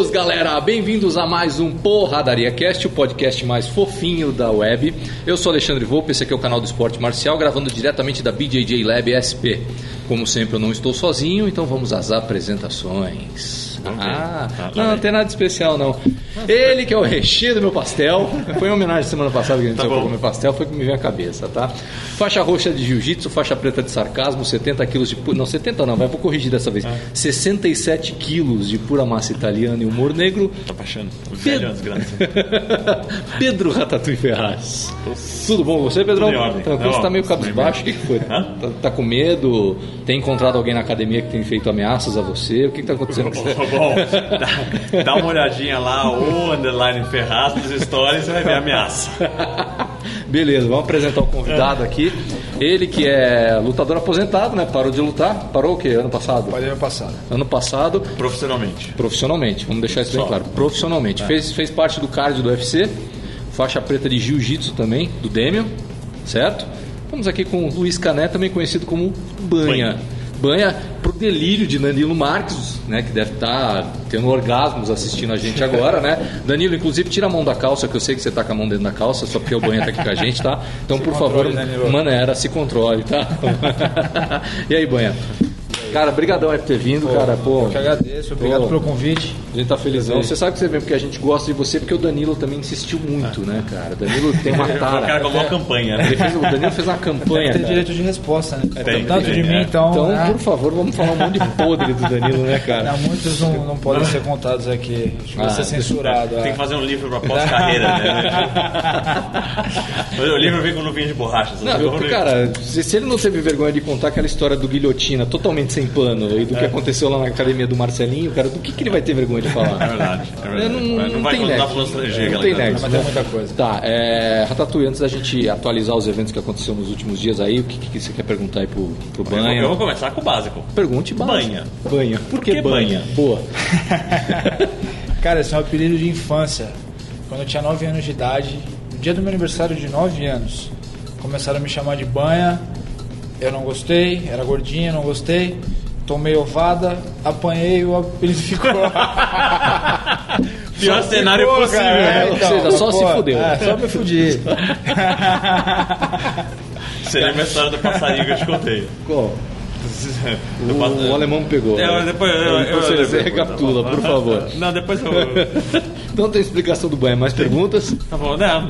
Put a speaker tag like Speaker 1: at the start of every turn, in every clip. Speaker 1: Os galera, bem-vindos a mais um Porradaria Cast, o podcast mais fofinho da web. Eu sou Alexandre Volpe, esse aqui é o canal do Esporte Marcial, gravando diretamente da BJJ Lab SP. Como sempre, eu não estou sozinho, então vamos às apresentações.
Speaker 2: Não tem.
Speaker 1: ah,
Speaker 2: Ah, lá
Speaker 1: não, não
Speaker 2: vem.
Speaker 1: tem nada de especial não. Ele que é o recheio do meu pastel, foi uma homenagem semana passada que a gente
Speaker 2: Tá
Speaker 1: saiu
Speaker 2: bom.
Speaker 1: meu pastel, foi o que me veio à cabeça, tá? Faixa roxa de jiu-jitsu, faixa preta de sarcasmo, 70 quilos de... pu- Não, 70 não, vai, vou corrigir dessa vez.
Speaker 2: É.
Speaker 1: 67 quilos de pura massa italiana e humor negro,
Speaker 2: Tá baixando. O velho é uma desgraça.
Speaker 1: Pedro Ratatouille Ferraz. Tudo bom com você, Pedrão?
Speaker 2: Tudo em ordem.
Speaker 1: Tranquilo, você tá
Speaker 2: Não,
Speaker 1: meio cabisbaixo, o que que foi? Tá,
Speaker 2: Hã?
Speaker 1: tá com medo? Tem encontrado alguém na academia que tem feito ameaças a você? O que que tá acontecendo com você?
Speaker 2: Bom, bom, dá, dá uma olhadinha lá, o underline Ferraz dos stories, você vai ver a ameaça.
Speaker 1: Beleza, vamos apresentar o
Speaker 2: É.
Speaker 1: convidado aqui. Ele que é lutador aposentado, né? Parou de lutar. Parou o quê? Ano passado?
Speaker 3: Olha ano passado.
Speaker 1: Ano passado,
Speaker 2: Profissionalmente.
Speaker 1: profissionalmente. Vamos deixar isso bem
Speaker 2: Só.
Speaker 1: claro.
Speaker 3: É.
Speaker 1: Profissionalmente. Fez, fez parte do card do UFC, faixa preta de jiu-jitsu também, do Demian, certo? Estamos aqui com o Luiz Cané, também conhecido como Banha.
Speaker 2: Banha.
Speaker 1: Banha pro delírio de Danilo Marques, né? Que deve estar tendo orgasmos assistindo a gente agora, né? Danilo, inclusive, tira a mão da calça, que eu sei que você tá com a mão dentro da calça, só porque o Banha tá aqui com a gente, tá? Então, por favor,
Speaker 3: controle, né, Danilo.
Speaker 1: maneira, se controle, tá? e aí, Banha? Cara, brigadão aí por ter vindo, cara. Pô,
Speaker 3: eu que agradeço, obrigado
Speaker 1: pô.
Speaker 3: pelo convite.
Speaker 1: A gente tá felizão. Você sabe que você vem porque a gente gosta de você, porque o Danilo também insistiu muito, né, cara? O Danilo tem uma
Speaker 2: O cara
Speaker 1: tara.
Speaker 2: com a maior campanha, né?
Speaker 1: Ele fez- o Danilo fez uma campanha.
Speaker 3: Tem
Speaker 1: cara.
Speaker 3: direito de resposta, né?
Speaker 2: tem,
Speaker 3: Tanto
Speaker 2: tem,
Speaker 3: de mim,
Speaker 2: é.
Speaker 3: então.
Speaker 1: Então,
Speaker 3: né?
Speaker 1: por favor, vamos falar um monte de podre do Danilo, né,
Speaker 3: Não,
Speaker 1: cara?
Speaker 3: muitos não, não podem ser contados aqui. Acho que vai ser censurado.
Speaker 2: Tem
Speaker 3: é.
Speaker 2: que fazer um livro pra pós-carreira, né? Mas o livro vem com luvinha de borracha. sabe?
Speaker 1: Não,
Speaker 2: Vamos
Speaker 1: eu,
Speaker 2: ver.
Speaker 1: cara, se se ele não teve vergonha de contar aquela história do guilhotina totalmente sem pano e do que aconteceu lá na academia do Marcelinho, cara, do que, que ele vai ter vergonha de
Speaker 2: É
Speaker 1: falar?
Speaker 2: verdade, é
Speaker 1: Eu
Speaker 2: verdade.
Speaker 1: não, não,
Speaker 2: Mas vai
Speaker 1: tem
Speaker 2: contar
Speaker 1: nexo.
Speaker 2: pro estrangeiro,
Speaker 1: Não tem
Speaker 2: galera.
Speaker 1: nexo,
Speaker 3: Mas tem
Speaker 1: né?
Speaker 3: muita coisa.
Speaker 1: Tá, é, Ratatouille, antes da gente atualizar os eventos que aconteceram nos últimos dias aí, o que, que você quer perguntar aí pro, pro
Speaker 2: Eu vou-
Speaker 1: Banha?
Speaker 2: Eu vou começar com o básico.
Speaker 1: Pergunte básico.
Speaker 2: Banha.
Speaker 1: Banha. Por que,
Speaker 2: que
Speaker 1: banha?
Speaker 2: banha?
Speaker 1: Boa.
Speaker 3: Cara, esse é um apelido de infância. Quando eu tinha 9 anos de idade, no dia do meu aniversário de 9 anos, começaram a me chamar de banha. Eu não gostei, era gordinha, não gostei. Tomei ovada, apanhei, o apelido ficou.
Speaker 2: Pior cenário
Speaker 3: Ficou,
Speaker 2: possível,
Speaker 3: cara,
Speaker 2: né?
Speaker 3: é,
Speaker 1: Ou seja, só se fudeu.
Speaker 3: É, só me fudi.
Speaker 2: Você lembra a história do passarinho que eu te contei?
Speaker 1: Qual?
Speaker 2: Do
Speaker 1: O,
Speaker 2: passarinho.
Speaker 1: o alemão pegou.
Speaker 2: É, mas depois eu- eu- eu-
Speaker 1: Você-
Speaker 2: eu-
Speaker 1: você
Speaker 2: eu-
Speaker 1: recapitula, por favor.
Speaker 2: Não, depois eu.
Speaker 1: Então tem explicação do banha. Mais perguntas?
Speaker 2: Tá bom, né?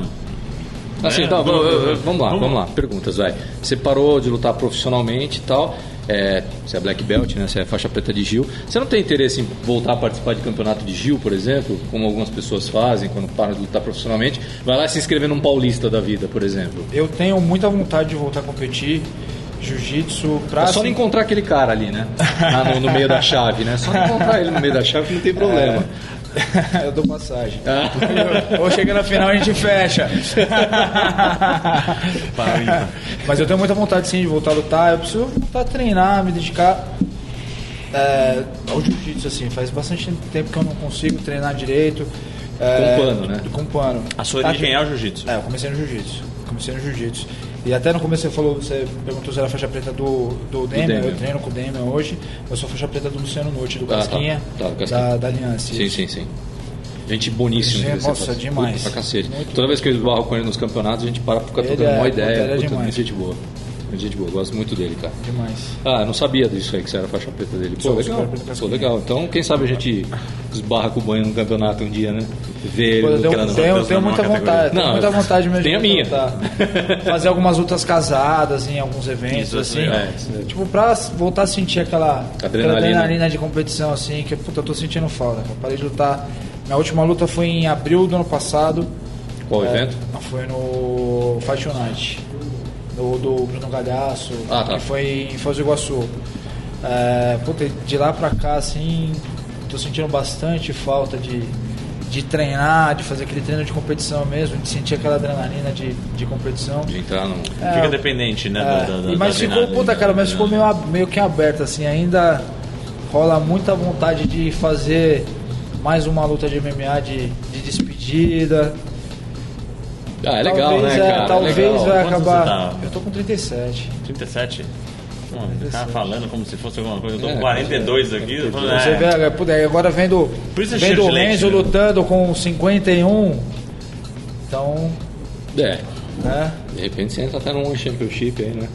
Speaker 1: Assim,
Speaker 2: É,
Speaker 1: tá,
Speaker 2: vamos-
Speaker 1: vamos, vamos lá,
Speaker 2: vamos
Speaker 1: vamos lá. Perguntas, vai. Você parou de lutar profissionalmente e tal. É, você é black belt, né? Você é faixa preta de Gil. Você não tem interesse em voltar a participar de campeonato de Gil, por exemplo? Como algumas pessoas fazem quando param de lutar profissionalmente. Vai lá se inscrever num paulista da vida, por exemplo.
Speaker 3: Eu tenho muita vontade de voltar a competir. Jiu-jitsu, pra. assim
Speaker 1: É só não encontrar aquele cara ali, né? Ah, no, no meio da chave, né? Só não encontrar ele no meio da chave que não tem problema.
Speaker 3: Eu dou passagem. Ou chega na final e a gente fecha. Mas eu tenho muita vontade sim de voltar a lutar. Eu preciso voltar a treinar, me dedicar é, ao jiu-jitsu assim. Faz bastante tempo que eu não consigo treinar direito. É,
Speaker 1: Com pano, né?
Speaker 3: Com pano.
Speaker 2: A sua origem é o jiu-jitsu.
Speaker 3: É, eu comecei no jiu-jitsu. Comecei no jiu-jitsu. E até no começo você falou, você perguntou se era faixa preta do, do Demian.
Speaker 1: Demian.
Speaker 3: Eu treino com o Demian hoje. Eu sou faixa preta do Luciano Nucci, do
Speaker 1: Ah, tá.
Speaker 3: Casquinha,
Speaker 1: Tá, do Casquinha.
Speaker 3: Da, da Aliança.
Speaker 1: Sim, sim, sim. Gente boníssima.
Speaker 3: Gente,
Speaker 1: que você
Speaker 3: nossa,
Speaker 1: faz.
Speaker 3: demais.
Speaker 1: Puta pra cacete.
Speaker 3: Muito.
Speaker 1: Toda vez que eu esbarro com ele nos campeonatos, a gente para pra ficar
Speaker 3: Ele
Speaker 1: trocando
Speaker 3: é-
Speaker 1: uma
Speaker 3: puta, ele
Speaker 1: ideia.
Speaker 3: é
Speaker 1: Puta,
Speaker 3: demais.
Speaker 1: muito gente boa. Muito gente boa. Gosto muito dele, cara.
Speaker 3: Demais.
Speaker 1: Ah, eu não sabia disso aí que você era faixa preta dele. Pô,
Speaker 3: Sou
Speaker 1: legal.
Speaker 3: super preta
Speaker 1: Pô,
Speaker 3: casquinha.
Speaker 1: legal. Então, quem sabe a gente esbarra com o banho no campeonato um dia, né? Vê ele
Speaker 3: Pô, eu
Speaker 1: no
Speaker 3: tenho,
Speaker 1: grandão.
Speaker 3: tenho-
Speaker 2: Deus
Speaker 3: tenho
Speaker 2: na
Speaker 3: um- muita
Speaker 2: maior
Speaker 3: vontade, tenho
Speaker 1: Não,
Speaker 3: muita vontade mesmo.
Speaker 1: tem a
Speaker 3: de
Speaker 1: minha.
Speaker 3: voltar. Fazer algumas lutas casadas em alguns eventos,
Speaker 2: Isso,
Speaker 3: assim.
Speaker 2: é,
Speaker 1: isso é.
Speaker 3: Tipo, pra s- voltar a sentir aquela aquela
Speaker 1: Adrenalina.
Speaker 3: adrenalina. de competição, assim, que puta, eu tô sentindo falta. cara. Parei de lutar. Minha última luta foi em abril do ano passado.
Speaker 1: Qual
Speaker 3: É,
Speaker 1: evento?
Speaker 3: Foi no Fight Night. Do, do Bruno Galhaço.
Speaker 1: Ah, tá.
Speaker 3: que Foi em Foz do Iguaçu. É, puta, de lá pra cá, assim, tô sentindo bastante falta de, de treinar, de fazer aquele treino de competição mesmo, de sentir aquela adrenalina de, de competição.
Speaker 1: De entrar num...
Speaker 2: Fica dependente, né?
Speaker 3: É,
Speaker 2: da- da-
Speaker 3: e-
Speaker 2: da-
Speaker 3: mas
Speaker 2: da
Speaker 3: ficou,
Speaker 2: adrenalina.
Speaker 3: puta, cara, mas ficou meio, ab- meio que aberto, assim, ainda rola muita vontade de fazer mais uma luta de MMA de, de despedida.
Speaker 1: Ah, é legal,
Speaker 3: talvez,
Speaker 1: né, cara?
Speaker 3: é,
Speaker 1: É
Speaker 3: talvez
Speaker 1: legal.
Speaker 3: vai
Speaker 2: Quantos
Speaker 3: acabar.
Speaker 2: você tá?
Speaker 3: Eu tô com 37.
Speaker 2: 37? Pô, ficar falando como se fosse alguma coisa. Eu tô com
Speaker 1: É,
Speaker 2: 42 aqui. eu tô falando,
Speaker 3: Você
Speaker 2: é.
Speaker 3: vê, pô, daí agora vendo,
Speaker 2: Por isso é cheiro
Speaker 3: vendo o
Speaker 2: de leite,
Speaker 3: Lenzo
Speaker 2: né?
Speaker 3: lutando com 51. Então,
Speaker 1: É,
Speaker 3: né?
Speaker 1: de repente você entra até num championship aí, né?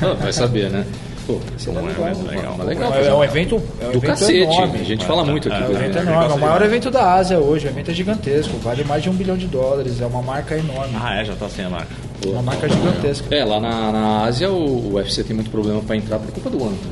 Speaker 1: Ah, vai saber, né? Pô,
Speaker 3: Seria
Speaker 1: não é
Speaker 3: legal.
Speaker 1: mais legal. Mas
Speaker 3: É,
Speaker 1: legal
Speaker 3: um- é um
Speaker 1: fazer.
Speaker 3: evento, é um
Speaker 1: do
Speaker 3: evento
Speaker 1: cacete.
Speaker 3: enorme.
Speaker 1: A gente fala muito aqui. né?
Speaker 2: É,
Speaker 1: do
Speaker 2: é
Speaker 3: É um evento
Speaker 1: evento.
Speaker 3: enorme, é o
Speaker 2: negócio
Speaker 3: maior evento da Ásia hoje, o evento é gigantesco, vale mais de um bilhão de dólares, é uma marca enorme,
Speaker 2: Ah, é, já tá sem a marca.
Speaker 3: uma marca gigantesca.
Speaker 1: É, lá na, na Ásia o, o UFC tem muito problema pra entrar por culpa do ano. né?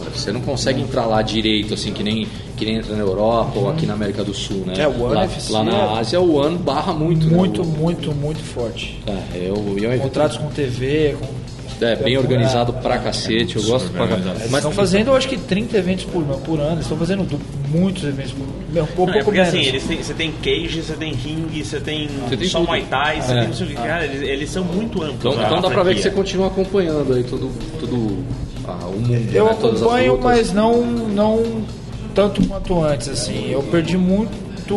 Speaker 1: O UFC não consegue entrar lá direito, assim, que nem, que nem entra na Europa ou aqui na América do Sul, né?
Speaker 3: É, o One
Speaker 1: lá,
Speaker 3: UFC
Speaker 1: lá na
Speaker 3: é-
Speaker 1: Ásia o ano barra muito, né?
Speaker 3: Muito,
Speaker 1: O-
Speaker 3: muito, muito forte.
Speaker 1: É, é, o- e é um evento
Speaker 3: Contratos com TV, com...
Speaker 1: é, bem organizado pra cacete,
Speaker 3: é,
Speaker 1: eu gosto pra
Speaker 2: organizado.
Speaker 1: cacete.
Speaker 3: Eles estão fazendo, eu acho que 30 eventos por, por ano, eles estão fazendo du- muitos eventos por ano, um pouco
Speaker 2: Não, é porque
Speaker 3: menos.
Speaker 2: assim, eles têm- você tem cage, você tem ringue, você tem
Speaker 1: tem
Speaker 2: só
Speaker 1: tudo.
Speaker 2: muay thai, você
Speaker 1: É.
Speaker 2: tem não sei o que. Cara, eles, eles são muito amplos.
Speaker 1: Então,
Speaker 2: a
Speaker 1: então dá pra ver que você
Speaker 2: franquia. continua.
Speaker 1: continua acompanhando aí todo, todo ah, o mundo.
Speaker 3: Eu
Speaker 1: né? Todas as
Speaker 3: acompanho,
Speaker 1: lutas.
Speaker 3: mas não, não tanto quanto antes, assim. Eu perdi muito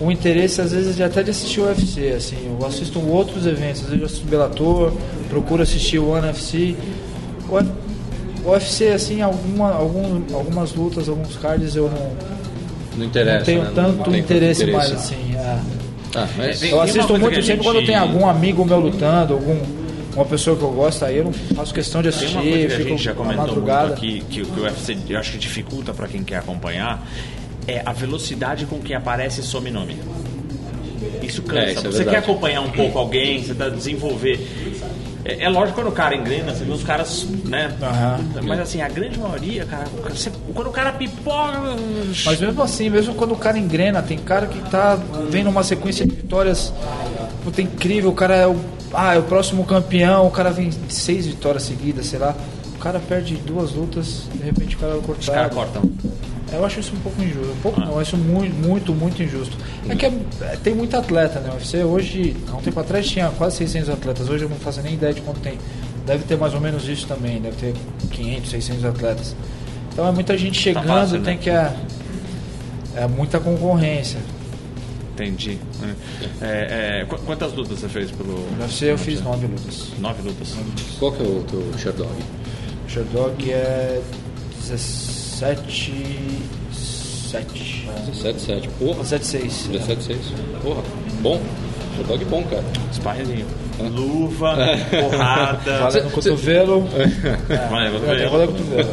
Speaker 3: o interesse, às vezes, de até de assistir o UFC, assim. Eu assisto outros eventos, às vezes eu assisto Bellator, procuro assistir o One UFC. O F- O UFC, assim, alguma, algum, algumas lutas, alguns cards eu não,
Speaker 1: Não
Speaker 3: não
Speaker 1: interessa.
Speaker 3: tenho
Speaker 1: né? Não
Speaker 3: tanto
Speaker 1: tem
Speaker 3: interesse mais, assim. é.
Speaker 1: Tá, mas-
Speaker 2: Tem-
Speaker 3: Eu
Speaker 2: uma
Speaker 3: assisto
Speaker 2: coisa
Speaker 3: muito
Speaker 2: que a
Speaker 3: sempre
Speaker 2: gente-
Speaker 3: quando tem algum amigo meu lutando, algum uma pessoa que eu gosto, aí eu não faço questão de
Speaker 2: Tem
Speaker 3: assistir,
Speaker 2: uma coisa que a
Speaker 3: fico
Speaker 2: gente já
Speaker 3: na
Speaker 2: comentou muito
Speaker 3: madrugada.
Speaker 2: aqui, que, o- que o UFC eu acho que dificulta pra quem quer acompanhar, é a velocidade com que aparece e some nome. Isso cansa.
Speaker 1: É, isso é
Speaker 2: você quer
Speaker 1: verdade.
Speaker 2: acompanhar um pouco alguém, você tá desenvolver. É, é lógico quando o cara engrena, você vê os caras, né?
Speaker 3: Aham.
Speaker 2: Mas assim, a grande maioria, cara, o cara- você- quando o cara pipoca.
Speaker 3: Mas mesmo assim, mesmo quando o cara engrena, tem cara que tá vendo uma sequência de vitórias puta, incrível, o cara é o, ah, é o próximo campeão, o cara vem seis vitórias seguidas, sei lá. O cara perde duas lutas, de repente o cara é
Speaker 2: Os caras
Speaker 3: cortado.
Speaker 2: cortam.
Speaker 3: Eu acho isso um pouco injusto. Um pouco não, isso muito, muito, muito injusto. É que é- é- tem muito atleta, né? O UFC hoje, há um tempo atrás tinha quase 600 atletas, hoje eu não faço nem ideia de quanto tem. Deve ter mais ou menos isso também, deve ter 500, 600 atletas. Então é muita gente chegando,
Speaker 2: fácil, né?
Speaker 3: tem que. É, é muita concorrência.
Speaker 2: Entendi. É, é, qu- quantas lutas você fez pelo.
Speaker 3: No UFC eu fiz nove lutas.
Speaker 2: Nove lutas.
Speaker 1: Qual que é o teu Sherdog?
Speaker 3: O Sherdog é 17. 7.
Speaker 1: 17-7. Porra,
Speaker 3: 17, 6.
Speaker 1: 17-6. Porra, bom. Sherdog bom, cara.
Speaker 2: Sparring. Luva, porrada.
Speaker 3: Valendo
Speaker 1: Cê-
Speaker 3: cotovelo.
Speaker 2: Vai, eu vou
Speaker 1: É,
Speaker 3: Valendo
Speaker 2: ver.
Speaker 3: cotovelo.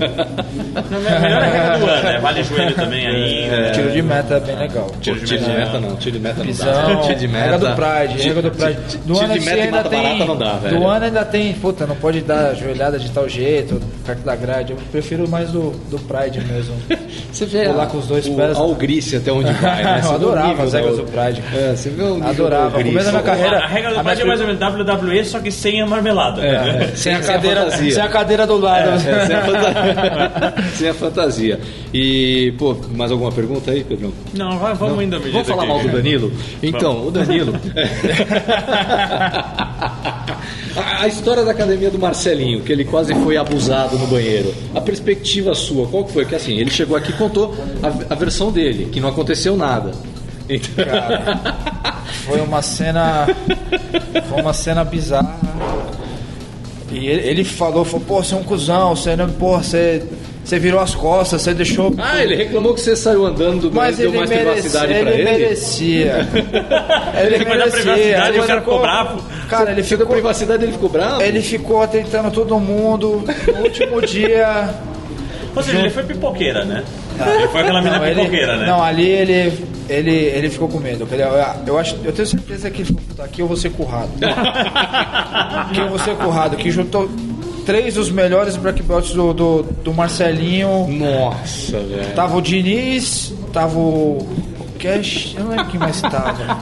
Speaker 2: Não, não, melhor é cada do ano, né? Vale joelho também aí. né?
Speaker 3: Tiro de meta é bem legal.
Speaker 1: Pô, tiro de meta não, tiro de meta não dá.
Speaker 3: Visão,
Speaker 1: Tiro de meta.
Speaker 3: regra do Pride, regra do Pride.
Speaker 1: Tiro-
Speaker 3: Do
Speaker 1: tiro
Speaker 3: ano assim
Speaker 1: de meta e
Speaker 3: ainda
Speaker 1: mata
Speaker 3: tem.
Speaker 1: barata não dá, velho.
Speaker 3: do ano ainda tem, puta, não pode dar joelhada de tal jeito, perto da grade. Eu prefiro mais do, do Pride mesmo.
Speaker 1: Você vê
Speaker 3: Pular
Speaker 1: a-
Speaker 3: com os dois
Speaker 1: o, a
Speaker 3: pés.
Speaker 1: algrice até onde vai, né? Você vê o
Speaker 3: Eu adorava
Speaker 1: nível
Speaker 3: as regras
Speaker 1: da-
Speaker 3: do Pride.
Speaker 1: É, você vê o nível
Speaker 3: Adorava.
Speaker 1: da algrice.
Speaker 3: Começo da minha carreira-
Speaker 2: A regra do
Speaker 3: A
Speaker 2: Pride é
Speaker 3: minha
Speaker 2: mais ou menos WWE, só que sem a marmelada.
Speaker 1: É, é.
Speaker 3: Sem a cadeira,
Speaker 1: fantasia.
Speaker 3: sem a cadeira do lado.
Speaker 1: É, sem, a fanta- sem a fantasia. E, pô, mais alguma pergunta aí, Pedrão?
Speaker 2: Não, vai- vamos ainda medir.
Speaker 1: Vamos falar
Speaker 2: né?
Speaker 1: mal do Danilo? Então, o Danilo. a a história da academia do Marcelinho, que ele quase foi abusado no banheiro. A perspectiva sua, qual que foi? Que assim, ele chegou aqui e contou a, a versão dele, que não aconteceu nada. Então,
Speaker 3: Foi uma cena. Foi uma cena bizarra. E ele, ele falou, falou, pô, você é um cuzão, você não, porra, você. Você virou as costas, você deixou.
Speaker 1: ah, ele reclamou que você saiu andando do banheiro
Speaker 3: Mas
Speaker 1: e deu
Speaker 3: ele,
Speaker 1: mais
Speaker 3: merecia,
Speaker 1: privacidade pra
Speaker 3: ele,
Speaker 1: ele.
Speaker 3: merecia. Ele
Speaker 2: Mas na privacidade
Speaker 3: ele
Speaker 2: o cara ficou
Speaker 3: ficou-
Speaker 2: bravo.
Speaker 3: Cara, ele
Speaker 1: Você deu
Speaker 3: ficou,
Speaker 1: privacidade ele ficou bravo?
Speaker 3: ele ficou atentando todo mundo. No último dia.
Speaker 2: Ou seja, ele foi pipoqueira, né? Ele foi aquela mina
Speaker 3: ele-
Speaker 2: pipoqueira, né?
Speaker 3: não, ali ele, ele, ele ficou com medo. Ele- eu, acho, eu tenho certeza que ele falou, "Puta, aqui eu vou ser currado. aqui eu vou ser currado. Que juntou três dos melhores black belts do, do, do Marcelinho.
Speaker 1: Nossa, velho.
Speaker 3: Tava o Diniz, tava o Cash, eu não lembro quem mais tava.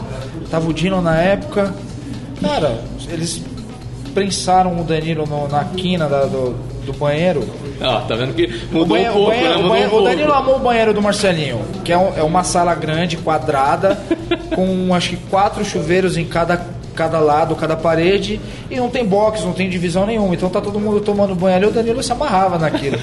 Speaker 3: tava o Dino na época. Cara, eles prensaram o Danilo no- na quina da- do, do banheiro.
Speaker 1: Ah, tá vendo que
Speaker 3: O,
Speaker 1: mudou
Speaker 3: banhe-
Speaker 1: um
Speaker 3: o
Speaker 1: pouco,
Speaker 3: banhe-
Speaker 1: né?
Speaker 3: o
Speaker 1: Mudou
Speaker 3: banhe-
Speaker 1: um
Speaker 3: o
Speaker 1: pouco.
Speaker 3: Danilo amou o banheiro do Marcelinho, que é, um- é uma sala grande, quadrada, com acho que quatro chuveiros em cada, cada lado, cada parede, e não tem box, não tem divisão nenhuma. Então tá todo mundo tomando banho ali, o Danilo se amarrava naquilo.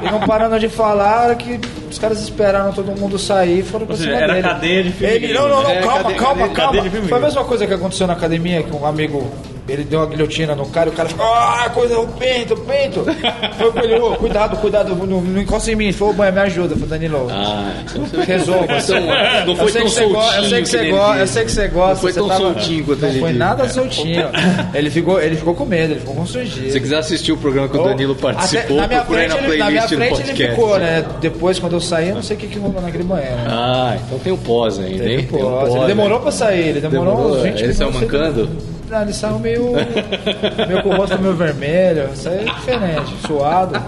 Speaker 3: E não parando de falar, a hora que os caras esperaram todo mundo sair, foram pra
Speaker 2: Ou seja,
Speaker 3: cima
Speaker 2: era
Speaker 3: dele.
Speaker 2: cadeia de filme
Speaker 3: Ele, não, não, não,
Speaker 1: É,
Speaker 3: calma,
Speaker 1: cadeia-
Speaker 3: calma,
Speaker 1: cadeia-
Speaker 3: calma.
Speaker 2: cadeia de filme
Speaker 3: Foi a mesma coisa que aconteceu na academia, que um amigo Ele deu uma guilhotina no cara e o cara ficou, ah, coisa, o pinto, o pinto. Foi com ele, ô, cuidado, cuidado, não, não encosta em mim. Ele falou, banha, me ajuda. Eu falei, Danilo,
Speaker 1: Ah, então você-
Speaker 3: resolva.
Speaker 1: Então, não
Speaker 3: eu
Speaker 1: foi
Speaker 3: sei
Speaker 1: tão
Speaker 3: que você gosta, eu
Speaker 1: soltinho
Speaker 3: sei que você
Speaker 1: ele
Speaker 3: gosta,
Speaker 1: disse.
Speaker 3: eu sei que você gosta.
Speaker 1: Não foi
Speaker 3: você
Speaker 1: tão
Speaker 3: tava-
Speaker 1: soltinho quanto
Speaker 3: Não
Speaker 1: ele
Speaker 3: foi
Speaker 1: disse.
Speaker 3: nada soltinho. Ele ficou, ele ficou com medo, ele ficou constrangido.
Speaker 1: Se você quiser assistir o programa que o Danilo participou,
Speaker 3: Até- na minha
Speaker 1: procura aí
Speaker 3: frente,
Speaker 1: na
Speaker 3: ele, na minha
Speaker 1: playlist do
Speaker 3: frente ele
Speaker 1: podcast.
Speaker 3: ficou, né? Depois, quando eu saí, eu não sei o que, que rolou naquele banheiro. né?
Speaker 1: Ah, então tem o pós ainda, hein?
Speaker 3: Teve
Speaker 1: Tem o
Speaker 3: pós.
Speaker 1: pós,
Speaker 3: Ele
Speaker 1: né?
Speaker 3: demorou pra sair, ele demorou,
Speaker 1: Demorou, é.
Speaker 3: uns 20 minutos.
Speaker 1: Ele saiu mancando?
Speaker 3: Não, ele saiu meio. meio com o rosto meio vermelho, saiu diferente, suado.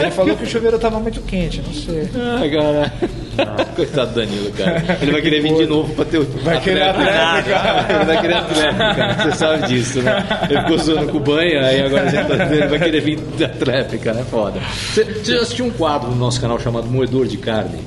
Speaker 3: Ele falou que o chuveiro tava muito quente, não sei.
Speaker 1: Ah, cara. Coitado do Danilo, cara. Ele vai querer vir de novo pra ter o.
Speaker 3: Vai querer atleta,
Speaker 1: cara. Ele vai querer atleta, cara. Você sabe disso, né? Ele ficou zoando com o banho, aí agora ele, tá- ele vai querer vir da tréplica, né? Foda. Você, você já assistiu um quadro no nosso canal chamado Moedor de Carne?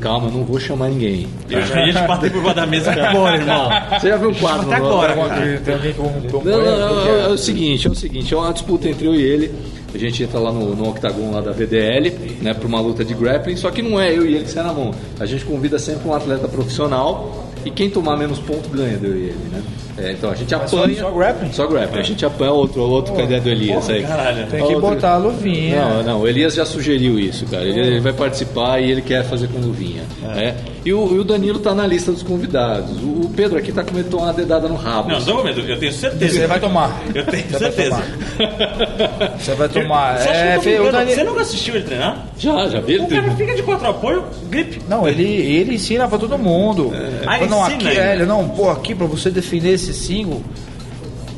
Speaker 1: Calma, eu não vou chamar ninguém.
Speaker 2: Eu já ia te bater por baixo da mesa agora, É irmão.
Speaker 1: Você já viu um quadro?
Speaker 2: Até
Speaker 1: no-
Speaker 2: agora,
Speaker 3: Tem alguém- Tem alguém com. com
Speaker 1: Não, não, não,
Speaker 3: banho?
Speaker 1: é, é o seguinte, é o seguinte, é uma disputa entre eu e ele. A gente entra lá no, no octagon lá da VDL, né, para uma luta de grappling, só que não é eu e ele que sai na mão. A gente convida sempre um atleta profissional e quem tomar menos ponto ganha, eu e ele, né? É, então a gente
Speaker 3: só-
Speaker 1: apanha.
Speaker 3: só grappling?
Speaker 1: Só grappling. A gente apanha outro, outro candidato Elias aí.
Speaker 2: caralho.
Speaker 3: Tem que
Speaker 1: Outro-
Speaker 3: botar a luvinha.
Speaker 1: Não, não, o Elias já sugeriu isso, cara. Ele, ele vai participar e ele quer fazer com luvinha.
Speaker 2: É.
Speaker 1: né? E, o, e o Danilo tá na lista dos convidados. O, o Pedro aqui tá com medo de tomar uma dedada no rabo.
Speaker 2: Não, não tô com medo, eu tenho certeza.
Speaker 3: Você vai tomar.
Speaker 2: Eu tenho
Speaker 3: Você vai
Speaker 2: certeza.
Speaker 3: tomar. Você vai tomar.
Speaker 2: Você, acha que eu tô
Speaker 3: filho, o
Speaker 2: brincando?
Speaker 3: Dani-
Speaker 2: Você nunca assistiu ele treinar?
Speaker 1: Já, já vi ele
Speaker 2: O cara fica de quatro apoio, gripe.
Speaker 3: Não, ele, ele ensina pra todo mundo.
Speaker 1: É.
Speaker 2: Ah,
Speaker 3: Ele não,
Speaker 2: ensina
Speaker 3: aqui,
Speaker 2: ainda.
Speaker 3: é, ele, não, pô, aqui pra você defender esse single,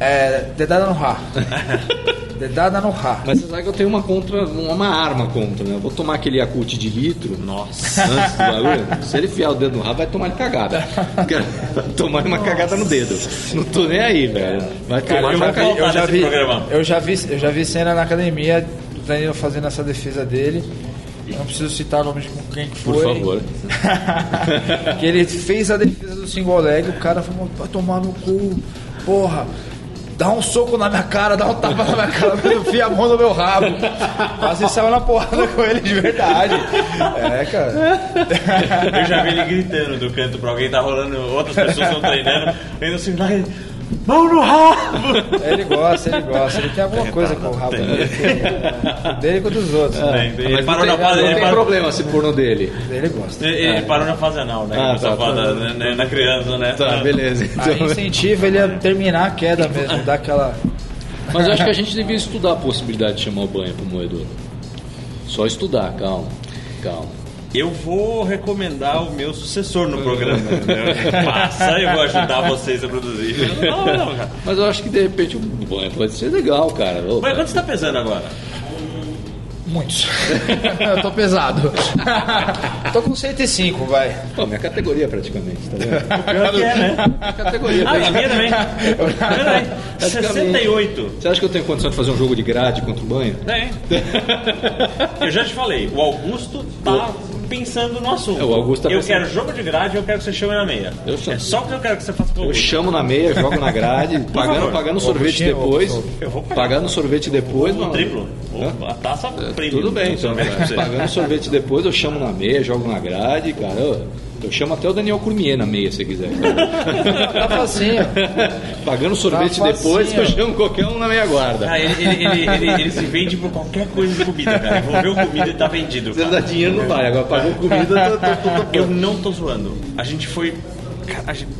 Speaker 3: é dedada no ra. dedada no ra.
Speaker 1: Mas você sabe que eu tenho uma contra, uma arma contra, né? Eu vou tomar aquele Yakult de litro. Nossa. Antes do barulho. Se ele enfiar o dedo no rabo, vai tomar ele cagada. Cara, Vai tomar uma cagada no dedo. Não tô nem aí, velho. Vai
Speaker 2: Cara,
Speaker 1: tomar
Speaker 2: eu
Speaker 1: uma
Speaker 2: vou
Speaker 1: cagada.
Speaker 2: voltar nesse programa.
Speaker 3: eu já vi, eu já vi cena na academia do Danilo fazendo essa defesa dele. Eu não preciso citar o nome de quem que foi.
Speaker 1: Por favor.
Speaker 3: que ele fez a defesa do single leg, o cara falou, vai tomar no cu, porra. Dá um soco na minha cara, dá um tapa na minha cara, mas enfia a mão no meu rabo. Quase saiu na porrada com ele de verdade. É, cara.
Speaker 2: Eu já vi ele gritando do canto pra alguém, tá rolando, outras pessoas estão treinando. Ele não se vai. Mão no rabo!
Speaker 3: Ele gosta, ele gosta. Ele tem alguma coisa com o rabo dele. Dele com dos outros. né?
Speaker 2: Ele
Speaker 1: É. Mas
Speaker 2: parou
Speaker 1: não
Speaker 2: na
Speaker 1: tem,
Speaker 2: fase.
Speaker 1: não
Speaker 2: Ele
Speaker 1: tem
Speaker 2: parou,
Speaker 1: problema se pôr no dele.
Speaker 3: Ele gosta.
Speaker 2: ele- ele parou na fase anal, né?
Speaker 1: Ah,
Speaker 2: que o pessoal
Speaker 1: tá,
Speaker 2: fala
Speaker 1: tá.
Speaker 2: da- né, na criança, né?
Speaker 1: Tá, beleza.
Speaker 3: Aí
Speaker 1: Então-
Speaker 3: incentiva ele a terminar a queda mesmo, dar aquela.
Speaker 1: Mas eu acho que a gente devia estudar a possibilidade de chamar o banho pro moedor. Só estudar, calma. Calma.
Speaker 2: Eu vou recomendar o meu sucessor no programa. né? Passa, eu vou ajudar vocês a produzir. Não, não, cara.
Speaker 1: Mas eu acho que de repente o banho pode ser legal, cara. Ô,
Speaker 2: Mas quanto você tá pesando agora?
Speaker 3: Muitos. Eu tô pesado. tô com 105, vai.
Speaker 1: Pô, minha categoria praticamente, tá vendo?
Speaker 2: Pior que é, né?
Speaker 1: categoria.
Speaker 2: Ah, a minha também. A minha também.
Speaker 1: Praticamente.
Speaker 2: 68.
Speaker 1: Você acha que eu tenho condição de fazer um jogo de grade contra o banho?
Speaker 2: Tem. Eu já te falei, o Augusto tá pensando no assunto.
Speaker 1: É, o Augusto tá
Speaker 2: Eu
Speaker 1: pensando.
Speaker 2: quero jogo de grade, eu quero que você chame na meia.
Speaker 1: Eu chamo.
Speaker 2: É só o que eu quero que você faça com o
Speaker 1: Eu
Speaker 2: Augusto.
Speaker 1: chamo na meia, jogo na grade, pagando,
Speaker 2: favor.
Speaker 1: pagando sorvete
Speaker 3: Augustinho,
Speaker 1: depois.
Speaker 2: eu vou pagar.
Speaker 1: Pagando sorvete depois,
Speaker 2: O
Speaker 1: mano.
Speaker 2: Um triplo. O-
Speaker 1: Hã?
Speaker 2: A taça premium.
Speaker 1: Tudo bem, então,
Speaker 2: Tudo bem.
Speaker 1: cara. pagando sorvete depois, eu chamo na meia, jogo na grade, cara. Eu, eu chamo até o Daniel Curmier na meia, se quiser. cara.
Speaker 3: Tá facinho.
Speaker 1: Pagando
Speaker 2: Tá
Speaker 1: sorvete
Speaker 3: facinho.
Speaker 1: depois, eu chamo qualquer um na meia guarda.
Speaker 2: Cara, Ah, ele, ele- ele- ele- ele se vende por qualquer coisa de comida, cara. Envolveu comida e tá vendido.
Speaker 1: Se ele dá
Speaker 2: Cara.
Speaker 1: dinheiro, não vai. Agora pagou comida, tô, tô, tô, tô,
Speaker 2: Eu não tô zoando. A gente foi. cara, A gente,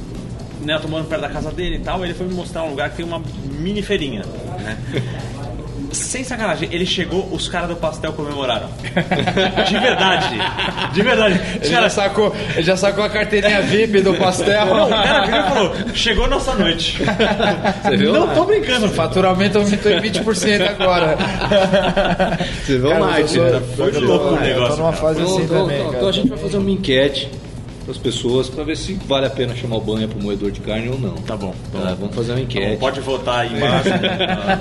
Speaker 2: né, eu tô morando perto da casa dele e tal, ele foi me mostrar um lugar que tem uma mini feirinha. né? Sem sacanagem, ele chegou, os caras do pastel comemoraram. De verdade. De verdade. Os
Speaker 3: Ele já
Speaker 2: caras.
Speaker 3: sacou, ele já sacou a carteirinha VIP do pastel.
Speaker 2: Não, o cara virou e falou: chegou nossa noite.
Speaker 1: Você viu?
Speaker 2: Não tô brincando, fato.
Speaker 3: Faturamento aumentou em 20% agora.
Speaker 1: Você viu o
Speaker 3: Cara, eu
Speaker 1: Night,
Speaker 3: tô-
Speaker 1: né?
Speaker 2: Foi de tá louco o
Speaker 3: Eu tô
Speaker 2: negócio. cara.
Speaker 3: numa fase
Speaker 1: Então,
Speaker 3: assim
Speaker 1: então,
Speaker 3: também,
Speaker 1: então,
Speaker 3: cara.
Speaker 1: então a gente vai fazer uma enquete para as pessoas para ver se vale a pena chamar o banha para o moedor de carne ou não.
Speaker 2: Tá bom. Tá
Speaker 1: Tá, vamos fazer uma
Speaker 2: bom.
Speaker 1: enquete.
Speaker 2: Pode votar aí embaixo.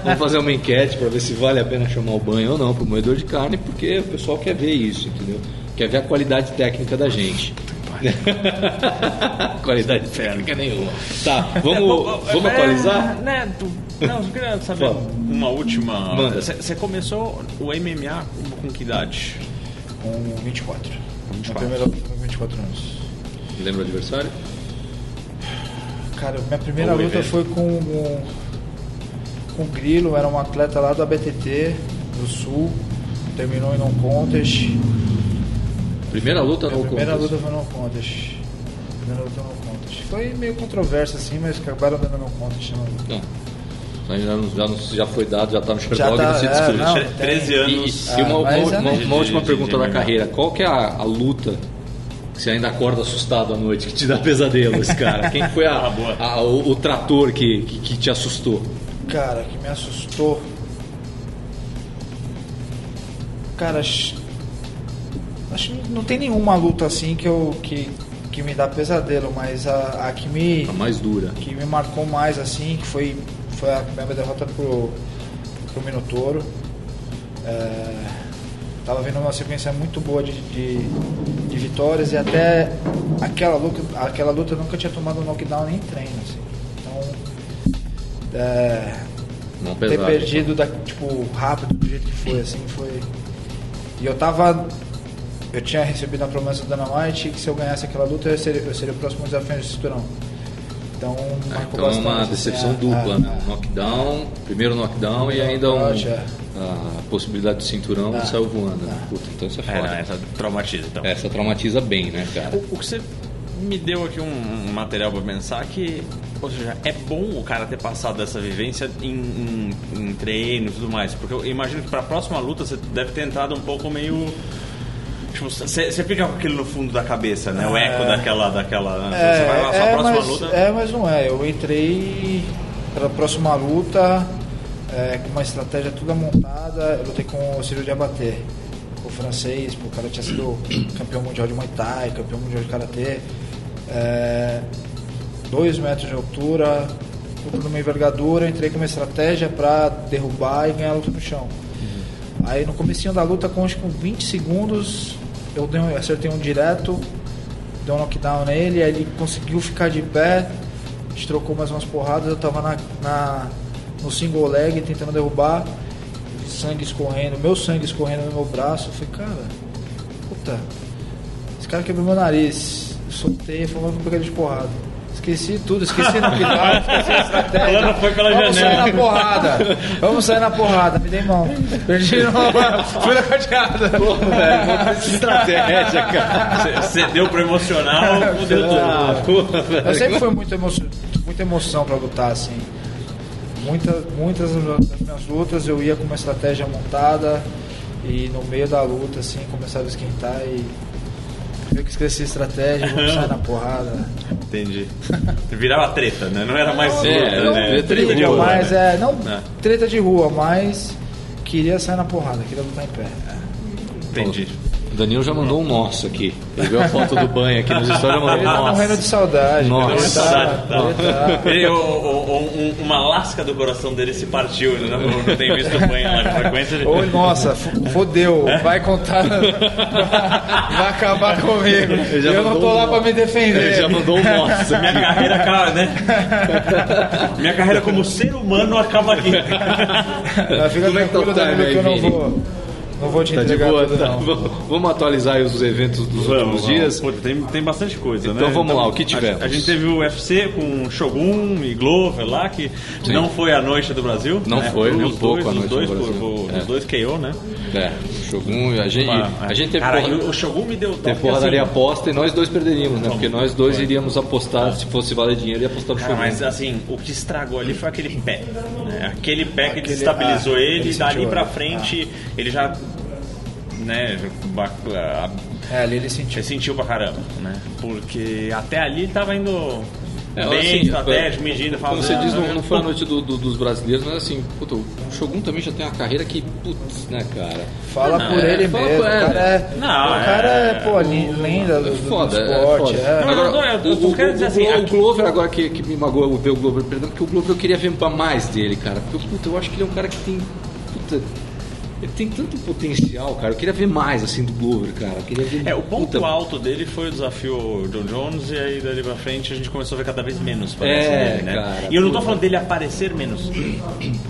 Speaker 1: Vamos fazer uma enquete para ver se vale a pena chamar o banho ou não para o moedor de carne, porque o pessoal quer ver isso, entendeu? Quer ver a qualidade técnica da gente. qualidade técnica nenhuma. Tá, vamos, vamos
Speaker 2: É,
Speaker 1: atualizar?
Speaker 2: Né, tu- não, eu queria saber
Speaker 1: Vamos.
Speaker 2: uma última.
Speaker 1: Manda.
Speaker 2: Você você começou o MMA com- com que idade?
Speaker 3: Com 24.
Speaker 2: 24.
Speaker 3: Na primeira luta com 24 anos.
Speaker 1: Lembra o adversário?
Speaker 3: Cara, minha primeira
Speaker 2: Ou o
Speaker 3: luta
Speaker 2: evento.
Speaker 3: foi com um, com o Grilo, era um atleta lá da BTT, do Sul, terminou em non-contest.
Speaker 1: Primeira luta
Speaker 3: Minha
Speaker 1: no
Speaker 3: É primeira
Speaker 1: contest.
Speaker 3: luta foi no contest. Primeira luta no contest. Foi meio controverso assim, mas acabaram dando né, no contest na luta.
Speaker 1: Não. Mas Né? Já, não- já, não- já foi dado, já tá no
Speaker 3: Já
Speaker 1: Sherdog,
Speaker 3: tá,
Speaker 1: não se
Speaker 3: é,
Speaker 1: discute.
Speaker 3: não,
Speaker 2: Tre- 13
Speaker 3: tem.
Speaker 2: anos.
Speaker 1: E, e uma,
Speaker 3: Ah, mas
Speaker 1: uma-
Speaker 3: é-
Speaker 1: uma- uma última
Speaker 2: de- de-
Speaker 1: pergunta
Speaker 2: de
Speaker 1: da
Speaker 2: MMA.
Speaker 1: carreira. Qual que é a, a luta que você ainda acorda assustado à noite, que te dá pesadelos, cara? Quem foi a,
Speaker 2: Ah, boa.
Speaker 1: a- o, o trator que, que, que te assustou?
Speaker 3: Cara, que me assustou. Cara, acho acho que não tem nenhuma luta assim que eu que, que me dá pesadelo, mas a, a que me
Speaker 1: A mais dura.
Speaker 3: que me marcou mais assim, que foi, foi a minha derrota pro, pro Minotouro. É, tava vendo uma sequência muito boa de, de, de vitórias e até aquela luta, aquela luta eu nunca tinha tomado um knockdown nem em treino. Assim. Então é,
Speaker 1: Não
Speaker 3: ter
Speaker 1: pesado.
Speaker 3: perdido da, tipo, rápido do jeito que foi, assim, foi. E eu tava. Eu tinha recebido a promessa do Dynamite que se eu ganhasse aquela luta eu seria, eu seria o próximo desafio do cinturão. Então,
Speaker 1: Ah,
Speaker 3: marcou
Speaker 1: então é uma
Speaker 3: bastante,
Speaker 1: decepção
Speaker 3: assim, a-
Speaker 1: dupla,
Speaker 3: a-
Speaker 1: né? Knockdown, primeiro knockdown e
Speaker 3: Primeiro
Speaker 1: ainda um,
Speaker 3: knockout, é.
Speaker 1: a possibilidade do cinturão
Speaker 3: Ah.
Speaker 1: saiu voando. Né? Puta, então isso é
Speaker 2: É,
Speaker 1: foda.
Speaker 2: não, essa traumatiza, então.
Speaker 1: Essa traumatiza bem, né, cara?
Speaker 2: O, o que você me deu aqui um, um material pra pensar que, ou seja, é bom o cara ter passado dessa vivência em, em, em treino e tudo mais, porque eu imagino que pra próxima luta você deve ter entrado um pouco meio. Tipo, você você fica com aquilo no fundo da cabeça, né? O eco daquela. daquela
Speaker 3: É,
Speaker 2: você vai lá, sua
Speaker 3: é,
Speaker 2: próxima
Speaker 3: mas,
Speaker 2: luta.
Speaker 3: é, mas não é. Eu entrei para a próxima luta é, com uma estratégia toda montada. Eu lutei com o Ciro de Abater, o francês, pô, o cara tinha sido campeão mundial de Muay Thai, campeão mundial de Karatê. É, dois metros de altura, puta de uma envergadura. Eu entrei com uma estratégia para derrubar e ganhar a luta no chão.
Speaker 2: Uhum.
Speaker 3: Aí no comecinho da luta, com, acho que com 20 segundos, eu dei um- acertei um direto, deu um knockdown nele, aí ele conseguiu ficar de pé, a gente trocou mais umas porradas, eu tava na, na- no single leg tentando derrubar, sangue escorrendo, meu sangue escorrendo no meu braço, eu falei, cara, puta, esse cara quebrou meu nariz, Eu soltei, eu falei, vou pegar ele de porrada. Esqueci tudo, esqueci no knockdown, esqueci a estratégia.
Speaker 2: Ela foi pela
Speaker 3: Vamos
Speaker 2: janela.
Speaker 3: sair na porrada, vamos sair na porrada, me dei mão. Perdi não, fui nocauteado.
Speaker 1: Estratégia, cara.
Speaker 2: Você- Você deu pro emocional, fudeu tudo.
Speaker 1: Ah,
Speaker 3: Eu sempre fui muito emocio... muita emoção pra lutar, assim. Muita, muitas das minhas lutas eu ia com uma estratégia montada e no meio da luta, assim, começava a esquentar e. Eu que esqueci a estratégia, vou sair na porrada.
Speaker 2: Entendi. Virava treta, né? Não era mais
Speaker 1: É,
Speaker 2: luta,
Speaker 1: era
Speaker 2: né?
Speaker 1: treta de
Speaker 2: de
Speaker 1: rua,
Speaker 2: né?
Speaker 3: mas é, não
Speaker 2: É.
Speaker 3: treta de rua, mas queria sair na porrada, queria lutar em pé.
Speaker 2: Entendi.
Speaker 1: O Danilo já mandou um nosso aqui. Ele viu a foto do banho aqui nos stories e mandou um
Speaker 3: Ele tá morrendo
Speaker 1: nosso.
Speaker 3: de saudade.
Speaker 1: Nossa.
Speaker 3: queria lutar,
Speaker 2: Saudade, tá.
Speaker 3: queria lutar.
Speaker 2: Ele, o- o- um- uma lasca do coração dele se partiu, ele não, não tem visto o banho lá com frequência. ele-
Speaker 3: Ou, nossa, f- fodeu, vai contar. vai acabar comigo.
Speaker 1: Ele já
Speaker 3: Eu não
Speaker 1: mandou
Speaker 3: tô
Speaker 1: um-
Speaker 3: lá pra me defender.
Speaker 1: Ele já mandou um nosso
Speaker 2: Minha
Speaker 1: aqui.
Speaker 2: carreira acaba, né? Minha carreira como ser humano acaba aqui.
Speaker 3: Mas fica
Speaker 1: Como é que tá o
Speaker 3: tranquilo, Danilo,
Speaker 1: time
Speaker 3: que eu
Speaker 1: aí,
Speaker 3: não
Speaker 1: Vini?
Speaker 3: vou. Não vou te
Speaker 1: Tá de
Speaker 3: entregar
Speaker 1: boa,
Speaker 3: tudo,
Speaker 1: tá?
Speaker 3: não.
Speaker 1: Vamos vamos atualizar aí os eventos dos últimos dias.
Speaker 2: Pô, tem, tem bastante coisa, né?
Speaker 1: Então vamos lá, o que tivemos?
Speaker 2: A, a gente teve o UFC com Shogun e Glover lá, que não foi a noite do Brasil.
Speaker 1: Não foi, nem
Speaker 2: nem
Speaker 1: um pouco a noite do
Speaker 2: dois,
Speaker 1: Brasil.
Speaker 2: por- por-
Speaker 1: É.
Speaker 2: Os dois KO, né?
Speaker 1: É, Shogun, a gente,
Speaker 2: Uma-
Speaker 1: a gente teve
Speaker 2: Cara,
Speaker 1: porra-
Speaker 2: e o Shogun me deu... assim,
Speaker 1: Tem porra daria aposta e nós dois perderíamos, né? Porque nós dois iríamos apostar, se fosse valer dinheiro, ia apostar pro
Speaker 2: Cara,
Speaker 1: Shogun.
Speaker 2: mas assim, o que estragou ali foi aquele pé. né? Aquele pé que
Speaker 3: Aquele-
Speaker 2: destabilizou
Speaker 3: ah,
Speaker 2: ele,
Speaker 3: ele
Speaker 2: e dali
Speaker 3: sentiu,
Speaker 2: pra
Speaker 3: né?
Speaker 2: frente ele já. Né, ba- a-
Speaker 3: É, ali ele sentiu.
Speaker 2: ele sentiu pra caramba, né? Porque até ali ele tava indo
Speaker 1: É,
Speaker 2: bem,
Speaker 1: assim, foi-
Speaker 2: estratégico, medindo, "Ah,
Speaker 1: Como
Speaker 2: fazendo.
Speaker 1: você diz, não, não foi a
Speaker 2: né?
Speaker 1: noite do- do- dos brasileiros, mas assim, puta, o Shogun também já tem uma carreira que, putz, né, cara?
Speaker 3: Fala
Speaker 1: Não,
Speaker 3: por
Speaker 1: é,
Speaker 3: ele
Speaker 1: fala
Speaker 3: mesmo. O
Speaker 1: por ele.
Speaker 3: cara é,
Speaker 2: Não,
Speaker 3: o cara é,
Speaker 2: é-
Speaker 3: pô, li- lenda do, do- do
Speaker 1: Foda, é
Speaker 3: esporte.
Speaker 1: foda.
Speaker 3: é.
Speaker 2: Não, não, não, eu tô-
Speaker 1: o,
Speaker 2: tô
Speaker 1: o-
Speaker 2: querendo dizer
Speaker 1: o-
Speaker 2: assim,
Speaker 1: o
Speaker 2: aqui-
Speaker 1: Glover agora que, que me magoou ver o Glover perdendo, porque o Glover eu queria ver mais dele, cara. Porque, puta, eu acho que ele é um cara que tem. Puta,
Speaker 4: Ele tem tanto potencial, cara. Eu queria ver mais, assim, do Glover, cara. Eu queria ver...
Speaker 2: É, o ponto
Speaker 4: Puta,
Speaker 2: alto dele foi o desafio John Jones, e aí dali pra frente a gente começou a ver cada vez menos, parece,
Speaker 4: É,
Speaker 2: dele, né?
Speaker 4: cara,
Speaker 2: e eu não tô
Speaker 4: puta.
Speaker 2: falando dele aparecer menos,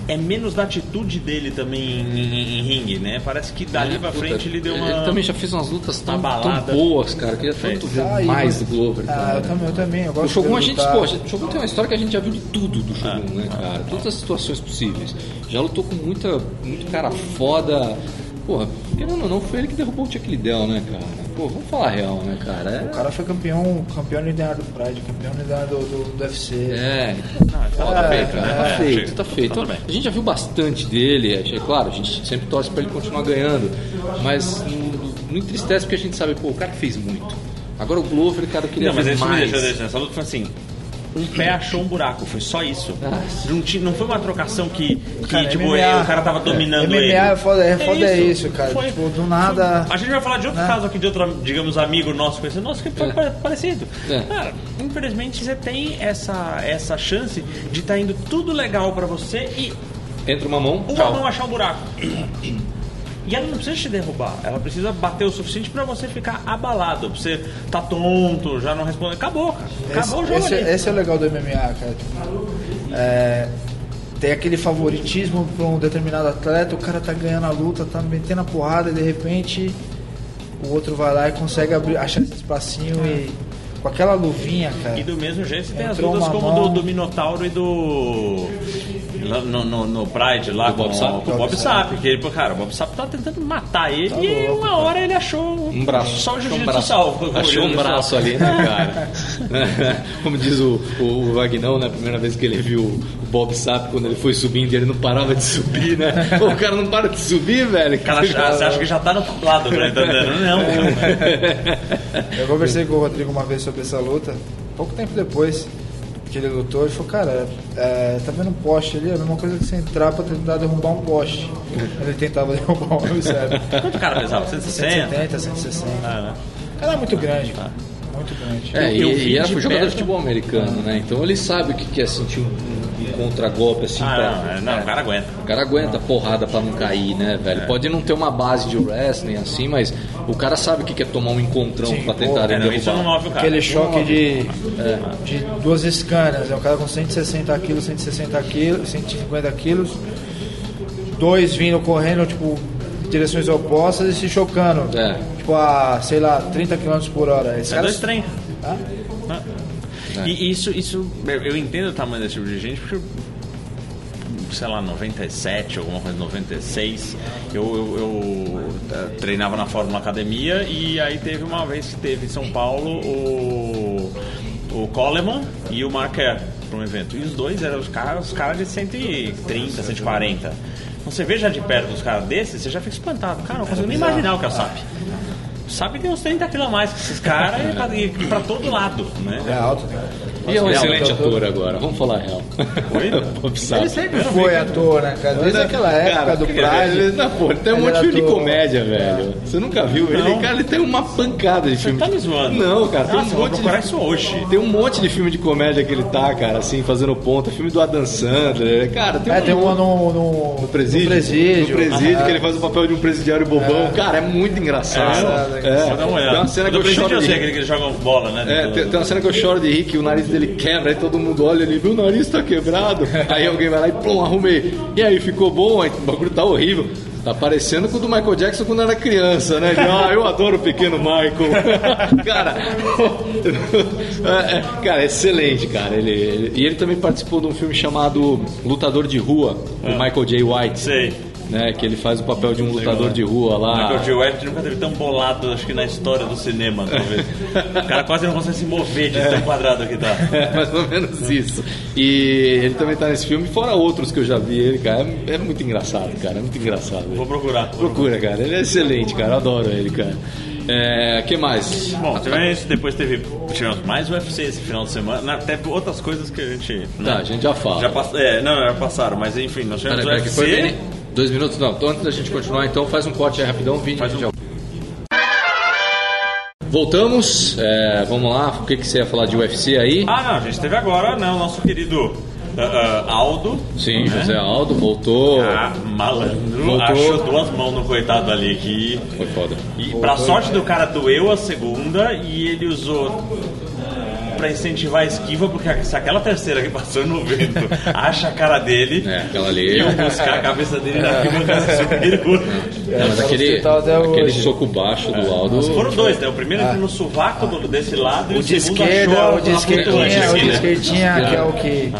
Speaker 2: é menos da atitude dele também em, em- em ringue, né? Parece que dali pra
Speaker 4: puta,
Speaker 2: frente ele deu uma...
Speaker 4: Ele também já fez umas lutas tão,
Speaker 2: uma
Speaker 4: tão
Speaker 2: balada. É.
Speaker 4: boas, cara. Eu queria tanto
Speaker 2: Fez.
Speaker 4: ver
Speaker 3: Tá aí,
Speaker 4: mais do
Speaker 3: mas-
Speaker 4: Glover,
Speaker 3: Ah,
Speaker 4: cara.
Speaker 3: eu também, eu também. Eu
Speaker 4: O
Speaker 3: gosto
Speaker 4: Shogun
Speaker 3: dele
Speaker 4: a gente,
Speaker 3: lutar.
Speaker 4: pô, o Shogun tem uma história que a gente já viu de tudo do Shogun, né, cara? Todas as situações possíveis. Já lutou com muita, muito cara foda. Porra, querendo ou não, foi ele que derrubou o Chuck Liddell, né, cara? Pô, vamos falar real, né, cara?
Speaker 3: O
Speaker 4: É,
Speaker 3: cara foi campeão, campeão linear do Pride, campeão linear do, do, do UFC.
Speaker 4: é.
Speaker 2: Não, tá-
Speaker 4: Tá
Speaker 3: É,
Speaker 4: feito, né?
Speaker 3: é,
Speaker 4: Tá
Speaker 2: é,
Speaker 4: feito,
Speaker 2: chega.
Speaker 4: tá feito.
Speaker 2: Tudo bem.
Speaker 4: A gente já viu bastante dele, é, é claro, a gente sempre torce pra ele continuar ganhando, mas não, não entristece porque a gente sabe, pô, o cara fez muito. Agora o Glover, cara, eu queria
Speaker 2: Não, mas
Speaker 4: ver
Speaker 2: isso me
Speaker 4: mais.
Speaker 2: deixou deixou nessa luta foi assim. Um pé achou um buraco, foi só isso.
Speaker 4: Ah.
Speaker 2: Não, ti- não foi uma trocação que, que
Speaker 3: Cara,
Speaker 2: tipo,
Speaker 3: MMA,
Speaker 2: ele- o cara tava
Speaker 3: é.
Speaker 2: dominando
Speaker 3: MMA
Speaker 2: ele.
Speaker 3: é foda- é foda é isso, cara. Tipo, do nada- né?
Speaker 2: A gente vai falar de outro caso aqui, de outro, digamos, amigo nosso conhecido. Nossa, que foi pare- parecido.
Speaker 4: É.
Speaker 2: Cara, infelizmente você tem essa, essa chance de estar indo tudo legal pra você e
Speaker 4: Entra uma mão,
Speaker 2: uma
Speaker 4: tchau.
Speaker 2: mão achar um buraco. E ela não precisa te derrubar, ela precisa bater o suficiente pra você ficar abalado, pra você tá tonto, já não responde. Acabou, cara. Acabou
Speaker 3: esse,
Speaker 2: o jogo
Speaker 3: esse,
Speaker 2: ali.
Speaker 3: esse é o legal do MMA, cara. Tipo, é, tem aquele favoritismo pra um determinado atleta, o cara tá ganhando a luta, tá metendo a porrada e de repente o outro vai lá e consegue abrir, achar esse espacinho e com aquela luvinha, cara.
Speaker 2: E do mesmo jeito você tem as
Speaker 3: Entrou
Speaker 2: lutas
Speaker 3: uma
Speaker 2: como
Speaker 3: mão.
Speaker 2: do, do Minotauro e do. lá No, no, no Pride lá
Speaker 4: Do
Speaker 2: com,
Speaker 4: Bob
Speaker 2: o-
Speaker 4: Sapp?
Speaker 2: com o Bob
Speaker 3: Bob
Speaker 2: Sap. Que ele, pô, cara, o Bob Sap tava tentando matar ele
Speaker 3: Tá
Speaker 2: e
Speaker 3: louco,
Speaker 2: uma hora ele achou
Speaker 4: Um braço.
Speaker 2: Só o
Speaker 4: Achou
Speaker 2: Jiu-Jitsu
Speaker 4: um braço.
Speaker 2: salvo.
Speaker 4: Achou um braço ali, né, cara? Como diz o, o, o Vagnão, né? A primeira vez que ele viu o Bob Sapp, quando ele foi subindo, ele não parava de subir, né? O cara não para de subir, velho.
Speaker 2: Cara, você acha que já tá no outro lado, né? Tá entendendo? Não, cara.
Speaker 3: Eu conversei com o Rodrigo uma vez sobre essa luta, pouco tempo depois que ele lutou, ele falou, cara, é, tá vendo um poste ali? É a mesma coisa que você entrar pra tentar derrubar um poste. Ele tentava derrubar um, sério.
Speaker 2: Quanto cara pesava? 160?
Speaker 3: 170, 160.
Speaker 2: Ah, né? Ah.
Speaker 3: O cara é muito grande, cara. Muito grande.
Speaker 4: É,
Speaker 2: Eu
Speaker 4: e,
Speaker 2: vi
Speaker 4: e era
Speaker 2: de
Speaker 4: foi jogador de
Speaker 2: perto.
Speaker 4: futebol americano, né? Então ele sabe o que que é sentir um, um contragolpe assim. pra-
Speaker 2: Ah, não, é, Ah. não, o cara aguenta.
Speaker 4: O cara aguenta a porrada pra não cair, né, velho? Pode não ter uma base de wrestling assim, mas o cara sabe o que que é tomar um encontrão
Speaker 3: Sim,
Speaker 4: pra tentar
Speaker 3: pô,
Speaker 2: É, não, isso não
Speaker 4: derrubar.
Speaker 2: move o cara.
Speaker 3: Aquele choque de, de duas escanas. É um cara com 160 quilos, 160 quilos, 150 quilos. Dois vindo correndo, tipo, em direções opostas e se chocando.
Speaker 4: É.
Speaker 3: Tipo, a, sei lá, 30 km por hora. Esse
Speaker 2: É
Speaker 3: cara-
Speaker 2: dois trem.
Speaker 3: Hã?
Speaker 2: Ah. E isso, isso, eu eu entendo o tamanho desse tipo de gente, porque, sei lá, 97, alguma coisa, 96, eu, eu, eu, eh, treinava na Fórmula Academia e aí teve uma vez que teve em São Paulo o, o Coleman e o Marquer para um evento. E os dois eram os caras, os caras de 130, 140. Quando Então, Você vê já de perto os caras desses, você já fica espantado. Cara, não consigo nem imaginar o que é o SAP. O SAP tem uns 30 quilos a mais que esses caras e pra- e pra todo lado, né?
Speaker 3: É alto, né?
Speaker 4: E é um
Speaker 2: Real,
Speaker 4: excelente
Speaker 3: jogador.
Speaker 4: ator agora, vamos falar a real.
Speaker 2: Oi?
Speaker 4: Bob Sapp.
Speaker 2: Ele sempre
Speaker 3: Foi à toa, né, cara? Desde aquela época do
Speaker 4: que é,
Speaker 3: Pride.
Speaker 4: ele- não, pô, ele tem um
Speaker 3: Ele
Speaker 4: monte de
Speaker 3: era
Speaker 4: filme de
Speaker 3: ator.
Speaker 4: comédia, velho. Você nunca viu ele?
Speaker 2: Não.
Speaker 4: Cara, ele tem uma pancada de filme.
Speaker 2: tá
Speaker 4: de-
Speaker 2: me zoando.
Speaker 4: Não, cara, tem
Speaker 2: Nossa, eu
Speaker 4: um
Speaker 2: vou
Speaker 4: monte
Speaker 2: procurar
Speaker 4: de...
Speaker 2: isso hoje.
Speaker 4: Tem um monte de filme de comédia que ele tá, cara, assim, fazendo ponta. Filme do Adam Sandler, cara, tem
Speaker 3: É,
Speaker 4: um...
Speaker 3: tem uma no, no,
Speaker 4: No presídio.
Speaker 3: No um presídio,
Speaker 4: No presídio,
Speaker 3: Ah,
Speaker 4: que ele faz o papel de um presidiário bobão. Cara, é muito engraçado.
Speaker 3: É, é,
Speaker 2: Só dá uma olhada.
Speaker 4: Tem uma cena que
Speaker 2: Do
Speaker 4: eu
Speaker 2: presídio
Speaker 4: choro
Speaker 2: eu
Speaker 4: de
Speaker 2: sei,
Speaker 4: rir.
Speaker 2: aquele que eles jogam bola, né?
Speaker 4: É,
Speaker 2: Do-
Speaker 4: tem, tem uma cena que eu choro de rir que o nariz dele quebra, aí todo mundo olha ele, meu nariz tá quebrado. Aí alguém vai lá e plum, arrumei. E aí, ficou bom? Aí, o bagulho tá horrível. Tá parecendo com o do Michael Jackson quando era criança, né? Ele, ah, eu adoro o pequeno Michael. cara, é, é, cara, excelente, cara. Ele, ele- e ele também participou de um filme chamado Lutador de Rua, do Michael J. White.
Speaker 2: Ah. Sei.
Speaker 4: Né, que ele faz o papel de um lutador de rua lá.
Speaker 2: Michael J. White nunca teve tão bolado, acho que na história do cinema, talvez. o cara quase não consegue se mover de tão quadrado que tá.
Speaker 4: É, mais ou menos isso. E ele também tá nesse filme, fora outros que eu já vi ele, cara. É, é muito engraçado, cara. É muito engraçado.
Speaker 2: Vou
Speaker 4: velho.
Speaker 2: procurar.
Speaker 4: Procura, cara. Ele é excelente, cara. Eu adoro ele, cara. É, que mais?
Speaker 2: Bom, teve isso, depois teve tivemos mais UFC esse final de semana, né, até outras coisas que a gente. né,
Speaker 4: Tá, a gente já fala.
Speaker 2: Já pass... é, não, já passaram, mas enfim, nós tivemos
Speaker 4: Peraí, peraí, que
Speaker 2: UFC.
Speaker 4: foi bem- Dois minutos? Não. Então, antes da gente continuar, então, faz um corte aí rapidão. Vini,
Speaker 2: Faz um-
Speaker 4: já- Voltamos. É, vamos lá. O que, que você ia falar de UFC aí?
Speaker 2: Ah, não, a gente teve agora, né, o nosso querido ah, ah, Aldo.
Speaker 1: Sim,
Speaker 2: né?
Speaker 1: José Aldo voltou.
Speaker 2: Ah, malandro.
Speaker 1: Voltou.
Speaker 2: Achou duas mãos no coitado ali que.
Speaker 1: Foi foda.
Speaker 2: E pra sorte do cara doeu a segunda e ele usou pra incentivar a esquiva, porque se aquela terceira que passou no vento acha a cara dele,
Speaker 1: É, aquela ali.
Speaker 2: iam buscar a cabeça dele na arquibancada um superior.
Speaker 1: É, mas
Speaker 3: tá no
Speaker 1: aquele,
Speaker 3: hospital até
Speaker 1: aquele
Speaker 3: hoje.
Speaker 1: soco baixo do Aldo.
Speaker 2: Mas É. Foram dois, né? O primeiro
Speaker 1: Ah.
Speaker 2: entrou no sovaco do- desse lado e
Speaker 3: O
Speaker 2: o
Speaker 3: de
Speaker 2: segundo
Speaker 3: esquerda,
Speaker 2: achou
Speaker 3: o de
Speaker 2: a
Speaker 3: esquerdinha,
Speaker 2: flutuante,
Speaker 3: o de
Speaker 2: assim, né?
Speaker 3: esquerdinha, que é o que.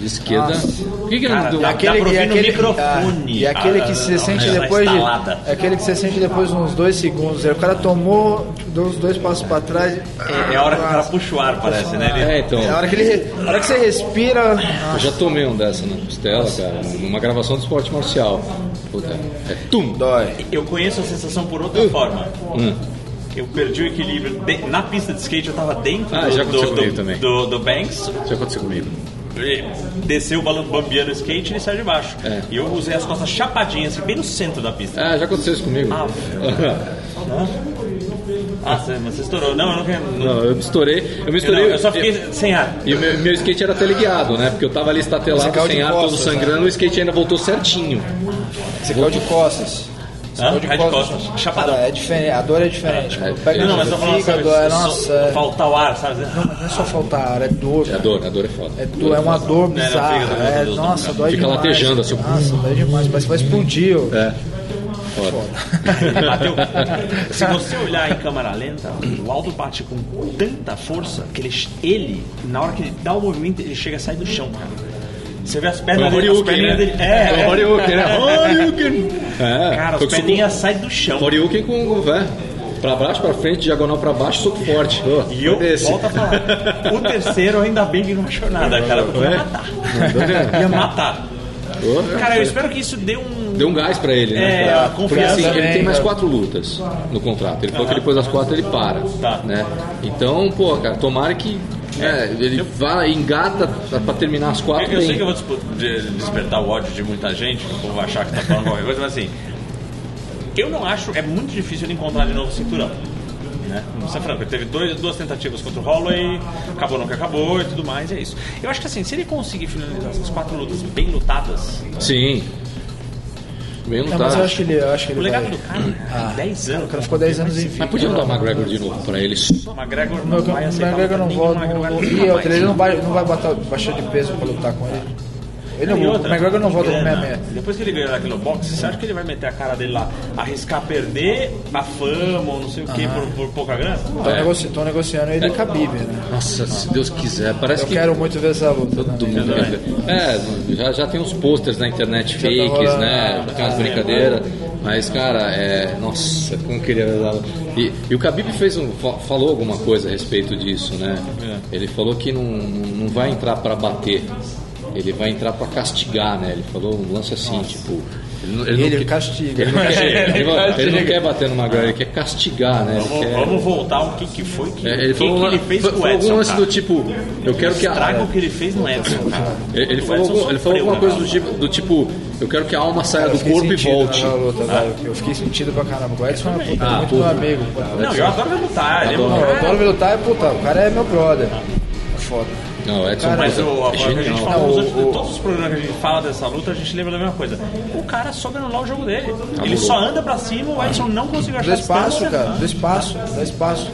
Speaker 1: De esquerda. Por que, que ele
Speaker 2: Cara, tá-
Speaker 1: não deu?
Speaker 2: dá- pra ouvir
Speaker 3: e
Speaker 2: no microfone.
Speaker 3: e aquele que
Speaker 2: Ah,
Speaker 3: se sente
Speaker 2: essa
Speaker 3: depois de,
Speaker 2: estalada.
Speaker 3: aquele que se sente depois de uns dois segundos. Aí o cara tomou, deu uns dois passos pra trás.
Speaker 2: É, é a hora que o cara puxa o ar, parece, né? Ele-
Speaker 1: É, então.
Speaker 3: É a hora que ele, a hora que você respira.
Speaker 1: Eu já tomei um dessa na costela, cara, numa gravação do esporte marcial. Puta, é tum!
Speaker 3: Dói.
Speaker 2: Eu conheço a sensação por outra
Speaker 3: Hum.
Speaker 2: forma. Eu perdi o equilíbrio. de- na pista de skate eu tava dentro
Speaker 1: Ah,
Speaker 2: do,
Speaker 1: já aconteceu
Speaker 2: do,
Speaker 1: comigo
Speaker 2: do-
Speaker 1: também.
Speaker 2: do- do Banks.
Speaker 1: Isso aconteceu comigo.
Speaker 2: e Desceu o balão bambiano o skate e ele saiu de baixo.
Speaker 1: É.
Speaker 2: E eu usei as costas chapadinhas, assim, bem no centro da pista.
Speaker 1: Ah, já aconteceu isso comigo.
Speaker 2: Ah, Ah, você, mas você estourou. Não, eu não quero. Não,
Speaker 1: Não, eu me estourei. Eu me
Speaker 2: eu, não,
Speaker 1: estourei.
Speaker 2: eu só fiquei sem ar.
Speaker 1: E o meu, meu skate era teleguiado, né? Porque eu tava ali
Speaker 3: Você
Speaker 1: estatelado,
Speaker 3: caiu
Speaker 1: sem
Speaker 3: de
Speaker 1: ar, todo
Speaker 3: costas,
Speaker 1: sangrando, o skate ainda voltou certinho.
Speaker 3: ah, Você caiu de costas. Você
Speaker 2: Hã?
Speaker 3: caiu de
Speaker 2: Cai de
Speaker 3: costas.
Speaker 2: costas. Chapadão.
Speaker 3: Cara, é diferente. A dor é diferente. Quando
Speaker 2: Não,
Speaker 3: pega
Speaker 2: não, mas eu tô
Speaker 3: no
Speaker 2: falando, sabe,
Speaker 3: fígado, é
Speaker 2: só-
Speaker 3: nossa. é-
Speaker 2: faltar o ar, sabe?
Speaker 3: Não é só faltar ar, é dor.
Speaker 1: A
Speaker 3: cara.
Speaker 1: dor, a dor é foda.
Speaker 3: É, do- é uma dor
Speaker 2: não,
Speaker 3: bizarra.
Speaker 2: fica doendo,
Speaker 3: É,
Speaker 2: Deus do
Speaker 3: nossa,
Speaker 2: céu.
Speaker 3: dói
Speaker 1: Fica
Speaker 3: demais.
Speaker 1: latejando, assim,
Speaker 3: Nossa, dói demais. Parece que vai explodir. ó.
Speaker 2: tá.
Speaker 1: É. Foda.
Speaker 2: Bateu. Se você olhar em câmera lenta, o Aldo bate com tanta força que ele, ele, na hora que ele dá o movimento, ele chega a sair do chão, cara. Você vê as
Speaker 1: Foi
Speaker 2: pernas
Speaker 1: o
Speaker 2: dele, É, as
Speaker 1: Horyuken,
Speaker 2: perninhas
Speaker 1: né?
Speaker 2: dele. É,
Speaker 1: Foi
Speaker 2: é.
Speaker 1: o Horyuken, né? Horyuken! É,
Speaker 2: Cara,
Speaker 1: foi
Speaker 2: as
Speaker 1: com soco-
Speaker 2: perninhas saem do chão.
Speaker 1: Horyuken com,
Speaker 4: é,
Speaker 1: vé, pra baixo, pra frente, diagonal pra baixo, soco forte. Ô,
Speaker 2: E eu
Speaker 1: desse.
Speaker 2: volto a falar. O terceiro ainda bem que não achou nada, cara, porque ia matar. Ia matar.
Speaker 1: Ô,
Speaker 2: Cara, eu espero que isso dê um.
Speaker 1: Deu um gás pra ele, né?
Speaker 2: É,
Speaker 1: Pra-
Speaker 2: a confiança
Speaker 1: porque,
Speaker 2: né?
Speaker 1: assim, ele
Speaker 3: também,
Speaker 1: tem mais
Speaker 3: cara.
Speaker 1: quatro lutas no contrato. Ele falou que depois das quatro ele para.
Speaker 2: Tá.
Speaker 1: Né? Então, pô, cara, tomara que né, ele vá e engata pra, pra terminar as quatro
Speaker 2: Eu, eu
Speaker 1: tá bem.
Speaker 2: sei que eu vou dispu- de- despertar o ódio de muita gente, que o povo vai achar que tá falando qualquer coisa, mas assim, eu não acho, é muito difícil ele encontrar de novo o cinturão. Né? Vamos ser franco, ele teve dois, duas tentativas contra o Holloway, acabou não que acabou e tudo mais, é isso. Eu acho que assim, se ele conseguir finalizar essas quatro lutas bem lutadas,
Speaker 1: Sim. tá. Bem
Speaker 3: Não, mas
Speaker 1: lutado.
Speaker 3: eu acho que ele, eu acho que
Speaker 2: o
Speaker 3: ele
Speaker 2: legado
Speaker 3: vai-
Speaker 2: do cara, né? 10
Speaker 3: Ah. O
Speaker 2: anos.
Speaker 3: cara ficou 10 anos em vida.
Speaker 1: Mas podia dar o McGregor de novo pra ele.
Speaker 2: O McGregor
Speaker 3: O
Speaker 2: não vai aceitar. um
Speaker 3: McGregor não
Speaker 2: luta
Speaker 3: volta.
Speaker 2: nenhuma,
Speaker 3: não-
Speaker 2: o
Speaker 3: não-
Speaker 2: McGregor
Speaker 3: E
Speaker 2: nunca
Speaker 3: outra,
Speaker 2: mais.
Speaker 3: ele não vai, não vai botar, baixar de peso pra lutar com ele. Ele
Speaker 2: E
Speaker 3: não,
Speaker 2: outra,
Speaker 3: o McGregor não volta com
Speaker 2: grana.
Speaker 3: meia
Speaker 2: Depois que ele ganhou naquele boxe, você acha que ele vai meter a cara dele lá, arriscar perder a fama ou não sei o que por, por pouca grana?
Speaker 3: Estão negociando, ele e Khabib, né?
Speaker 1: Nossa, se Deus quiser. Parece
Speaker 3: Eu
Speaker 1: que
Speaker 3: quero muito ver essa luta. né?
Speaker 1: Todo
Speaker 3: também.
Speaker 1: mundo quer ver. É, já, já tem uns posters na internet fakes,
Speaker 3: rolando.
Speaker 1: né? Já tem umas brincadeiras. Mas, cara, é. Nossa, como eu queria ver lá. E, e o Khabib fez um, fa- falou alguma coisa a respeito disso, né? Ele falou que não, não vai entrar pra bater. Ele vai entrar pra castigar, né? Ele falou um lance assim, tipo. Ele, não-
Speaker 3: Ele
Speaker 1: não quer-
Speaker 3: castiga.
Speaker 1: Ele não quer, ele não- ele não quer bater no McGregor, ele quer castigar, né? Ele
Speaker 2: Vamos,
Speaker 1: quer-
Speaker 2: vamos voltar ao que, que foi que,
Speaker 1: é,
Speaker 2: o que, que
Speaker 1: uma-
Speaker 2: ele fez
Speaker 1: foi-
Speaker 2: com o
Speaker 1: foi algum
Speaker 2: Edson.
Speaker 1: lance
Speaker 2: Cara.
Speaker 1: do tipo, eu quero que a,
Speaker 2: Estraga o que ele fez no Edson, cara.
Speaker 1: ele, ele
Speaker 2: O
Speaker 1: falou,
Speaker 2: Edson
Speaker 1: algum- ele falou
Speaker 2: sofreu,
Speaker 1: alguma
Speaker 2: né,
Speaker 1: coisa
Speaker 2: cara?
Speaker 1: do tipo, do tipo, eu quero que a alma saia
Speaker 3: Eu
Speaker 1: do
Speaker 3: fiquei né?
Speaker 1: corpo e
Speaker 3: sentido
Speaker 1: volte.
Speaker 3: naquela luta, velho. Eu fiquei sentido pra caramba. O Edson é puta, muito
Speaker 1: pô.
Speaker 3: meu amigo. pô.
Speaker 2: Não, eu adoro ver lutar. Ele é
Speaker 1: Adoro.
Speaker 2: um
Speaker 3: Não, eu
Speaker 2: cara-
Speaker 3: adoro ver lutar e puta, o cara é meu brother. É foda.
Speaker 1: Não, o Edson
Speaker 3: Cara,
Speaker 2: Mas
Speaker 1: Rosa
Speaker 2: o, a,
Speaker 1: é
Speaker 2: a gente
Speaker 1: genial.
Speaker 2: fala nos
Speaker 3: Não,
Speaker 2: outros-
Speaker 3: o- o-
Speaker 2: todos os programas que a gente fala dessa luta, a gente lembra da mesma coisa. O cara soube anular o jogo dele. Ele só anda pra cima, o Edson não conseguiu
Speaker 3: Dá
Speaker 2: achar
Speaker 3: espaço,
Speaker 2: distância.
Speaker 3: né? cara. Dá espaço, dá espaço.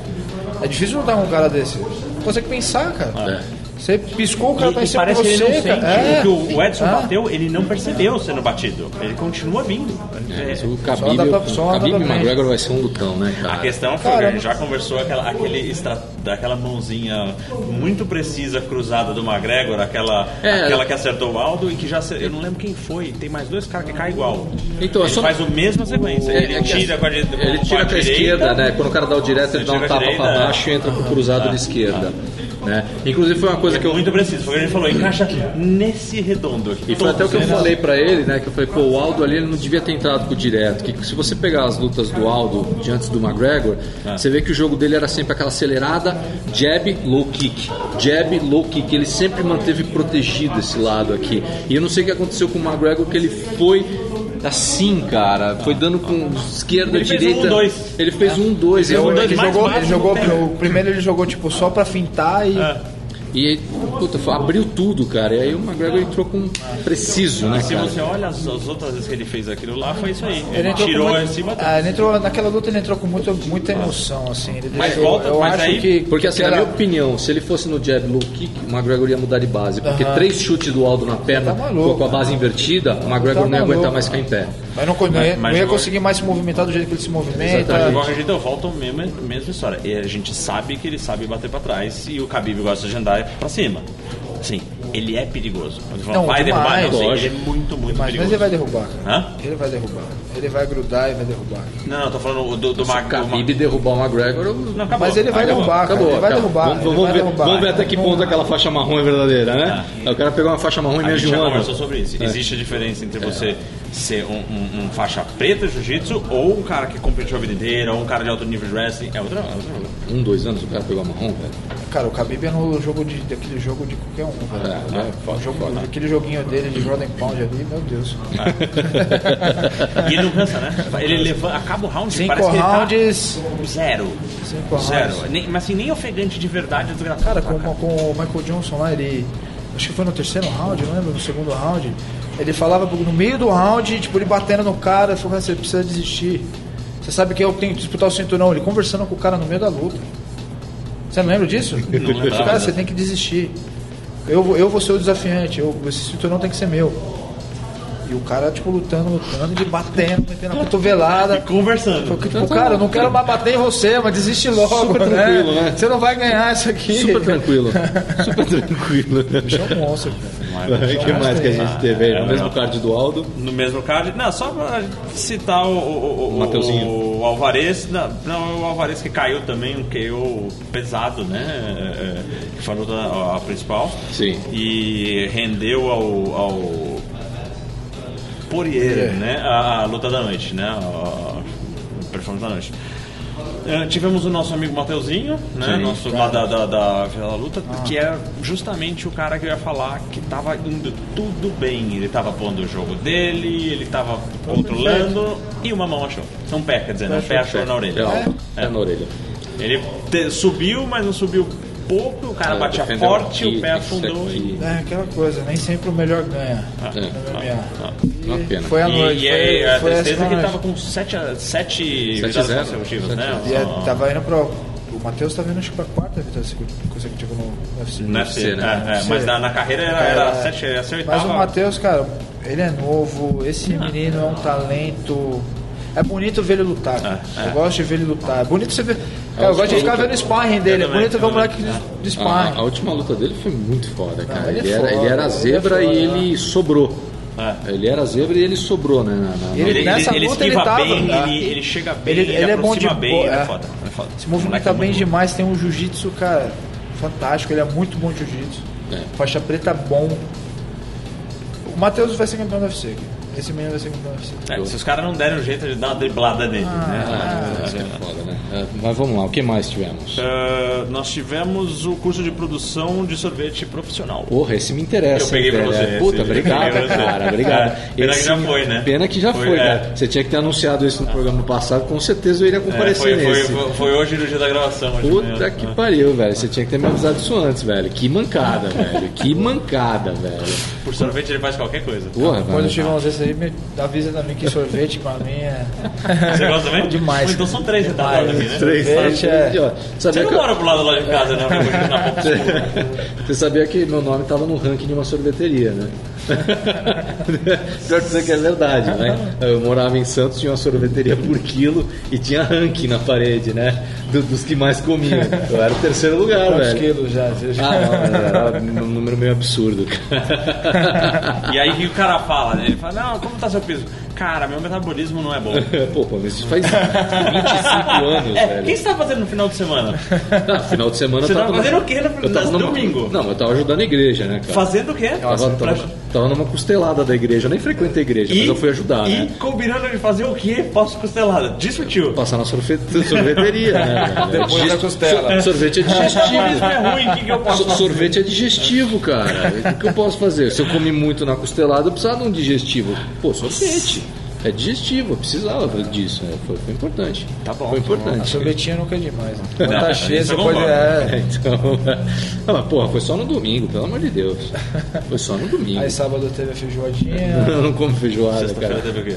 Speaker 3: É difícil lutar com um cara desse. Você consegue pensar, cara. Você piscou, o cara tá em
Speaker 2: E, e
Speaker 3: cima de
Speaker 2: parece que ele não
Speaker 3: você,
Speaker 2: sente.
Speaker 3: cara.
Speaker 2: O que o, o Edson
Speaker 3: Ah.
Speaker 2: bateu, ele não percebeu sendo batido. Ele continua vindo. É,
Speaker 1: O
Speaker 3: Só
Speaker 1: Khabib,
Speaker 3: dá pra- só
Speaker 1: o Khabib
Speaker 3: dá
Speaker 1: e
Speaker 3: pra-
Speaker 1: McGregor vai ser um lutão, né,
Speaker 2: A
Speaker 1: cara?
Speaker 2: questão foi,
Speaker 3: Cara,
Speaker 2: a gente já conversou aquela, aquele extra, daquela mãozinha muito precisa cruzada do McGregor, aquela,
Speaker 1: É.
Speaker 2: aquela que acertou o Aldo e que já acer- eu não lembro quem foi, tem mais dois caras que caem igual.
Speaker 1: Então, é
Speaker 2: ele
Speaker 1: só-
Speaker 2: faz a mesma sequência,
Speaker 1: É, é
Speaker 2: ele
Speaker 1: que a-
Speaker 2: tira com a, di- com
Speaker 1: Ele tira
Speaker 2: a
Speaker 1: com a esquerda, né? Quando o cara dá o direto, ele dá um
Speaker 2: tira com a
Speaker 1: tapa pra
Speaker 2: direita, né? Ah, tá.
Speaker 1: baixo e entra pro cruzado de esquerda. Né? Inclusive foi uma coisa que eu.
Speaker 2: Muito preciso, foi o que ele falou, encaixa nesse redondo aqui.
Speaker 1: E foi até o
Speaker 2: Todos
Speaker 1: que eu
Speaker 2: eles.
Speaker 1: falei pra ele, né? Que eu falei, pô, o Aldo ali ele não devia ter entrado com o direto. Que se você pegar as lutas do Aldo de antes do McGregor,
Speaker 2: É.
Speaker 1: você vê que o jogo dele era sempre aquela acelerada, jab, low kick. Jab, low kick. Ele sempre manteve protegido esse lado aqui. E eu não sei o que aconteceu com o McGregor, que ele foi assim, cara. Foi dando com esquerda,
Speaker 2: Ele fez
Speaker 1: direita.
Speaker 2: um, dois.
Speaker 1: Ele fez um, dois.
Speaker 3: Ele,
Speaker 1: Ele
Speaker 2: um,
Speaker 1: foi-
Speaker 2: dois.
Speaker 3: ele
Speaker 2: mais
Speaker 3: jogou,
Speaker 2: baixo
Speaker 3: ele
Speaker 2: não
Speaker 3: jogou
Speaker 2: tem.
Speaker 3: o primeiro ele jogou tipo só pra fintar e
Speaker 2: É.
Speaker 1: E aí,
Speaker 4: puta, foi- abriu tudo, cara. E aí o McGregor entrou com preciso, né,
Speaker 2: Se
Speaker 4: cara?
Speaker 2: você olha as, as outras vezes que ele fez aquilo lá, foi isso aí. Ele,
Speaker 3: Ele entrou
Speaker 2: tirou
Speaker 3: com
Speaker 2: em
Speaker 3: muito-
Speaker 2: cima do...
Speaker 3: Ah, ele entrou, naquela luta ele entrou com muita, muita emoção, assim. Ele
Speaker 2: Mas
Speaker 3: deixou-
Speaker 2: volta-
Speaker 3: eu
Speaker 2: mas
Speaker 3: acho
Speaker 2: aí-
Speaker 3: que.
Speaker 4: Porque
Speaker 3: que
Speaker 4: assim, na
Speaker 3: era-
Speaker 4: minha opinião, se ele fosse no jab low kick, o McGregor ia mudar de base. Porque
Speaker 3: Aham.
Speaker 4: três chutes do Aldo na perna,
Speaker 3: Tá maluco,
Speaker 4: com a base invertida, o McGregor
Speaker 3: Tá
Speaker 4: não ia
Speaker 3: maluco.
Speaker 4: aguentar mais ficar em pé.
Speaker 3: Mas não, con- não ia,
Speaker 2: mas
Speaker 3: não ia
Speaker 2: eu-
Speaker 3: conseguir mais se movimentar do jeito que ele se movimenta.
Speaker 4: Exatamente.
Speaker 2: É, Igual a gente deu, volta a mesma, mesma história. E a gente sabe que ele sabe bater pra trás e o Khabib gosta de andar pra cima. Assim, ele é perigoso. Quando falam,
Speaker 3: Não,
Speaker 2: vai derrubar, não
Speaker 3: demais,
Speaker 2: sei, ele é
Speaker 4: lógico.
Speaker 2: muito, muito
Speaker 3: Mas, mas
Speaker 2: perigoso.
Speaker 3: ele vai derrubar, cara.
Speaker 2: Hã?
Speaker 3: Ele vai derrubar. Ele vai grudar e vai derrubar.
Speaker 2: Não, não, tô falando do, do
Speaker 4: Se
Speaker 2: Mag-
Speaker 4: o
Speaker 2: do Mag-
Speaker 4: Khabib derrubar o McGregor, eu-
Speaker 2: Não, acabou.
Speaker 3: Mas ele vai
Speaker 2: Acabou.
Speaker 3: derrubar, cara. ele vai derrubar.
Speaker 4: Vamos,
Speaker 3: ele
Speaker 4: vamos
Speaker 3: vai
Speaker 4: ver,
Speaker 3: derrubar.
Speaker 4: vamos ver até que
Speaker 3: Não-
Speaker 4: ponto aquela faixa marrom é verdadeira, né? Aí o cara pegou uma faixa marrom e me
Speaker 2: Tá. A gente já
Speaker 4: ajoelhou.
Speaker 2: conversou sobre isso.
Speaker 3: É.
Speaker 2: Existe a diferença entre você ser um, um- um faixa preta de jiu-jitsu ou um cara que competiu a vida inteira, ou um cara de alto nível de wrestling. É outra. é outra-
Speaker 4: Um, dois anos o cara pegou a marrom, velho.
Speaker 3: Cara, o Khabib é no jogo de, daquele jogo de qualquer um, velho.
Speaker 4: É, é,
Speaker 3: O jogo- Aquele joguinho dele de Jordan Pound ali, meu Deus.
Speaker 2: E ele não cansa, né? Ele leva, acaba o round,
Speaker 3: Cinco
Speaker 2: parece que ele tá
Speaker 3: rounds.
Speaker 2: zero.
Speaker 3: Cinco
Speaker 2: Zero.
Speaker 3: rounds.
Speaker 2: Nem- mas assim, nem ofegante de verdade, é desgraçado.
Speaker 3: Cara, com,
Speaker 2: tá, cara?
Speaker 3: com o Michael Johnson lá, ele. Acho que foi no terceiro round, eu não lembro, no segundo round. Ele falava no meio do round, tipo, ele batendo no cara, falou, "Cara, você precisa desistir. Você sabe que eu tenho que disputar o cinturão. Ele conversando com o cara no meio da luta. Você não lembra disso? Não
Speaker 2: lembrava.
Speaker 3: Cara, você tem que desistir. Eu, vou- eu vou ser o desafiante, eu, esse cinturão tem que ser meu. E o cara, tipo, lutando, lutando, ele batendo, metendo a cotovelada.
Speaker 2: Conversando.
Speaker 3: Falou que, Tipo, cara, eu não quero mais bater em você, mas desiste logo.
Speaker 4: Super
Speaker 3: né?
Speaker 4: tranquilo, né?
Speaker 3: Você não vai ganhar isso aqui.
Speaker 4: Super tranquilo. Super tranquilo.
Speaker 3: Bicho é um monstro, cara.
Speaker 4: O que mais que a
Speaker 2: Ah,
Speaker 4: gente teve
Speaker 2: é,
Speaker 4: aí? No mesmo card do Aldo.
Speaker 2: No mesmo card. Não, só pra citar o, o, o,
Speaker 4: Mateuzinho.
Speaker 2: o Alvarez. Não, não, é o Alvarez que caiu também, um KO pesado, né? É, é, Que foi a, luta- a principal.
Speaker 4: Sim.
Speaker 2: E rendeu ao. ao Poirier, né? A, a luta da noite, né? A, a performance da noite. É, tivemos o nosso amigo Mateuzinho, né?
Speaker 4: Sim. Ah.
Speaker 2: nosso lá da, da, da Vila Luta, que é justamente o cara que eu ia falar que tava indo tudo bem. Ele tava pondo o jogo dele, ele tava controlando e uma mão achou. Não pé, quer dizer, não pé achou na orelha.
Speaker 4: É alto. É na orelha.
Speaker 2: Ele te- subiu, mas não subiu pouco, o cara
Speaker 4: É,
Speaker 2: batia
Speaker 4: defendeu
Speaker 2: Tá, forte,
Speaker 4: aqui,
Speaker 2: o pé
Speaker 4: isso
Speaker 2: afundou e.
Speaker 4: aqui.
Speaker 3: É aquela coisa, nem sempre o melhor ganha.
Speaker 2: Ah,
Speaker 4: É.
Speaker 3: no MMA.
Speaker 4: Uma pena.
Speaker 3: Foi a
Speaker 2: E,
Speaker 3: noite.
Speaker 2: e
Speaker 3: foi,
Speaker 2: aí, a
Speaker 3: foi essa
Speaker 2: tristeza é que ele
Speaker 3: noite.
Speaker 2: tava com 7 sete, sete
Speaker 4: Sete
Speaker 2: vitórias
Speaker 4: zero.
Speaker 2: consecutivas,
Speaker 4: Sete
Speaker 2: né?
Speaker 3: E é,
Speaker 2: Só-
Speaker 3: tava indo pro. O Matheus tava indo acho que pra quarta vitória secu- consecutiva no UFC.
Speaker 2: No UFC,
Speaker 4: UFC, né?
Speaker 2: né? É, mas na, na carreira era, era sete, era sete
Speaker 3: É,
Speaker 2: Ah.
Speaker 3: Mas o
Speaker 2: oitava.
Speaker 3: Matheus, cara, ele é novo, esse menino é um talento. É bonito ver ele lutar. cara.
Speaker 2: é.
Speaker 3: Eu gosto de ver ele lutar. É bonito você ver. Cara, eu gosto de ficar vendo o sparring dele. É
Speaker 2: também,
Speaker 3: bonito ver
Speaker 2: eu
Speaker 3: o moleque
Speaker 2: também. Ah,
Speaker 3: de- de
Speaker 4: A, Ah, a
Speaker 3: sparring.
Speaker 4: última luta dele foi muito foda, cara.
Speaker 3: ele
Speaker 4: ele,
Speaker 3: é
Speaker 4: era,
Speaker 3: foda,
Speaker 4: ele era a
Speaker 3: ele é
Speaker 4: zebra
Speaker 3: foda,
Speaker 4: e ele sobrou.
Speaker 2: É.
Speaker 4: Ele era a zebra e ele sobrou, né? na- na- na-
Speaker 2: Ele,
Speaker 3: Ele-
Speaker 2: ele,
Speaker 3: nessa
Speaker 2: ele
Speaker 3: luta ele
Speaker 2: esquiva
Speaker 3: tava,
Speaker 2: bem,
Speaker 3: cara.
Speaker 2: ele, ele chega bem, ele,
Speaker 3: Ele- ele é bom
Speaker 2: aproxima
Speaker 3: de
Speaker 2: bem,
Speaker 3: bo-
Speaker 2: ele é
Speaker 3: é.
Speaker 2: foda. ele é foda.
Speaker 3: Se movimenta
Speaker 2: Moleque é
Speaker 3: bem
Speaker 2: muito
Speaker 3: demais, tem um jiu-jitsu, cara, fantástico. Ele é muito bom de jiu-jitsu.
Speaker 4: É.
Speaker 3: Faixa preta bom. O Matheus vai ser campeão do UFC. cara. Esse menino vai ser campeão do UFC.
Speaker 2: bom. É, se os caras não derem um jeito de dar uma driblada nele, né?
Speaker 4: Ah, isso que é foda, né? É, mas vamos lá, o que mais
Speaker 3: é.
Speaker 4: tivemos?
Speaker 2: Ah, nós tivemos o curso de produção de sorvete profissional.
Speaker 4: Porra, esse me interessa.
Speaker 2: Eu peguei pra
Speaker 4: velho.
Speaker 2: você,
Speaker 4: Puta,
Speaker 2: esse eu
Speaker 4: é tá? obrigado,
Speaker 2: peguei pra você.
Speaker 4: cara. Obrigado.
Speaker 2: É, pena que já foi, né?
Speaker 4: Pena que já
Speaker 2: Foi,
Speaker 4: foi, né?
Speaker 2: é.
Speaker 4: cara. Você tinha que ter anunciado isso no programa passado, com certeza eu iria
Speaker 2: É,
Speaker 4: comparecer
Speaker 2: foi, foi,
Speaker 4: nesse.
Speaker 2: foi, foi hoje no dia da gravação. hoje
Speaker 4: Puta
Speaker 2: mesmo. é.
Speaker 4: que pariu, velho. Você tinha que ter me avisado isso antes, velho. Que mancada, velho. Que mancada, velho.
Speaker 2: Por sorvete ele faz qualquer coisa.
Speaker 4: Porra,
Speaker 3: Quando
Speaker 4: velho.
Speaker 3: tiver uns desses aí, me avisa também que sorvete pra mim é.
Speaker 2: Você gosta também?
Speaker 3: Demais.
Speaker 2: Pô, então são três
Speaker 3: Demais.
Speaker 2: retardados aqui, né?
Speaker 4: Três, sabe?
Speaker 3: Sorvete é-
Speaker 4: Ó,
Speaker 2: Você
Speaker 4: Sabia
Speaker 2: não
Speaker 4: que eu-
Speaker 2: mora pro lado lá de casa, né? Vai continuar na ponta escura.
Speaker 4: Você sabia que meu nome estava no ranking de uma sorveteria, né? Pior que isso aqui é verdade, né? Eu morava em Santos, tinha uma sorveteria por quilo e tinha ranking na parede, né? Do- dos que mais comiam. Eu era o terceiro lugar,
Speaker 3: Quantos
Speaker 4: velho.
Speaker 3: quilos já? Você já-
Speaker 4: Ah, não, era um número meio absurdo, cara.
Speaker 2: E aí o que o cara fala, né? Ele fala, não, como tá seu peso? Cara, meu metabolismo não é bom.
Speaker 4: Pô, pô, mas isso faz 25 anos,
Speaker 2: É, o que
Speaker 4: velho.
Speaker 2: você tá fazendo no final de semana?
Speaker 4: Ah, final de semana
Speaker 2: Você
Speaker 4: eu tava.
Speaker 2: tava fazendo o quê no-
Speaker 4: eu tava
Speaker 2: no
Speaker 4: numa-
Speaker 2: domingo?
Speaker 4: Não, eu tava ajudando a igreja, né, cara?
Speaker 2: Fazendo o quê?
Speaker 4: Tava,
Speaker 2: Pra-
Speaker 4: tava, tava numa costelada da igreja, eu nem frequento a igreja, mas eu fui ajudar,
Speaker 2: e
Speaker 4: né?
Speaker 2: combinando de fazer o quê? Posso costelada. Diz pro tio.
Speaker 4: Passar na sorfe-
Speaker 2: é
Speaker 4: sorveteria, né? velho?
Speaker 3: Depois da costela.
Speaker 4: Sorvete é
Speaker 2: Metabolismo
Speaker 4: digestivo.
Speaker 2: é ruim, o que, que eu posso
Speaker 4: So-
Speaker 2: fazer?
Speaker 4: Sorvete é digestivo, cara. O que eu posso fazer? Se eu comi muito na costelada, eu precisava de um digestivo. Pô, sorvete.
Speaker 1: É digestivo, eu precisava disso. né? Foi, foi importante.
Speaker 2: Tá bom.
Speaker 1: Foi
Speaker 3: A
Speaker 1: importante.
Speaker 3: sorvetinha nunca é demais. Né?
Speaker 2: Não,
Speaker 3: Quando tá
Speaker 2: isso é
Speaker 3: cheia, você pode.
Speaker 2: normal.
Speaker 1: É,
Speaker 3: É.
Speaker 1: então. Não, mas porra, foi só no domingo, pelo amor de Deus. Foi só no domingo.
Speaker 3: Aí sábado teve a feijoadinha.
Speaker 1: Eu não como feijoada,
Speaker 2: Sexta-feira
Speaker 1: cara.
Speaker 2: teve o quê?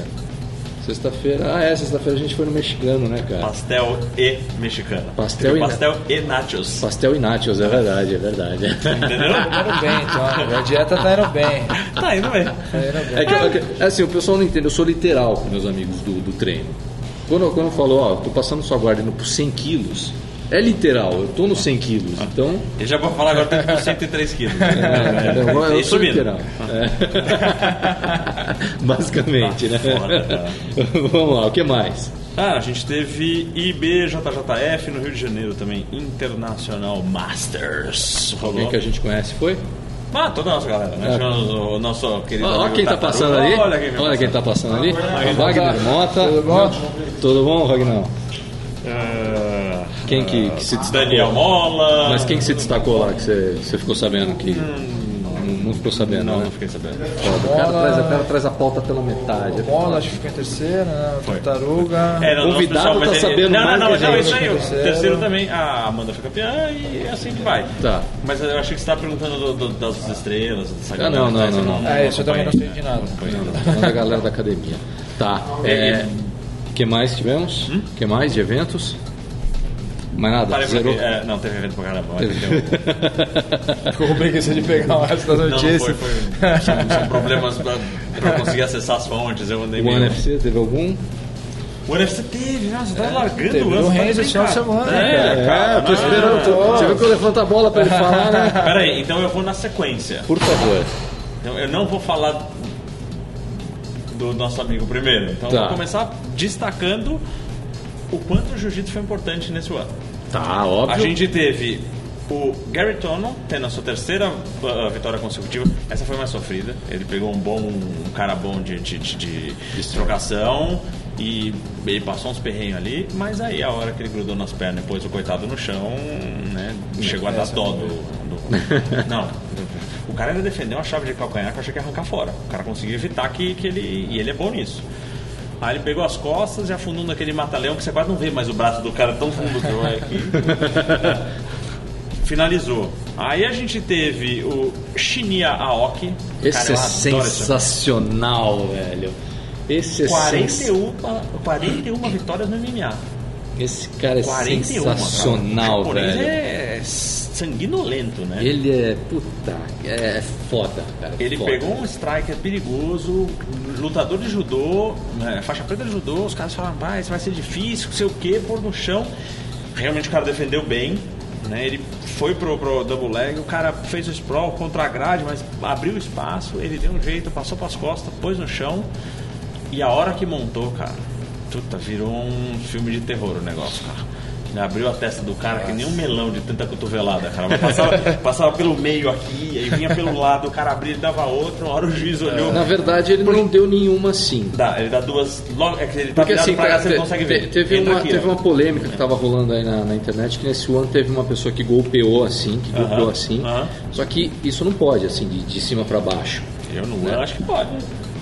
Speaker 1: Sexta-feira. Ah, é, sexta-feira a gente foi no mexicano, né, cara?
Speaker 2: Pastel e mexicana.
Speaker 1: Pastel
Speaker 2: Teve
Speaker 1: e-
Speaker 2: pastel e nachos.
Speaker 1: Pastel e nachos, é verdade, é verdade.
Speaker 2: Entendeu?
Speaker 3: Comendo bem, então. A dieta tá indo bem.
Speaker 2: tá indo bem.
Speaker 3: Tá indo bem.
Speaker 1: É que, é que- é assim, o pessoal não entende, eu sou literal com meus amigos do, do treino. Quando, eu- quando eu falo, ó, tô passando sua guarda indo por 100 quilos, é literal, eu tô nos 100
Speaker 2: Ah.
Speaker 1: quilos, então...
Speaker 2: Eu já vou falar agora tem tipo que ir com 103 quilos. né?
Speaker 1: É, eu eu
Speaker 2: E
Speaker 1: sou
Speaker 2: subindo.
Speaker 1: literal. É. Basicamente, né?
Speaker 2: Tá foda, cara.
Speaker 1: Vamos lá, o que mais?
Speaker 2: Cara, a gente teve IBJJF no Rio de Janeiro também. Internacional Masters.
Speaker 1: Alguém
Speaker 2: Rolou.
Speaker 1: que é? a gente conhece foi?
Speaker 2: Ah, toda a nossa galera. Nós
Speaker 1: É.
Speaker 2: tivemos o, o nosso querido.
Speaker 1: Olha
Speaker 2: amigo
Speaker 1: quem tá
Speaker 2: Tataru.
Speaker 1: passando ali.
Speaker 2: Olha quem,
Speaker 1: Olha quem
Speaker 2: tá.
Speaker 1: tá passando ali.
Speaker 2: Wagner
Speaker 1: Wagner Mota.
Speaker 3: Tudo bom?
Speaker 1: Tá. Tudo bom, Ragnão? Quem que, que se destacou?
Speaker 2: Ah, Daniel Mola.
Speaker 1: Mas quem que se destacou lá que você você ficou sabendo que. Não, não ficou sabendo,
Speaker 2: Não,
Speaker 1: né?
Speaker 2: não fiquei sabendo.
Speaker 1: Foda. O cara, traz, a- o cara traz a pauta pela metade.
Speaker 3: Bola, acho que ficou em terceiro, né?
Speaker 2: Foi.
Speaker 3: Tartaruga.
Speaker 2: É, não, não,
Speaker 1: Convidado
Speaker 2: pessoal, mas
Speaker 1: tá
Speaker 2: ele-
Speaker 1: sabendo
Speaker 2: não,
Speaker 1: mais
Speaker 2: Não, não,
Speaker 1: que a
Speaker 2: não,
Speaker 1: gente. é um-
Speaker 2: isso aí. O
Speaker 3: Terceiro.
Speaker 2: terceiro também. A Amanda foi campeã e assim que vai.
Speaker 1: Tá.
Speaker 2: Mas eu achei que você estava perguntando do- do- das estrelas, dessa
Speaker 1: Ah, não, não,
Speaker 2: essa eu
Speaker 1: não, não.
Speaker 3: Ah, isso eu também não sei
Speaker 2: acompanhei,
Speaker 3: de
Speaker 2: né?
Speaker 3: nada.
Speaker 1: Falando da galera da academia. Tá. É, que mais tivemos?
Speaker 2: Hum?
Speaker 1: que mais de eventos? Mais nada?
Speaker 2: Parei pra
Speaker 1: Zerou?
Speaker 2: ver- é, não, teve evento pra caramba. um.
Speaker 3: Ficou com preguiça de pegar o resto das
Speaker 2: Não, não foi, foi.
Speaker 3: notícias.
Speaker 2: São, são problemas pra, pra eu conseguir acessar as fontes. Eu andei
Speaker 1: O
Speaker 2: meio-
Speaker 1: NFC teve algum?
Speaker 2: O NFC teve, nossa, tá largando
Speaker 3: É, teve
Speaker 2: o lance.
Speaker 3: o
Speaker 2: tá
Speaker 3: Renzo esse final de
Speaker 2: brincando.
Speaker 3: semana, né,
Speaker 2: É, cara.
Speaker 1: eu tô esperando.
Speaker 2: Oh.
Speaker 3: tô.
Speaker 1: Você viu que eu levanto a bola pra ele falar, né?
Speaker 2: Peraí, então eu vou na sequência.
Speaker 1: Por favor.
Speaker 2: Então, eu não vou falar do nosso amigo primeiro. Então
Speaker 1: Tá.
Speaker 2: eu vou começar destacando o quanto o jiu-jitsu foi importante nesse ano.
Speaker 1: Tá,
Speaker 2: A
Speaker 1: óbvio.
Speaker 2: gente teve o Gary Tonon tendo a sua terceira ah, vitória consecutiva. Essa foi mais sofrida. Ele pegou um bom, um cara bom de, de, de, de trocação e ele passou uns perrenhos ali. Mas aí a hora que ele grudou nas pernas e pôs o coitado no chão, né, chegou a dar dó do. do- Não. O cara ainda defendeu a chave de calcanhar que eu achei que ia arrancar fora. O cara conseguiu evitar que, que ele. E ele é bom nisso. Aí ele pegou as costas e afundou naquele mata-leão que você quase não vê mais o braço do cara tão fundo que vai aqui finalizou. Aí a gente teve o Shinya Aoki.
Speaker 1: Esse
Speaker 2: eu
Speaker 1: é
Speaker 2: adoro esse homem.
Speaker 1: sensacional, velho. Esse é sens...
Speaker 2: 41, 41 vitórias no MMA.
Speaker 1: Esse cara é
Speaker 2: 41. cara.
Speaker 1: sensacional,
Speaker 2: O um, japonês
Speaker 1: velho.
Speaker 2: é sanguinolento, né? Ele,
Speaker 1: Ele é. Puta, é, é foda, cara. é foda.
Speaker 2: pegou um striker perigoso, um lutador de judô, né, faixa preta de judô. Os caras falaram, vai, isso vai ser difícil, não sei o que, pôr no chão. Realmente o cara defendeu bem. Né, ele foi pro, pro double leg, o cara fez o sprawl contra a grade, mas abriu espaço, ele deu um jeito, passou pras costas, pôs no chão. E a hora que montou, cara, puta, virou um filme de terror o negócio, cara. Abriu a testa do cara que nem um melão de tanta cotovelada, cara. Mas Passava, passava pelo meio aqui, aí vinha pelo lado, o cara abria, ele dava outra, uma hora o juiz olhou.
Speaker 1: Na verdade, ele não deu nenhuma assim.
Speaker 2: Dá, ele dá duas. Logo, é que ele tá
Speaker 1: Porque
Speaker 2: virado
Speaker 1: assim,
Speaker 2: pra cá,
Speaker 1: cara,
Speaker 2: você
Speaker 1: te-
Speaker 2: não consegue
Speaker 1: te-
Speaker 2: ver.
Speaker 1: teve,
Speaker 2: Entra
Speaker 1: uma,
Speaker 2: aqui,
Speaker 1: teve
Speaker 2: ó.
Speaker 1: uma polêmica que tava rolando aí na, na internet, que nesse ano teve uma pessoa que golpeou assim, que golpeou
Speaker 2: Aham,
Speaker 1: assim.
Speaker 2: aham.
Speaker 1: Só que isso não pode, assim, de, de cima pra baixo.
Speaker 2: Eu não eu acho que pode.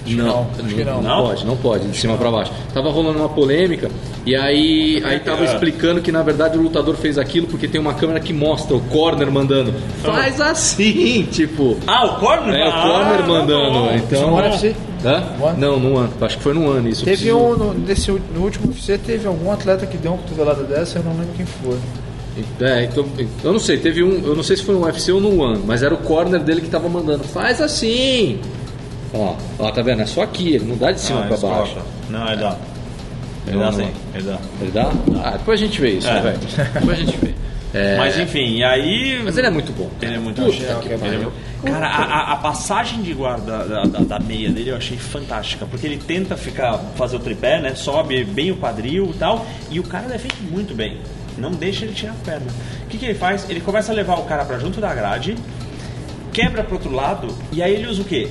Speaker 1: Não,
Speaker 3: não, acho que não.
Speaker 2: Não?
Speaker 1: pode, não pode, de cima pra baixo. Tava rolando uma polêmica e aí, aí tava
Speaker 2: É.
Speaker 1: explicando que na verdade o lutador fez aquilo porque tem uma câmera que mostra o corner mandando. Faz assim, tipo.
Speaker 2: Ah, o corner?
Speaker 1: É, o
Speaker 2: Ah,
Speaker 1: corner
Speaker 2: tá
Speaker 1: mandando.
Speaker 2: bom.
Speaker 1: então,
Speaker 3: Isso no
Speaker 2: é
Speaker 3: UFC?
Speaker 1: Hã? Não, no ano. Acho que foi no ano isso.
Speaker 3: Teve
Speaker 1: Preciso-
Speaker 3: um, no, nesse, ú- no último UFC, teve algum atleta que deu uma cotovelada dessa, eu não lembro quem foi.
Speaker 1: É, então, eu não sei, teve um, eu não sei se foi no UFC ou no One, mas era o corner dele que tava mandando. Faz assim! Ó, ó, tá vendo? É só aqui, ele não dá de cima
Speaker 2: Ah,
Speaker 1: pra
Speaker 4: é
Speaker 2: ele
Speaker 1: baixo.
Speaker 2: corta. Não, ele dá. Ele
Speaker 1: Não,
Speaker 2: dá
Speaker 1: não.
Speaker 2: sim, ele dá.
Speaker 1: Ele dá? Ah, depois a gente vê isso,
Speaker 2: É.
Speaker 1: né, velho? Depois a gente vê. É, mas,
Speaker 2: Mas enfim, e aí.
Speaker 1: ele é muito bom.
Speaker 2: Ele é muito
Speaker 1: Puta
Speaker 2: legal,
Speaker 1: que
Speaker 2: ele é
Speaker 1: pariu.
Speaker 2: muito- Cara, a, a- a passagem de guarda da, da- da meia dele eu achei fantástica, porque ele tenta ficar fazer o tripé, né? Sobe bem o quadril e tal, e o cara defende muito bem. Não deixa ele tirar a perna. O que, que ele faz? Ele começa a levar o cara pra junto da grade, quebra pro outro lado, e aí ele usa o quê?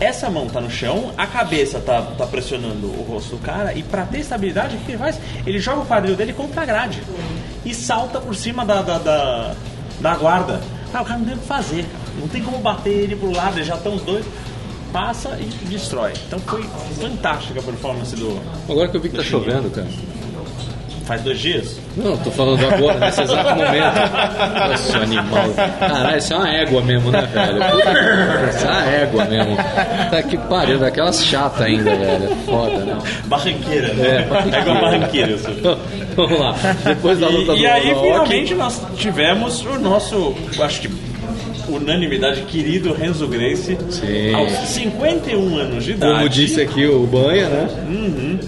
Speaker 2: Essa mão tá no chão, a cabeça tá, tá pressionando o rosto do cara, e pra ter estabilidade, o que que ele faz? Ele joga o quadril dele contra a grade e salta por cima da, da, da, da guarda. Cara, o cara não tem o que fazer, cara. não tem como bater ele pro lado, eles já estão os dois. passa e destrói. Então foi fantástica a performance do.
Speaker 4: Agora que eu vi que tá
Speaker 2: Deixa eu
Speaker 4: chovendo, cara.
Speaker 2: Faz dois dias?
Speaker 4: Não, tô falando agora, nesse exato momento. Nossa, animal. Caralho, isso é uma égua mesmo, né, velho? Puta, Isso é uma égua mesmo. Tá que pariu, daquelas chata ainda,
Speaker 1: É
Speaker 4: velho. Foda, né?
Speaker 2: Barranqueira, né?
Speaker 4: É, barranqueira.
Speaker 2: igual barranqueira, isso.
Speaker 4: Então, Vamos lá. Depois da luta
Speaker 2: E,
Speaker 4: do
Speaker 2: e aí,
Speaker 4: Rock,
Speaker 2: finalmente, nós tivemos o nosso, acho que unanimidade, querido Renzo Grace,
Speaker 4: Sim.
Speaker 2: aos 51 anos de idade.
Speaker 4: Como disse aqui o Banha, né?
Speaker 2: Uhum.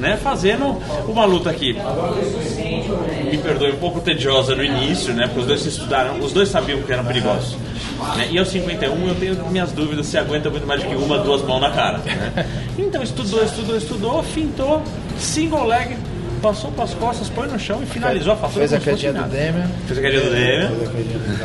Speaker 2: Né, fazendo uma luta aqui, me perdoe, um pouco tediosa no início, né? Porque os dois se estudaram, os dois sabiam que eram perigosos. né, E aos 51 eu tenho minhas dúvidas se aguenta muito mais do que uma, duas mãos na cara. né. Então estudou, estudou, estudou, fintou, single leg, passou para as costas, põe no chão e finalizou a fatura.
Speaker 3: Fez a
Speaker 2: como se fosse
Speaker 3: quedinha do
Speaker 2: nada.
Speaker 3: Demian.
Speaker 2: Fez a quedinha do Demian.
Speaker 3: Fez a quedinha do Demian.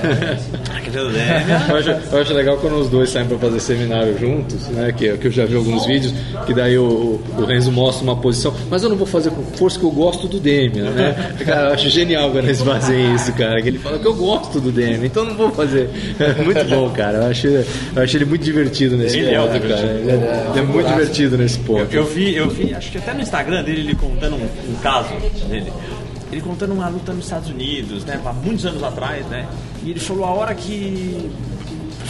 Speaker 2: A quedinha do Demian.
Speaker 4: Eu acho, eu acho legal quando os dois saem pra fazer seminário juntos, né? Que, que eu já vi alguns vídeos, que daí o, o Renzo mostra uma posição, mas eu não vou fazer com força que eu gosto do Demian, né? Cara, eu acho genial quando eles fazem isso, cara. Que ele fala que eu gosto do Demian, então eu não vou fazer. É muito bom, cara. Eu acho, eu acho ele muito divertido nesse
Speaker 2: Ele é
Speaker 4: esporte,
Speaker 2: o divertido.
Speaker 4: cara. Ele é, ele é muito divertido nesse
Speaker 2: Eu,
Speaker 4: ponto.
Speaker 2: eu vi, eu vi, acho que até no Instagram dele, ele contando um, um caso dele. Ele contando uma luta nos Estados Unidos, né? Há muitos anos atrás, né? E ele falou a hora que.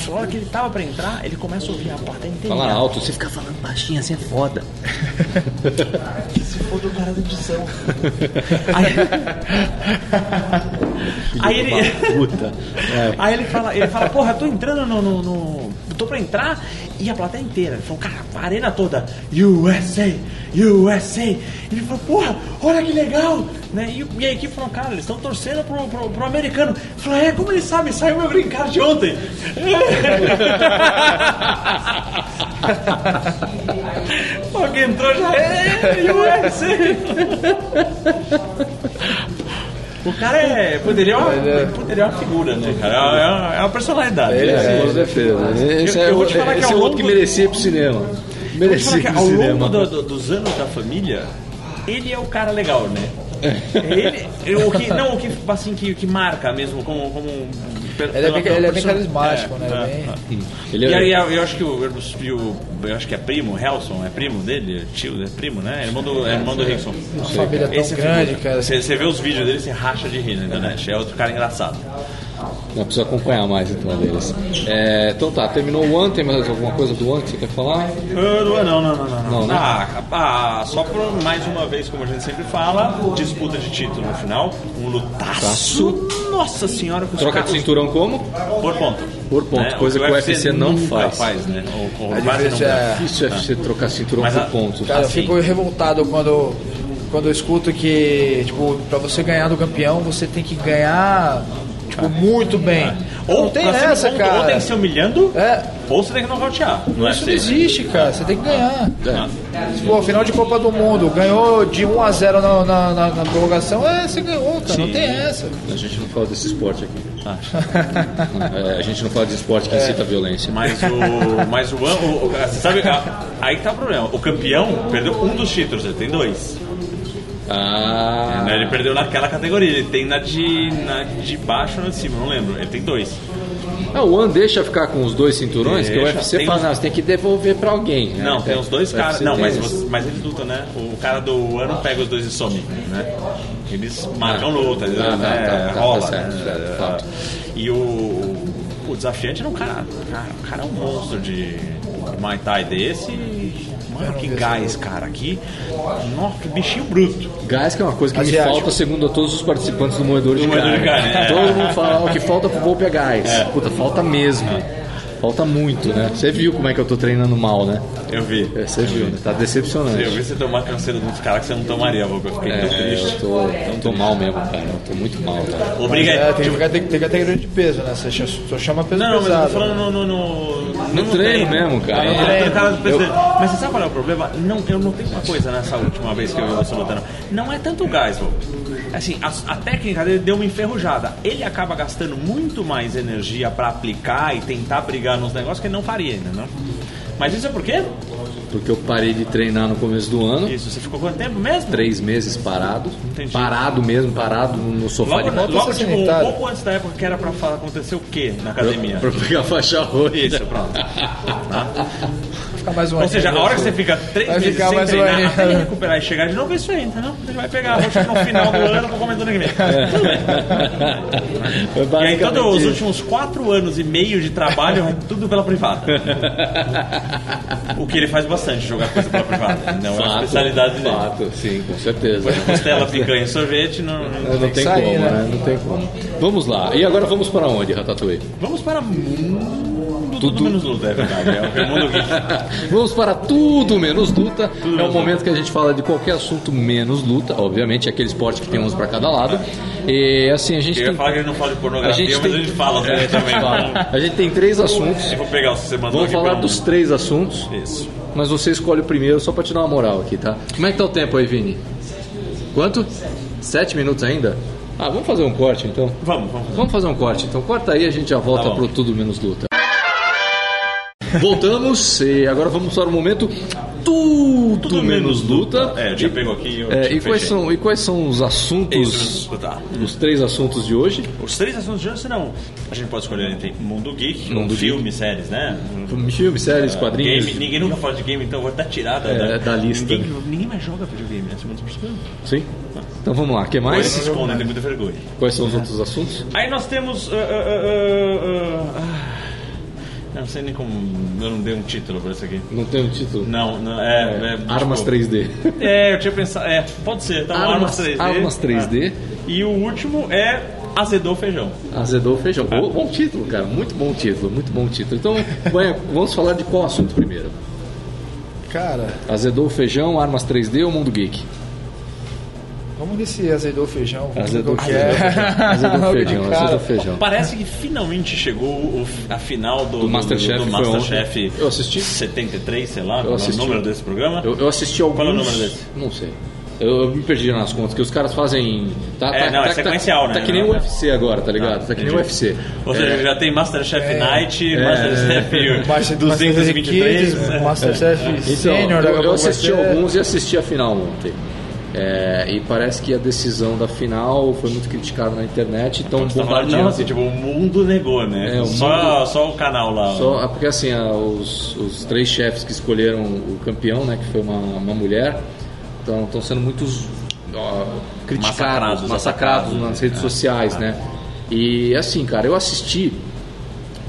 Speaker 2: A hora que ele tava pra entrar, ele começa a ouvir a porta inteira.
Speaker 4: Fala alto, você fica falando baixinho assim é foda.
Speaker 2: Se for do cara da edição. Aí, Aí ele-
Speaker 4: Puta. É,
Speaker 2: aí ele fala, ele fala, porra, eu tô entrando no. no, no- tô pra entrar e a plateia inteira. Ele falou, cara, a arena toda, USA, USA. Ele falou, porra, olha que legal! Né? E, e a equipe falou, cara, eles estão torcendo pro, pro, pro americano. Ele falou, é, como ele sabe, saiu meu green card ontem. Alguém entrou já, é, USA! O cara é. Poderia é uma, poderia é uma figura, né, cara? É uma, é uma personalidade.
Speaker 4: Ele
Speaker 2: né?
Speaker 4: é, com certeza. Esse é
Speaker 2: eu vou te falar que
Speaker 4: esse
Speaker 2: ao
Speaker 4: é outro que
Speaker 2: longo-
Speaker 4: merecia pro cinema.
Speaker 2: Vou te falar
Speaker 4: Merecia
Speaker 2: que
Speaker 4: pro
Speaker 2: ao longo
Speaker 4: cinema.
Speaker 2: do- do- dos anos da família, ele é o cara legal, né?
Speaker 3: É.
Speaker 2: Ele, ele- o que, não, o que, assim, que, que marca mesmo como. como um- pe-
Speaker 3: Ele é bem,
Speaker 2: pela-
Speaker 3: ele é bem
Speaker 2: pela-
Speaker 3: carismático,
Speaker 2: é,
Speaker 3: né?
Speaker 2: é.
Speaker 3: Bem-
Speaker 4: Ele
Speaker 2: E
Speaker 4: é-
Speaker 2: aí eu, eu acho que o, e o- eu acho que é primo, Helson, é primo dele, tio, é primo, né? É Irmão do, é irmão do Rickson.
Speaker 3: Uma família tão
Speaker 2: Esse é
Speaker 3: grande,
Speaker 2: figura.
Speaker 3: cara. assim,
Speaker 2: Você você vê os vídeos dele, você racha de rir na internet. É outro cara engraçado.
Speaker 4: Não, preciso acompanhar mais então deles. É, então tá, terminou o One, tem mais alguma coisa do One que você quer falar?
Speaker 2: Ah, Não, é não, não, não, não.
Speaker 4: Não, né?
Speaker 2: Ah, ah, só por mais uma vez, como a gente sempre fala, disputa de título no final, um lutaço. Tá. Nossa senhora, com os
Speaker 4: Troca
Speaker 2: caras-
Speaker 4: de cinturão como?
Speaker 2: Por ponto. Né?
Speaker 4: Por ponto, coisa que o UFC não
Speaker 2: nunca
Speaker 4: faz.
Speaker 2: né? Ou, ou
Speaker 3: A
Speaker 2: quase
Speaker 3: diferença
Speaker 2: não faz.
Speaker 3: é-
Speaker 2: Ah.
Speaker 4: Difícil é você trocar cinturão
Speaker 2: Mas a-
Speaker 4: por pontos.
Speaker 3: Cara,
Speaker 2: Assim.
Speaker 3: eu fico revoltado quando, quando eu escuto que, tipo, pra você ganhar do campeão, você tem que ganhar, tipo, muito bem. Ou tem
Speaker 2: pra cima do
Speaker 3: essa,
Speaker 2: ponto, Ou tem
Speaker 3: cara.
Speaker 2: que se humilhando,
Speaker 3: É.
Speaker 2: ou você tem que nocautear. Não é
Speaker 3: Isso não existe, cara. Você tem que ganhar. Pô, final de Copa do Mundo, ganhou de 1 a 0 na, na, na- na prorrogação, é, você ganhou, cara. Não
Speaker 2: Sim.
Speaker 3: tem essa.
Speaker 4: A gente não fala desse esporte aqui. É, a gente não fala de esporte que incita a violência.
Speaker 2: Mas o. Mas o, o, o você sabe, a- aí que tá o problema. O campeão perdeu um dos títulos, ele tem dois.
Speaker 4: Ah,
Speaker 2: Né, Ele perdeu naquela categoria, ele tem na de, na de baixo ou na de cima, não lembro. Ele tem dois.
Speaker 4: ah, o One deixa ficar com os dois cinturões? que o
Speaker 2: Deixa,
Speaker 4: UFC
Speaker 2: tem
Speaker 4: fala,
Speaker 2: os-
Speaker 4: não, você tem que devolver pra alguém. né?
Speaker 2: Não, tem os dois
Speaker 4: O UFC
Speaker 2: caras. Não,
Speaker 4: tem
Speaker 2: mas,
Speaker 4: os-
Speaker 2: você- mas eles lutam, né? O cara do ano pega os dois e some, né? Eles marcam luta, eles,
Speaker 4: Ah. Ah, tá,
Speaker 2: né,
Speaker 4: tá, tá, tá
Speaker 2: rola.
Speaker 4: certo,
Speaker 2: né?
Speaker 4: certo, fato.
Speaker 2: E o, o desafiante era um cara. cara, O cara é um monstro de de Muay Thai desse. e, Mano, que gás, cara, aqui. Nossa, que bichinho bruto.
Speaker 4: Gás que é uma coisa que
Speaker 3: Asiático.
Speaker 4: me falta, segundo a todos os participantes do né? Moedor de
Speaker 2: Do Moedor
Speaker 4: Carne.
Speaker 2: de Carne, é.
Speaker 4: Todo mundo fala "Ó, o que falta pro golpe é gás. Puta, falta mesmo. Falta muito, né? Você viu como é que eu tô treinando mal, né?
Speaker 2: Eu vi.
Speaker 4: É, Você viu, né? Tá decepcionante.
Speaker 2: Eu vi você tomar canseira de uns caras que você não tomaria, Boca. Eu fiquei
Speaker 4: É,
Speaker 2: tão triste.
Speaker 4: eu tô, eu tô mal mesmo, cara. Eu tô muito mal, cara.
Speaker 2: Obrigado.
Speaker 3: É, tem, que ficar- tem, que- tem categoria de peso, né? Você ch- só chama peso
Speaker 2: Não, não, mas eu tô
Speaker 3: pesado. né?
Speaker 2: falando no. No, no,
Speaker 4: No treino mesmo, cara.
Speaker 2: Ah, no
Speaker 4: É.
Speaker 2: treino, cara, do PC. Mas você sabe qual é o problema? Não, eu notei uma coisa nessa última vez que eu vi você lutando. Não é tanto o gás, vô. Assim, a, a técnica dele deu uma enferrujada. Ele acaba gastando muito mais energia pra aplicar e tentar brigar nos negócios que ele não faria ainda, né? Mas isso é por quê?
Speaker 4: Porque eu parei de treinar no começo do ano.
Speaker 2: Isso, você ficou quanto tempo mesmo?
Speaker 4: Três meses parado.
Speaker 2: Entendi.
Speaker 4: Parado mesmo, parado no sofá
Speaker 2: Logo,
Speaker 4: de casa.
Speaker 3: volta a
Speaker 2: logo
Speaker 3: ser
Speaker 2: tipo, um
Speaker 3: sedentário.
Speaker 2: pouco antes da época que era pra fa- acontecer o quê na academia?
Speaker 4: Pra pegar a faixa roxa.
Speaker 2: Isso, pronto. Tá?
Speaker 3: ficar mais um
Speaker 2: Ou seja, a hora que você fica três
Speaker 3: Vai
Speaker 2: meses
Speaker 3: ficar
Speaker 2: sem
Speaker 3: mais um
Speaker 2: treinar,
Speaker 3: aninho.
Speaker 2: até ele recuperar e chegar de novo, é isso aí, entendeu? Ele vai pegar a roxa no final do ano pra comentar no que vem. Tudo bem.
Speaker 4: Foi
Speaker 2: E aí,
Speaker 4: É, basicamente
Speaker 2: todos os
Speaker 4: isso.
Speaker 2: últimos quatro anos e meio de trabalho, é tudo pela privada. O que ele faz bastante, jogar coisa pela privada. Não é uma
Speaker 4: Fato,
Speaker 2: especialidade dele.
Speaker 4: Fato, sim, com certeza.
Speaker 2: Costela, picanha e sorvete, não- não-
Speaker 4: Não tem
Speaker 3: sair,
Speaker 4: como,
Speaker 3: né?
Speaker 4: né? Não tem como. Vamos lá. E agora vamos para onde, Ratatouille?
Speaker 2: Vamos para mundo tudo menos luta, é verdade. É o mundo geek.
Speaker 4: Vamos para tudo menos luta. é o
Speaker 2: menos
Speaker 4: momento que a gente fala de qualquer assunto menos luta, obviamente, é aquele esporte que tem uns para cada lado. E assim, a gente
Speaker 2: Eu ia
Speaker 4: tem.
Speaker 2: falar que ele não fala de
Speaker 4: A
Speaker 2: pornografia,
Speaker 4: gente
Speaker 2: mas
Speaker 4: tem...
Speaker 2: ele fala
Speaker 4: É, a
Speaker 2: dele
Speaker 4: gente
Speaker 2: também.
Speaker 4: fala. A gente tem três assuntos.
Speaker 2: Eu vou pegar o que você mandou
Speaker 4: Vamos
Speaker 2: aqui
Speaker 4: falar
Speaker 2: pra
Speaker 4: dos três assuntos.
Speaker 2: Isso.
Speaker 4: Mas você escolhe o primeiro só pra te dar uma moral aqui, tá? Como é que tá o tempo aí, Vini? Quanto? Sete minutos ainda? Ah, vamos fazer um corte então.
Speaker 2: Vamos, vamos.
Speaker 4: Vamos fazer um corte, então corta aí a gente já volta
Speaker 2: Tá bom.
Speaker 4: pro Tudo Menos Luta. Voltamos e agora vamos para o momento Tudo, Menos Luta.
Speaker 2: É, eu tinha pego aqui e eu
Speaker 4: É,
Speaker 2: tinha
Speaker 4: e, quais
Speaker 2: fechei.
Speaker 4: são, e quais são os assuntos,
Speaker 2: Isso, tá.
Speaker 4: os três assuntos de hoje?
Speaker 2: Os três assuntos de hoje serão. A gente pode escolher entre mundo geek,
Speaker 4: Mundo
Speaker 2: ou filme, séries, né?
Speaker 4: Filmes, séries, quadrinhos.
Speaker 2: ah, Game. Ninguém nunca fala de game, então eu vou até tirar da,
Speaker 4: É, da lista.
Speaker 2: Ninguém, ninguém mais joga videogame, né? Você não percebeu?
Speaker 4: Sim? Então vamos lá, o que
Speaker 2: Ou eles se
Speaker 4: mais?
Speaker 2: escondem, tem né? muita vergonha.
Speaker 4: Quais são os
Speaker 2: É.
Speaker 4: outros assuntos?
Speaker 2: Aí nós temos. ah, ah, ah, ah, ah, eu não sei nem como. Eu não dei um título pra isso aqui.
Speaker 4: Não tem um título?
Speaker 2: Não, não é. é,
Speaker 4: Armas
Speaker 2: tipo,
Speaker 4: 3D.
Speaker 2: É, eu tinha pensado. É, pode ser. Então, armas,
Speaker 4: Armas-
Speaker 2: 3D.
Speaker 4: armas 3D.
Speaker 2: Ah. E o último é azedou o feijão.
Speaker 4: Azedou o feijão.
Speaker 2: Ah.
Speaker 4: Bom, bom título, cara. Muito bom título, muito bom título. Então, Banha, vamos falar de qual assunto primeiro?
Speaker 3: Cara,
Speaker 4: Azedou o feijão, armas 3D ou mundo geek?
Speaker 3: vamos nesse azedou feijão. vamos ver
Speaker 4: Azedou
Speaker 3: qual que é.
Speaker 4: feijão. Azedou
Speaker 3: Logo de
Speaker 4: feijão,
Speaker 3: cara.
Speaker 4: azedou feijão.
Speaker 2: Parece que finalmente chegou o- a final do,
Speaker 4: Então. Do Masterchef,
Speaker 2: do
Speaker 4: foi ontem.
Speaker 2: Masterchef
Speaker 4: Eu assisti.
Speaker 2: 73, sei lá,
Speaker 4: Eu
Speaker 2: qual é o
Speaker 4: assisti.
Speaker 2: número desse programa.
Speaker 4: Eu, eu assisti alguns...
Speaker 2: Qual é o número desse?
Speaker 4: Não sei. Eu, eu me perdi nas contas, que os caras fazem... Tá,
Speaker 2: É, não, é sequencial, né?
Speaker 4: Tá que nem
Speaker 2: Não,
Speaker 4: o
Speaker 2: né?
Speaker 4: UFC agora, tá ligado? tá que nem o
Speaker 2: entendi.
Speaker 4: UFC.
Speaker 2: Ou seja,
Speaker 4: É.
Speaker 2: já tem Masterchef Night,
Speaker 3: Master-
Speaker 2: Masterchef
Speaker 3: Masterchef
Speaker 2: 223.
Speaker 3: Kids,
Speaker 4: né?
Speaker 2: é.
Speaker 3: Masterchef Senior.
Speaker 4: Então,
Speaker 3: daqui a
Speaker 4: eu, eu
Speaker 3: pouco é. vai
Speaker 4: assisti
Speaker 3: ter-
Speaker 4: alguns e assisti a final ontem. É, e parece que a decisão da final foi muito criticada na internet, então
Speaker 2: Você tá falando, não,
Speaker 4: bombardeando.
Speaker 2: assim, tipo, o mundo negou, né?
Speaker 4: É, o
Speaker 2: só, só o canal lá.
Speaker 4: Só, ah, porque assim, ah, os, os três chefes que escolheram o campeão, né, que foi uma, uma mulher, estão sendo muitos ó, criticados,
Speaker 2: Massacrados,
Speaker 4: massacrados
Speaker 2: atacados,
Speaker 4: nas redes
Speaker 2: né?
Speaker 4: sociais,
Speaker 2: Ah.
Speaker 4: né? E assim, cara, eu assisti.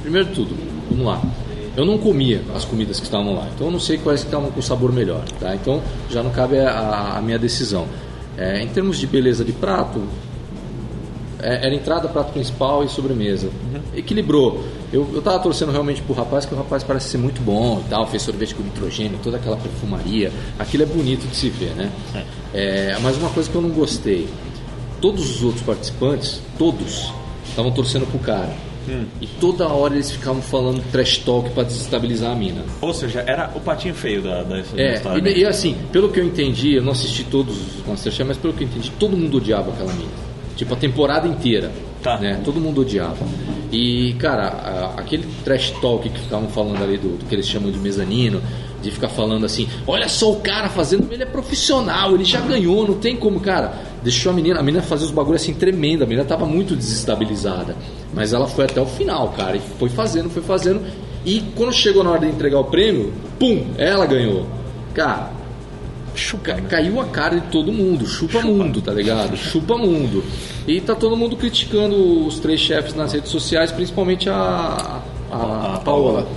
Speaker 4: Primeiro de tudo, vamos lá. Eu não comia as comidas que estavam lá, então eu não sei quais que estavam com sabor melhor, tá? Então já não cabe a, a minha decisão. É, em termos de beleza de prato, é, era entrada, prato principal e sobremesa. Equilibrou. Eu, eu tava torcendo realmente pro rapaz, que o rapaz parece ser muito bom e tal, fez sorvete com nitrogênio, toda aquela perfumaria. Aquilo é bonito de se ver, né? É, mas uma coisa que eu não gostei, todos os outros participantes, todos, estavam torcendo pro cara. E toda hora eles ficavam falando trash talk pra desestabilizar a mina.
Speaker 2: Ou seja, era o patinho feio da, da, da
Speaker 4: É,
Speaker 2: história.
Speaker 4: e, e assim, pelo que eu entendi, eu não assisti todos os Masterchef, mas pelo que eu entendi, todo mundo odiava aquela mina. Tipo, a temporada inteira.
Speaker 2: Tá.
Speaker 4: Né? Todo mundo odiava. E, cara, a- aquele trash talk que ficavam falando ali do, do que eles chamam de mezanino, de ficar falando assim, olha só o cara fazendo, ele é profissional, ele já ganhou, não tem como, cara. Deixou a menina, a menina fazia os bagulhos assim tremenda, a menina tava muito desestabilizada. Mas ela foi até o final, cara, e foi fazendo, foi fazendo. E quando chegou na hora de entregar o prêmio, pum, ela ganhou. Cara, Chupa, Caiu a cara de todo mundo, chupa, mundo, tá ligado? Chupa mundo. E tá todo mundo criticando os três chefes nas redes sociais, principalmente a, a, a
Speaker 2: A
Speaker 4: Paola.
Speaker 2: Paola.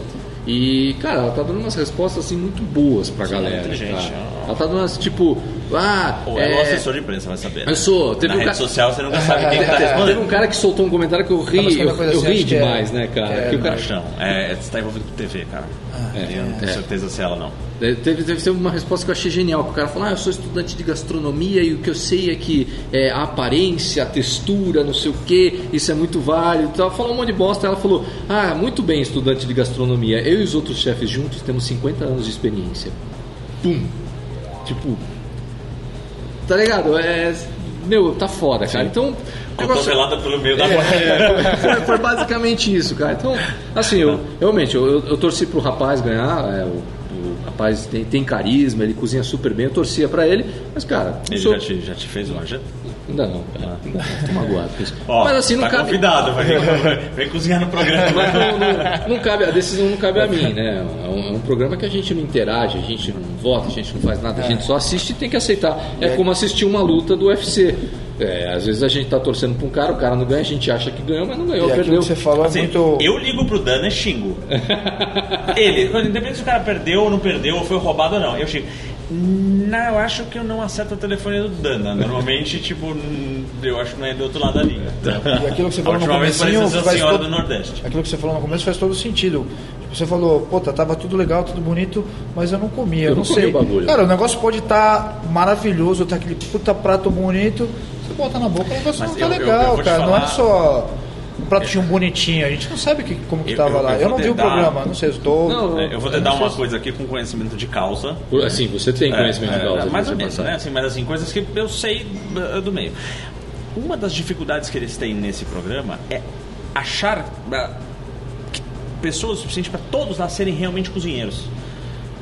Speaker 4: E, cara, ela tá dando umas respostas assim muito boas pra galera.
Speaker 2: inteligente,
Speaker 4: cara.
Speaker 2: ó.
Speaker 4: Ela tá dando umas tipo, ah,
Speaker 2: Ou é, o
Speaker 4: é,
Speaker 2: assessor de imprensa, vai saber. né?
Speaker 4: eu sou. Teve
Speaker 2: Na
Speaker 4: um
Speaker 2: rede
Speaker 4: cara-
Speaker 2: social você nunca sabe quem
Speaker 4: teve-
Speaker 2: tá
Speaker 4: teve um
Speaker 2: respondendo.
Speaker 4: cara que soltou um comentário que eu
Speaker 3: Ah, mas
Speaker 4: ri,
Speaker 3: quando
Speaker 4: eu,
Speaker 3: a coisa
Speaker 4: eu
Speaker 3: assim,
Speaker 4: ri
Speaker 3: acho que é-
Speaker 4: demais, né, cara?
Speaker 3: é,
Speaker 4: que o cara
Speaker 2: Acho não. É, você tá envolvido com TV, cara.
Speaker 3: Ah.
Speaker 2: eu não tenho certeza se é ela não.
Speaker 4: Daí Teve, teve teve uma resposta que eu achei genial, que o cara falou, ah, eu sou estudante de gastronomia e o que eu sei é que é, a aparência, a textura, não sei o que, isso é muito válido. e tal. Falou um monte de bosta, ela falou, ah, muito bem, estudante de gastronomia, eu e os outros chefes juntos temos 50 anos de experiência. Pum. Tipo, tá ligado? É, meu, tá foda, cara. Então... o negócio-
Speaker 2: Cotovelada pelo meio da
Speaker 3: É.
Speaker 2: boca.
Speaker 4: foi, foi basicamente isso, cara. Então, assim, eu, realmente, eu, eu, eu torci pro rapaz ganhar, é, o,
Speaker 1: o rapaz tem, tem carisma, ele cozinha super bem, eu torcia pra ele, mas cara, não
Speaker 2: Ele
Speaker 1: sou-
Speaker 2: já, te, já te fez uma janta?
Speaker 1: ainda não, cara, ainda não, tô magoado com isso.
Speaker 2: Ó,
Speaker 1: mas assim, não
Speaker 2: tá
Speaker 1: cabe,
Speaker 2: convidado, vai, vem cozinhar no programa.
Speaker 1: mas não, não- não cabe, a decisão não cabe a mim, né? É um, é um programa que a gente não interage, a gente não vota, a gente não faz nada, a
Speaker 2: É.
Speaker 1: gente só assiste e tem que aceitar. É como assistir uma luta do UFC. É, às vezes a gente tá torcendo pra um cara, o cara não ganha, a gente acha que ganhou, mas não ganhou,
Speaker 3: E aquilo
Speaker 1: perdeu.
Speaker 3: que você falou
Speaker 2: Assim,
Speaker 3: é muito.
Speaker 2: Eu ligo pro Dana e xingo. Ele, independente se o cara perdeu ou não perdeu, ou foi roubado ou não, eu xingo. Não, eu acho que eu não acerto o telefone do Dana. Normalmente, tipo, hum, eu acho que não é do outro lado da linha.
Speaker 3: E aquilo que você
Speaker 2: A
Speaker 3: falou no
Speaker 2: última vez parecia
Speaker 3: comecinho
Speaker 2: Nossa
Speaker 3: faz
Speaker 2: Senhora
Speaker 3: todo-
Speaker 2: do Nordeste.
Speaker 3: Aquilo que você falou no começo faz todo sentido. Tipo, Você falou, puta, tava tudo legal, tudo bonito, mas eu não comia, eu,
Speaker 1: Eu
Speaker 3: não
Speaker 1: não comi
Speaker 3: sei.
Speaker 1: o bagulho.
Speaker 3: Cara, o negócio pode estar maravilhoso, tá aquele puta prato bonito, você bota na boca, o negócio
Speaker 2: Mas eu-
Speaker 3: não tá
Speaker 2: eu- eu
Speaker 3: legal,
Speaker 2: vou te
Speaker 3: cara. Não
Speaker 2: falar-
Speaker 3: é só um pratinho bonitinho, a gente não sabe que, como que
Speaker 2: Eu-
Speaker 3: tava
Speaker 2: eu-
Speaker 3: lá.
Speaker 2: eu vou
Speaker 3: Eu, não vi o
Speaker 2: tentar-
Speaker 3: programa, não sei, eu tô.
Speaker 1: Não,
Speaker 2: É, Eu vou tentar uma coisa aqui com conhecimento de causa.
Speaker 1: Por- Assim, você tem conhecimento de causa.
Speaker 2: É, mais
Speaker 1: você
Speaker 2: ou menos,
Speaker 1: passa.
Speaker 2: né? Assim, mas assim, coisas que eu sei eh, do meio. Uma das dificuldades que eles têm nesse programa é achar ah, que- pessoas suficientes para todos lá serem realmente cozinheiros.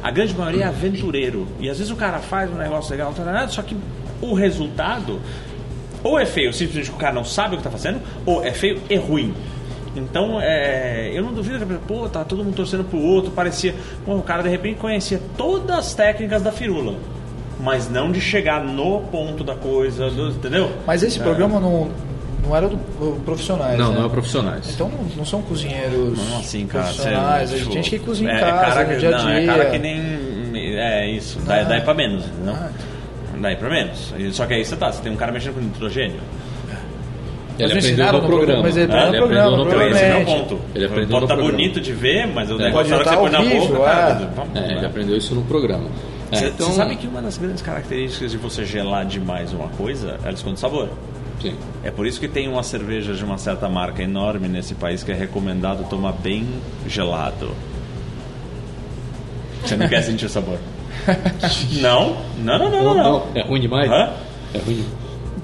Speaker 2: A grande maioria é aventureiro. E às vezes o cara faz um negócio legal, tá, tá, tá, só que o resultado ou é feio, simplesmente o cara não sabe o que tá fazendo, ou é feio e ruim. Então, é, eu não duvido que a pessoa, pô, tá todo mundo torcendo pro outro, parecia. Pô, o cara de repente conhecia todas as técnicas da firula, mas não de chegar no ponto da coisa, do- entendeu?
Speaker 3: Mas esse programa não, não era do, do profissionais.
Speaker 1: Não,
Speaker 3: né?
Speaker 1: não é profissionais.
Speaker 3: Então não, não são cozinheiros
Speaker 2: Não assim, cara.
Speaker 3: profissionais,
Speaker 2: sério,
Speaker 3: a gente
Speaker 2: tipo,
Speaker 3: tem que cozinha
Speaker 2: é,
Speaker 3: em
Speaker 2: é
Speaker 3: casa,
Speaker 2: cara,
Speaker 3: no
Speaker 2: que-
Speaker 3: dia a
Speaker 2: não,
Speaker 3: dia.
Speaker 2: É cara que nem. É isso. Daí, daí pra menos, não?
Speaker 3: Ah.
Speaker 2: Daí pra menos. E- Só que aí você tá, você tem um cara mexendo com nitrogênio.
Speaker 1: Ele
Speaker 3: Mas
Speaker 1: aprendeu
Speaker 3: ensinaram
Speaker 1: no
Speaker 3: no
Speaker 1: programa.
Speaker 3: programa, mas ele
Speaker 1: né?
Speaker 3: aprendeu no programa,
Speaker 2: Então esse é o meu
Speaker 3: Provavelmente.
Speaker 2: ponto.
Speaker 1: Ele aprendeu
Speaker 2: Pode
Speaker 1: no
Speaker 2: tá
Speaker 1: programa.
Speaker 2: bonito de ver, mas o
Speaker 3: Pode
Speaker 2: negócio na hora que
Speaker 3: tá
Speaker 2: você põe na
Speaker 3: horrível,
Speaker 2: boca, cara.
Speaker 3: é.
Speaker 2: vamos,
Speaker 1: É, ele
Speaker 2: né?
Speaker 1: aprendeu isso no programa. É,
Speaker 2: Você
Speaker 1: então,
Speaker 2: você sabe que uma das grandes características de você gelar demais uma coisa, ela esconde sabor.
Speaker 1: Sim.
Speaker 2: É por isso que tem uma cerveja de uma certa marca enorme nesse país que é recomendado tomar bem gelado. Você não quer sentir o sabor? Não? Não, não, não, não.
Speaker 1: Não,
Speaker 2: não.
Speaker 1: não, é ruim demais?
Speaker 2: Hã?
Speaker 1: É ruim.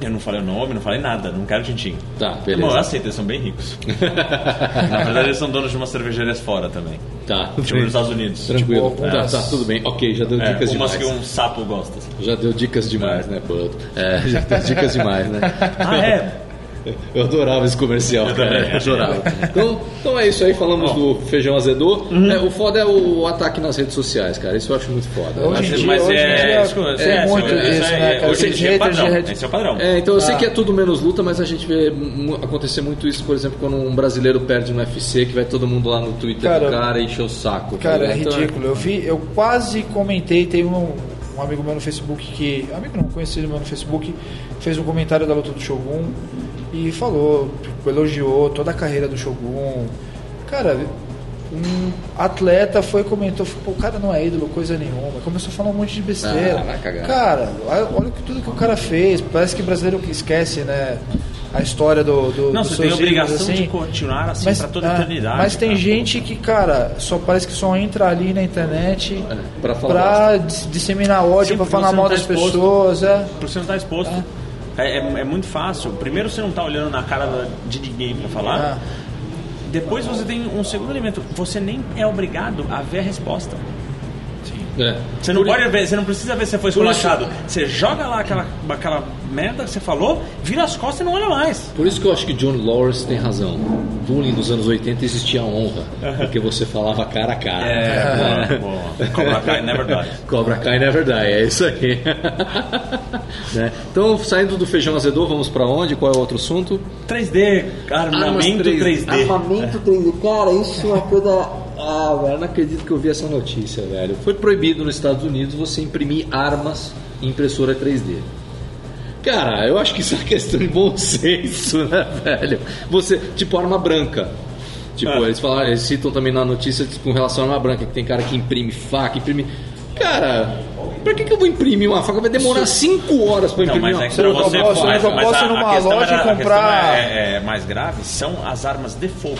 Speaker 2: Eu não falei o nome, não falei nada, não quero tintim.
Speaker 1: Tá,
Speaker 2: Bom, eu
Speaker 1: beleza.
Speaker 2: aceito, eles são bem ricos. Na verdade, eles são donos de umas cervejarias fora também.
Speaker 1: Tá.
Speaker 2: Tipo nos Estados Unidos.
Speaker 1: Tranquilo.
Speaker 3: Tipo,
Speaker 1: tá,
Speaker 3: algumas-
Speaker 1: tá, tudo bem. Ok, já deu
Speaker 2: É,
Speaker 1: dicas
Speaker 2: umas
Speaker 1: demais.
Speaker 2: que um sapo gosta.
Speaker 1: Já deu dicas demais, né, Bud? É, já deu dicas demais, né?
Speaker 2: Ah, é?
Speaker 1: Eu adorava esse comercial,
Speaker 2: Eu
Speaker 1: cara.
Speaker 2: também.
Speaker 1: Eu adorava. é, Então, então é isso aí, falamos do feijão azedor. É, o foda é o ataque nas redes sociais, cara. Isso eu acho muito foda. Eu
Speaker 3: Hoje
Speaker 1: acho-
Speaker 3: em dia,
Speaker 2: Mas
Speaker 3: hoje em
Speaker 2: é.
Speaker 3: dia
Speaker 2: escuta,
Speaker 3: tem
Speaker 2: é,
Speaker 3: muito
Speaker 2: isso aí,
Speaker 3: disso, né, cara?
Speaker 2: Hoje em
Speaker 3: Esses
Speaker 2: dia é
Speaker 3: haters de
Speaker 2: padrão.
Speaker 3: rede-
Speaker 2: Esse é o padrão.
Speaker 1: É, então eu sei
Speaker 3: Ah.
Speaker 1: que é tudo menos luta, mas a gente vê mu- acontecer muito isso, por exemplo, quando um brasileiro perde no UFC, que vai todo mundo lá no Twitter do
Speaker 3: Cara,
Speaker 1: cara e enche o saco. tá
Speaker 3: Cara, é
Speaker 1: ligado? Então,
Speaker 3: ridículo. Eu vi, eu quase comentei, teve um, um amigo meu no Facebook que. Amigo não, conhecido meu no Facebook, fez um comentário da luta do Shogun e falou, tipo, elogiou toda a carreira do Shogun. Cara, um atleta foi e comentou, pô, o cara não é ídolo, coisa nenhuma. Começou a falar um monte de besteira.
Speaker 1: Ah, vai cagar.
Speaker 3: Cara, olha- olha que- tudo que o cara fez. Parece que brasileiro que esquece, né? A história do. do
Speaker 2: Não,
Speaker 3: dos
Speaker 2: você tem a
Speaker 3: seus
Speaker 2: obrigação
Speaker 3: ídolos, assim
Speaker 2: de continuar assim pra toda
Speaker 3: ah,
Speaker 2: a eternidade.
Speaker 3: Mas tem
Speaker 2: cara.
Speaker 3: gente que, cara, só parece que só entra ali na internet
Speaker 1: É, pra
Speaker 3: pra,
Speaker 1: falar
Speaker 3: dis- disseminar ódio,
Speaker 2: Sim,
Speaker 3: pra
Speaker 2: porque
Speaker 3: falar
Speaker 2: você não
Speaker 3: mal
Speaker 2: tá
Speaker 3: das
Speaker 2: exposto.
Speaker 3: pessoas. É.
Speaker 2: Por você não estar exposto.
Speaker 3: Tá.
Speaker 2: É, é- é muito fácil. Primeiro, você não tá olhando na cara da- de ninguém pra falar.
Speaker 3: Ah.
Speaker 2: Depois, você tem um segundo elemento. Você nem é obrigado a ver a resposta.
Speaker 1: é.
Speaker 2: Você não,
Speaker 1: Por-
Speaker 2: pode ver, você não precisa ver se foi
Speaker 1: Por
Speaker 2: esculachado. Você joga lá aquela, aquela merda que você falou, vira as costas e não olha mais.
Speaker 1: Por isso que eu acho que John Lawrence tem razão. Bullying nos anos 80 existia honra, porque você falava cara a cara.
Speaker 2: É, boa, boa. Cobra Kai never dies.
Speaker 1: Cobra Kai na verdade, é isso aí. Né? Então, saindo do feijão azedor, vamos pra onde? Qual é o outro assunto?
Speaker 2: 3D,
Speaker 1: Armas
Speaker 2: armamento 3D.
Speaker 1: Armamento 3D. Cara, isso é uma coisa. Ah, velho, não acredito que eu vi essa notícia, velho. Foi proibido nos Estados Unidos você imprimir armas em impressora 3D. Cara, eu acho que isso é uma questão de bom senso, né, velho? Você, tipo, arma branca. Tipo,
Speaker 2: Ah.
Speaker 1: eles, falam, eles citam também na notícia com relação à arma branca, que tem cara que imprime faca, imprime. Cara, pra que, que eu vou imprimir uma faca? Vai demorar 5 horas pra
Speaker 2: Não,
Speaker 1: imprimir
Speaker 2: mas
Speaker 1: uma
Speaker 2: é
Speaker 4: um
Speaker 2: que pra
Speaker 3: eu
Speaker 2: você
Speaker 3: posso-
Speaker 2: mas-
Speaker 3: eu
Speaker 2: mas
Speaker 3: posso
Speaker 2: a-
Speaker 3: ir numa
Speaker 2: a questão
Speaker 3: loja e
Speaker 2: era- a questão
Speaker 3: comprar-
Speaker 2: É, é mais grave são as armas de fogo.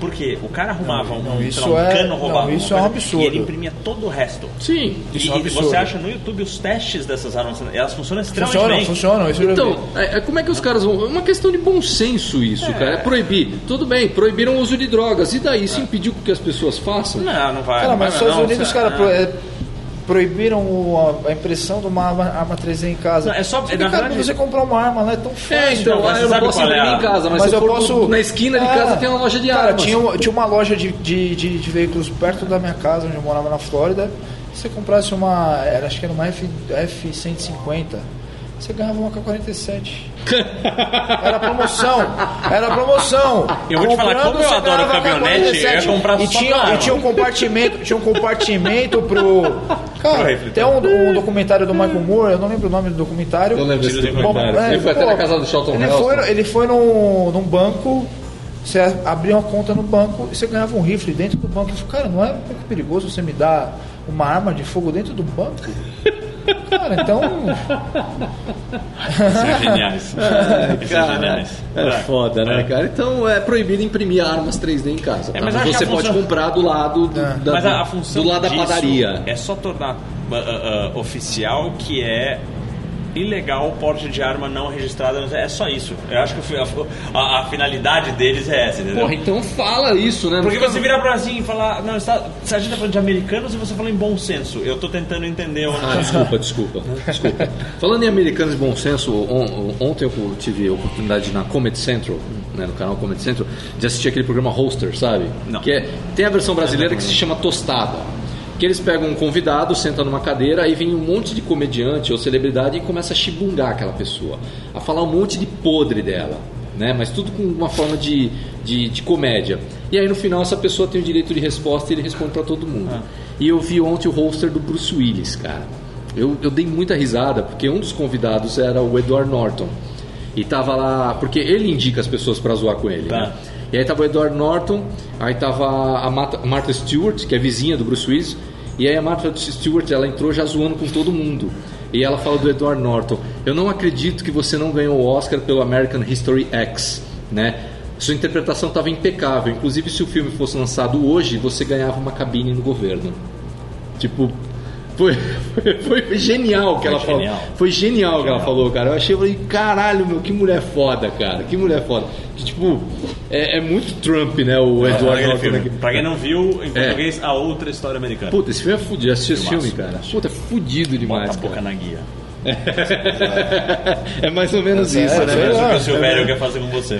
Speaker 2: Porque o cara arrumava um, sei
Speaker 3: isso
Speaker 2: lá, um
Speaker 3: é-
Speaker 2: cano
Speaker 3: não,
Speaker 2: roubava. uma
Speaker 3: isso é um
Speaker 2: coisa,
Speaker 3: absurdo.
Speaker 2: E ele imprimia todo o resto.
Speaker 1: Sim.
Speaker 3: Isso
Speaker 2: e,
Speaker 3: é um
Speaker 2: e você
Speaker 3: absurdo.
Speaker 2: acha no YouTube os testes dessas armas? Elas funcionam extremamente
Speaker 3: Funcionam,
Speaker 2: bem.
Speaker 3: funcionam, isso eu já
Speaker 1: Então,
Speaker 3: vi.
Speaker 1: é, é- como é que os caras vão. É uma questão de bom senso isso, cara. É proibir. Tudo bem, proibiram o uso de drogas. E daí se impediu que as pessoas façam?
Speaker 2: Não, não vai.
Speaker 3: Cara,
Speaker 2: não vai,
Speaker 3: mas nos Estados
Speaker 2: não,
Speaker 3: Unidos,
Speaker 2: você-
Speaker 3: cara, pro-
Speaker 2: ah.
Speaker 3: é proibiram o- a- a impressão de uma arma, arma 3D em casa.
Speaker 2: Não, é só-
Speaker 3: Porque,
Speaker 2: na
Speaker 3: cara,
Speaker 2: verdade-
Speaker 3: você comprar uma arma, não é tão fácil.
Speaker 4: É, então,
Speaker 2: Não, mas
Speaker 4: ah,
Speaker 2: você
Speaker 4: eu não
Speaker 2: sabe
Speaker 4: posso
Speaker 2: qual é
Speaker 4: imprimir
Speaker 2: a-
Speaker 4: em casa, mas, se eu, for no- na esquina de
Speaker 2: Ah.
Speaker 3: É.
Speaker 4: casa tem uma loja de
Speaker 3: Cara,
Speaker 4: armas.
Speaker 3: tinha, um- tinha uma loja de, de, de, de veículos perto da minha casa, onde eu morava na Flórida. Se você comprasse uma, era, acho que era uma F, F-150, você ganhava uma K-47. Era promoção, era promoção.
Speaker 2: Eu vou te falar,
Speaker 3: Comprando,
Speaker 2: como eu
Speaker 3: você
Speaker 2: adoro
Speaker 3: ganhava uma
Speaker 2: caminhonete, eu ia
Speaker 3: K-47.
Speaker 2: comprar
Speaker 3: e
Speaker 2: só
Speaker 3: tinha,
Speaker 2: pra
Speaker 3: e tinha um compartimento, tinha um compartimento pro... Cara,
Speaker 2: Pro refletor.
Speaker 3: tem um, um documentário do Michael Moore, eu não lembro o nome do documentário.
Speaker 4: Eu lembro desse
Speaker 2: Tiro de
Speaker 4: documentário.
Speaker 3: Bom, é,
Speaker 4: ele foi até
Speaker 3: pô,
Speaker 4: na casa do Shelton
Speaker 3: Ele
Speaker 4: Heston.
Speaker 3: foi, ele foi num, num banco, você a- abria uma conta no banco e você ganhava um rifle dentro do banco. Eu falei, cara, não é um pouco perigoso você me dar uma arma de fogo dentro do banco? Cara, então.
Speaker 2: São é geniais. Esses são geniais.
Speaker 4: É foda, né,
Speaker 2: É.
Speaker 4: cara? Então é proibido imprimir armas 3D em casa.
Speaker 2: É,
Speaker 4: tá?
Speaker 2: mas
Speaker 4: mas
Speaker 2: eu acho que
Speaker 4: você
Speaker 2: a
Speaker 4: pode
Speaker 2: função-
Speaker 4: comprar do lado do,
Speaker 3: É.
Speaker 4: da,
Speaker 2: Mas a, a função
Speaker 4: do lado da
Speaker 2: disso
Speaker 4: padaria.
Speaker 2: é só tornar ah, ah, ah, oficial que é ilegal o porte de arma não registrada. É só isso. Eu acho que o fi- a, a- a finalidade deles é essa, entendeu?
Speaker 4: Porra, então fala isso, né? Não
Speaker 2: Porque
Speaker 4: fica-
Speaker 2: você virar pra assim e falar, não, está, se a gente tá falando de americanos e você fala em bom senso. Eu tô tentando entender onde
Speaker 4: Ah, desculpa, desculpa, desculpa. Falando em americanos de bom senso, on- ontem eu tive a oportunidade na Comedy Central, né, no canal Comedy Central, de assistir aquele programa Hoster, sabe?
Speaker 2: Não.
Speaker 4: Que é, tem a versão brasileira que se chama Tostada. Que eles pegam um convidado, sentam numa cadeira, aí vem um monte de comediante ou celebridade e começa a chibungar aquela pessoa, a falar um monte de podre dela, né? Mas tudo com uma forma de, de, de comédia. E aí no final essa pessoa tem o direito de resposta e ele responde pra todo mundo. E eu vi ontem o roster do Bruce Willis, cara. Eu, eu dei muita risada, porque um dos convidados era o Edward Norton. E tava lá, porque ele indica as pessoas pra zoar com ele,
Speaker 2: Tá.
Speaker 4: né? E aí tava o Edward Norton, aí tava a Mata- Martha Stewart, que é vizinha do Bruce Willis, e aí a Martha Stewart, ela entrou já zoando com todo mundo. E ela fala do Edward Norton: "Eu não acredito que você não ganhou o Oscar pelo American History X", né? Sua interpretação estava impecável, inclusive se o filme fosse lançado hoje, você ganhava uma cabine no governo. Tipo, foi, foi, foi genial o que
Speaker 2: Foi
Speaker 4: ela
Speaker 2: genial.
Speaker 4: falou. Foi genial o que ela falou, cara. Eu achei, eu falei, caralho, meu, que mulher foda, cara. Que mulher foda. Que, tipo, é, é muito Trump, né, o
Speaker 2: Pra
Speaker 4: Eduardo
Speaker 2: É, aquele
Speaker 4: Norton
Speaker 2: filme.
Speaker 4: aqui.
Speaker 2: Pra quem não viu, em
Speaker 4: É.
Speaker 2: português, a outra história americana.
Speaker 4: Puta, esse filme é fudido. Já assisti esse
Speaker 2: Filmaço,
Speaker 4: filme, cara. Puta, é fudido
Speaker 2: Bota
Speaker 4: demais,
Speaker 2: a boca
Speaker 4: cara.
Speaker 2: na guia.
Speaker 4: É mais ou menos
Speaker 3: É,
Speaker 4: isso,
Speaker 3: é
Speaker 2: É
Speaker 4: né?
Speaker 3: verdade.
Speaker 2: mesmo o que
Speaker 3: é
Speaker 2: o Silvério quer fazer com você.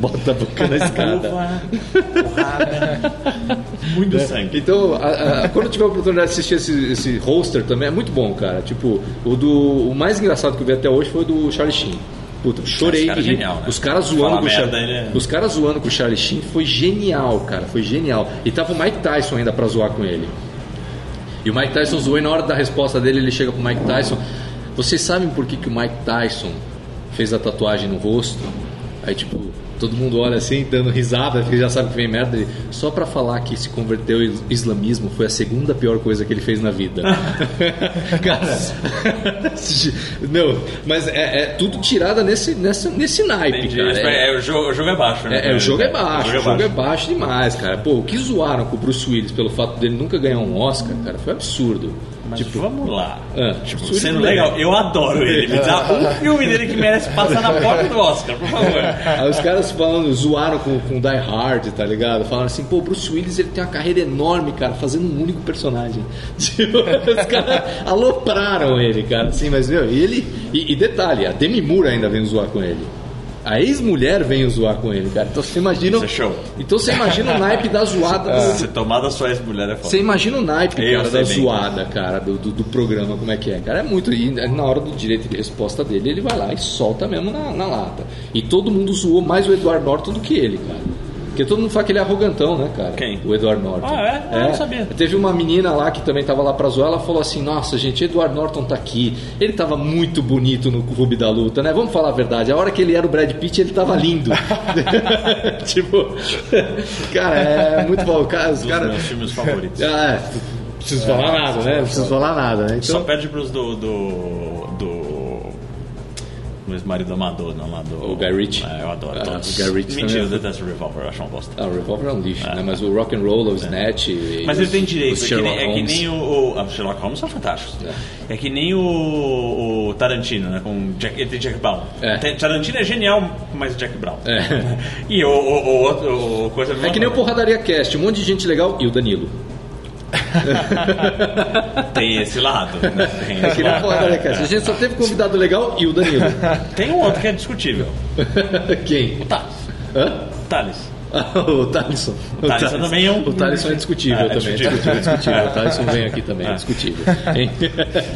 Speaker 4: Bota a boca na escada.
Speaker 2: Uva, porrada, muito sangue.
Speaker 4: Então, a- a- quando eu tiver a oportunidade de assistir esse, esse roster também, é muito bom, cara. Tipo, o, do, o mais engraçado que eu vi até hoje foi do Charlie Sheen. Puta, eu chorei.
Speaker 2: Esse cara é
Speaker 4: de rir.
Speaker 2: genial, né?
Speaker 4: Os caras
Speaker 2: Fala
Speaker 4: zoando com o
Speaker 2: merda,
Speaker 4: Char-
Speaker 2: ele é-
Speaker 4: Os caras zoando com o Charlie Sheen foi genial, cara. Foi genial. E tava o Mike Tyson ainda pra zoar com ele. E o Mike Tyson zoou e na hora da resposta dele ele chega pro Mike Tyson. Vocês sabem por que, que o Mike Tyson fez a tatuagem no rosto? Aí tipo, todo mundo olha assim, dando risada, porque já sabe que vem merda. Ele, Só pra falar que se converteu ao islamismo foi a segunda pior coisa que ele fez na vida. Cara, não, mas é, é tudo tirada nesse, nesse, nesse naipe,
Speaker 2: Entendi.
Speaker 4: cara.
Speaker 2: Mas, é, o, jogo, o jogo é baixo, né?
Speaker 4: É, é, o jogo é baixo,
Speaker 2: O
Speaker 4: o jogo, é, baixo demais, cara. Pô, o que zoaram com o Bruce Willis pelo fato dele nunca ganhar um Oscar, cara, foi absurdo.
Speaker 2: Mas
Speaker 4: tipo,
Speaker 2: vamos lá.
Speaker 4: É,
Speaker 2: Tipo,
Speaker 4: absurdo,
Speaker 2: sendo
Speaker 4: né?
Speaker 2: legal, eu adoro ele. Me dá um filme dele que merece passar na porta do Oscar, por favor.
Speaker 4: Aí os caras falando, zoaram com, com Die Hard, tá ligado? Falaram assim, pô, o Bruce Willis ele tem uma carreira enorme, cara, fazendo um único personagem. Tipo, os caras alopraram ele, cara, assim, mas meu, e ele. E, e detalhe, a Demi Moore ainda veio zoar com ele. A ex-mulher veio zoar com ele, cara. Então você imagina.
Speaker 2: Isso é Ah. show.
Speaker 4: Então você imagina o naipe da zoada do,
Speaker 2: Se tomar da sua ex-mulher é
Speaker 4: Você
Speaker 2: foda.
Speaker 4: imagina o naipe,
Speaker 2: Eu
Speaker 4: cara,
Speaker 2: sei
Speaker 4: da
Speaker 2: bem.
Speaker 4: zoada, cara, do, do, do programa, como é que é, cara. É muito. E na hora do direito de resposta dele, ele vai lá e solta mesmo na, na lata. E todo mundo zoou mais o Eduardo Norton do que ele, cara. Porque todo mundo fala que ele é arrogantão, né, cara?
Speaker 2: Quem?
Speaker 4: O Eduardo Norton.
Speaker 2: Ah, é? Ah, eu não sabia.
Speaker 4: Teve uma menina lá que também tava lá pra zoar, ela falou assim: Nossa, gente, Eduardo Norton tá aqui. Ele tava muito bonito no Clube da Luta, né? Vamos falar a verdade. A hora que ele era o Brad Pitt, ele tava lindo. tipo, cara, é muito bom. Cara, os
Speaker 2: Um Dos
Speaker 4: caras.
Speaker 2: meus filmes favoritos.
Speaker 4: Ah, é. Não preciso falar nada, né? Não preciso falar nada, né?
Speaker 2: Só
Speaker 4: Então,
Speaker 2: perde pros do. do. do. do ex-marido da Madonna lá do.
Speaker 4: O Guy Ritchie.
Speaker 2: É, eu adoro
Speaker 4: Ah,
Speaker 2: todos.
Speaker 4: o Guy Ritchie
Speaker 2: Mentira,
Speaker 4: também. é
Speaker 2: eu detesto o Revolver, eu acho uma bosta.
Speaker 4: ah, o Revolver é um lixo, né? Mas o Rock and Roll, o Snatch. e
Speaker 2: Mas ele
Speaker 4: os-
Speaker 2: tem direito,
Speaker 4: os
Speaker 2: é que, nem,
Speaker 4: Sherlock
Speaker 2: é que
Speaker 4: Holmes.
Speaker 2: nem o, o. ah, os Sherlock Holmes são fantásticos. É, que nem o, o Tarantino, né? Com Jack, ele tem Jack Brown.
Speaker 4: É.
Speaker 2: Tem- Tarantino é genial, mas Jack Brown.
Speaker 4: É.
Speaker 2: E o, o, o outro- o coisa
Speaker 4: É que nem o Porradaria Cast, um monte de gente legal e o Danilo.
Speaker 2: Tem esse lado. né? Tem
Speaker 4: É
Speaker 2: esse
Speaker 4: que não
Speaker 2: lado.
Speaker 4: pode, né, cara? A gente só teve convidado legal e o Danilo.
Speaker 2: Tem um outro que é discutível.
Speaker 4: Quem?
Speaker 2: Tá,
Speaker 4: Hã?
Speaker 2: Thales.
Speaker 4: Ah, o Thalisson.
Speaker 2: O Thalisson também é um-
Speaker 4: O Thalisson é discutível
Speaker 2: Ah, é
Speaker 4: também.
Speaker 2: discutível.
Speaker 4: É discutível, é discutível. O Thalisson vem aqui também, é discutível. Hein?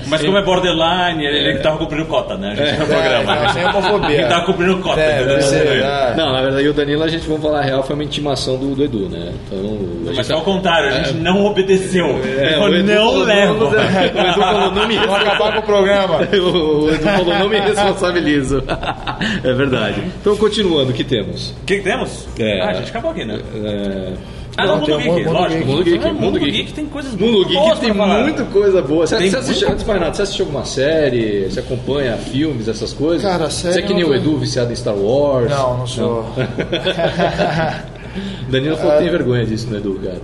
Speaker 2: Mas como é borderline, ele,
Speaker 4: É.
Speaker 2: ele tava cumprindo cota, né? A gente no programa.
Speaker 3: É, não, isso aí é
Speaker 2: ele
Speaker 3: homofobia.
Speaker 2: tava cumprindo cota,
Speaker 3: É,
Speaker 2: entendeu?
Speaker 3: deve ser, ah,
Speaker 4: Não, na verdade, o Danilo, a gente, vamos falar a real, foi uma intimação do, do Edu, né? Então, a
Speaker 2: Mas
Speaker 4: gente
Speaker 2: é ao contrário, a gente não obedeceu. Ele falou,
Speaker 4: É, o Edu
Speaker 2: não
Speaker 4: falou, né?
Speaker 2: levo.
Speaker 4: O Edu falou, não me
Speaker 3: Vou acabar com o programa.
Speaker 4: O Edu falou, não me responsabilizo. É verdade. Então, continuando, o que temos?
Speaker 2: O que que temos?
Speaker 4: É.
Speaker 2: Ah, a gente acabou aqui, né?
Speaker 4: É,
Speaker 2: Ah, não,
Speaker 3: Não, tem
Speaker 2: Mundo
Speaker 3: o
Speaker 2: Geek,
Speaker 3: Mundo
Speaker 2: lógico.
Speaker 4: Mundo Geek,
Speaker 2: Ah,
Speaker 4: Mundo Geek.
Speaker 2: tem coisas
Speaker 4: Mundo
Speaker 2: muito boas
Speaker 4: Geek tem
Speaker 2: pra falar.
Speaker 4: muita coisa boa. Você,
Speaker 2: Tem
Speaker 4: você assiste,
Speaker 2: muita
Speaker 4: antes de mais nada, você assiste alguma série? Você acompanha filmes, essas coisas?
Speaker 3: Cara, série
Speaker 4: Você é que nem
Speaker 3: eu
Speaker 4: o
Speaker 3: não-
Speaker 4: Edu, viciado em Star Wars?
Speaker 3: Não, não sou.
Speaker 4: Danilo falou que tem vergonha disso, né, Edu, cara?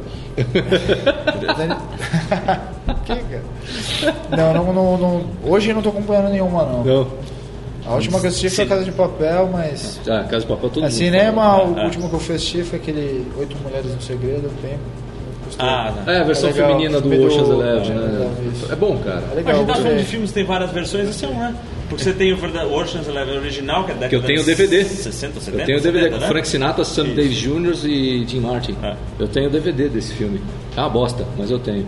Speaker 3: Que, cara? Não, não, não, não. Hoje eu não tô acompanhando nenhuma, não.
Speaker 4: Não.
Speaker 3: A última que eu assisti foi a Casa de Papel, mas.
Speaker 4: Ah, Casa de Papel, todo
Speaker 3: É
Speaker 4: mundo
Speaker 2: Ah.
Speaker 3: cinema,
Speaker 4: fala.
Speaker 3: o último que eu assisti foi aquele Oito Mulheres no Segredo, eu tenho. Gostei.
Speaker 2: Ah, não.
Speaker 4: É, a versão
Speaker 3: É legal,
Speaker 4: feminina do
Speaker 3: filme do-
Speaker 4: Ocean's Eleven, né?
Speaker 3: Eleven, isso.
Speaker 4: É bom, cara.
Speaker 3: É
Speaker 2: Mas a
Speaker 3: legal,
Speaker 2: gente tá falando de
Speaker 3: gostei.
Speaker 2: filmes que tem várias versões, esse é um, né? Porque você tem o verda- o Ocean's Eleven original, que é da
Speaker 4: Que eu
Speaker 2: década
Speaker 4: tenho o
Speaker 2: de
Speaker 4: DVD.
Speaker 2: 60, 70,
Speaker 4: Eu tenho o DVD
Speaker 2: 70,
Speaker 4: com
Speaker 2: né?
Speaker 4: Frank Sinatra, Sam Davis Jr. e Jim Martin.
Speaker 2: É.
Speaker 4: Eu tenho o DVD desse filme. É uma bosta, mas eu tenho.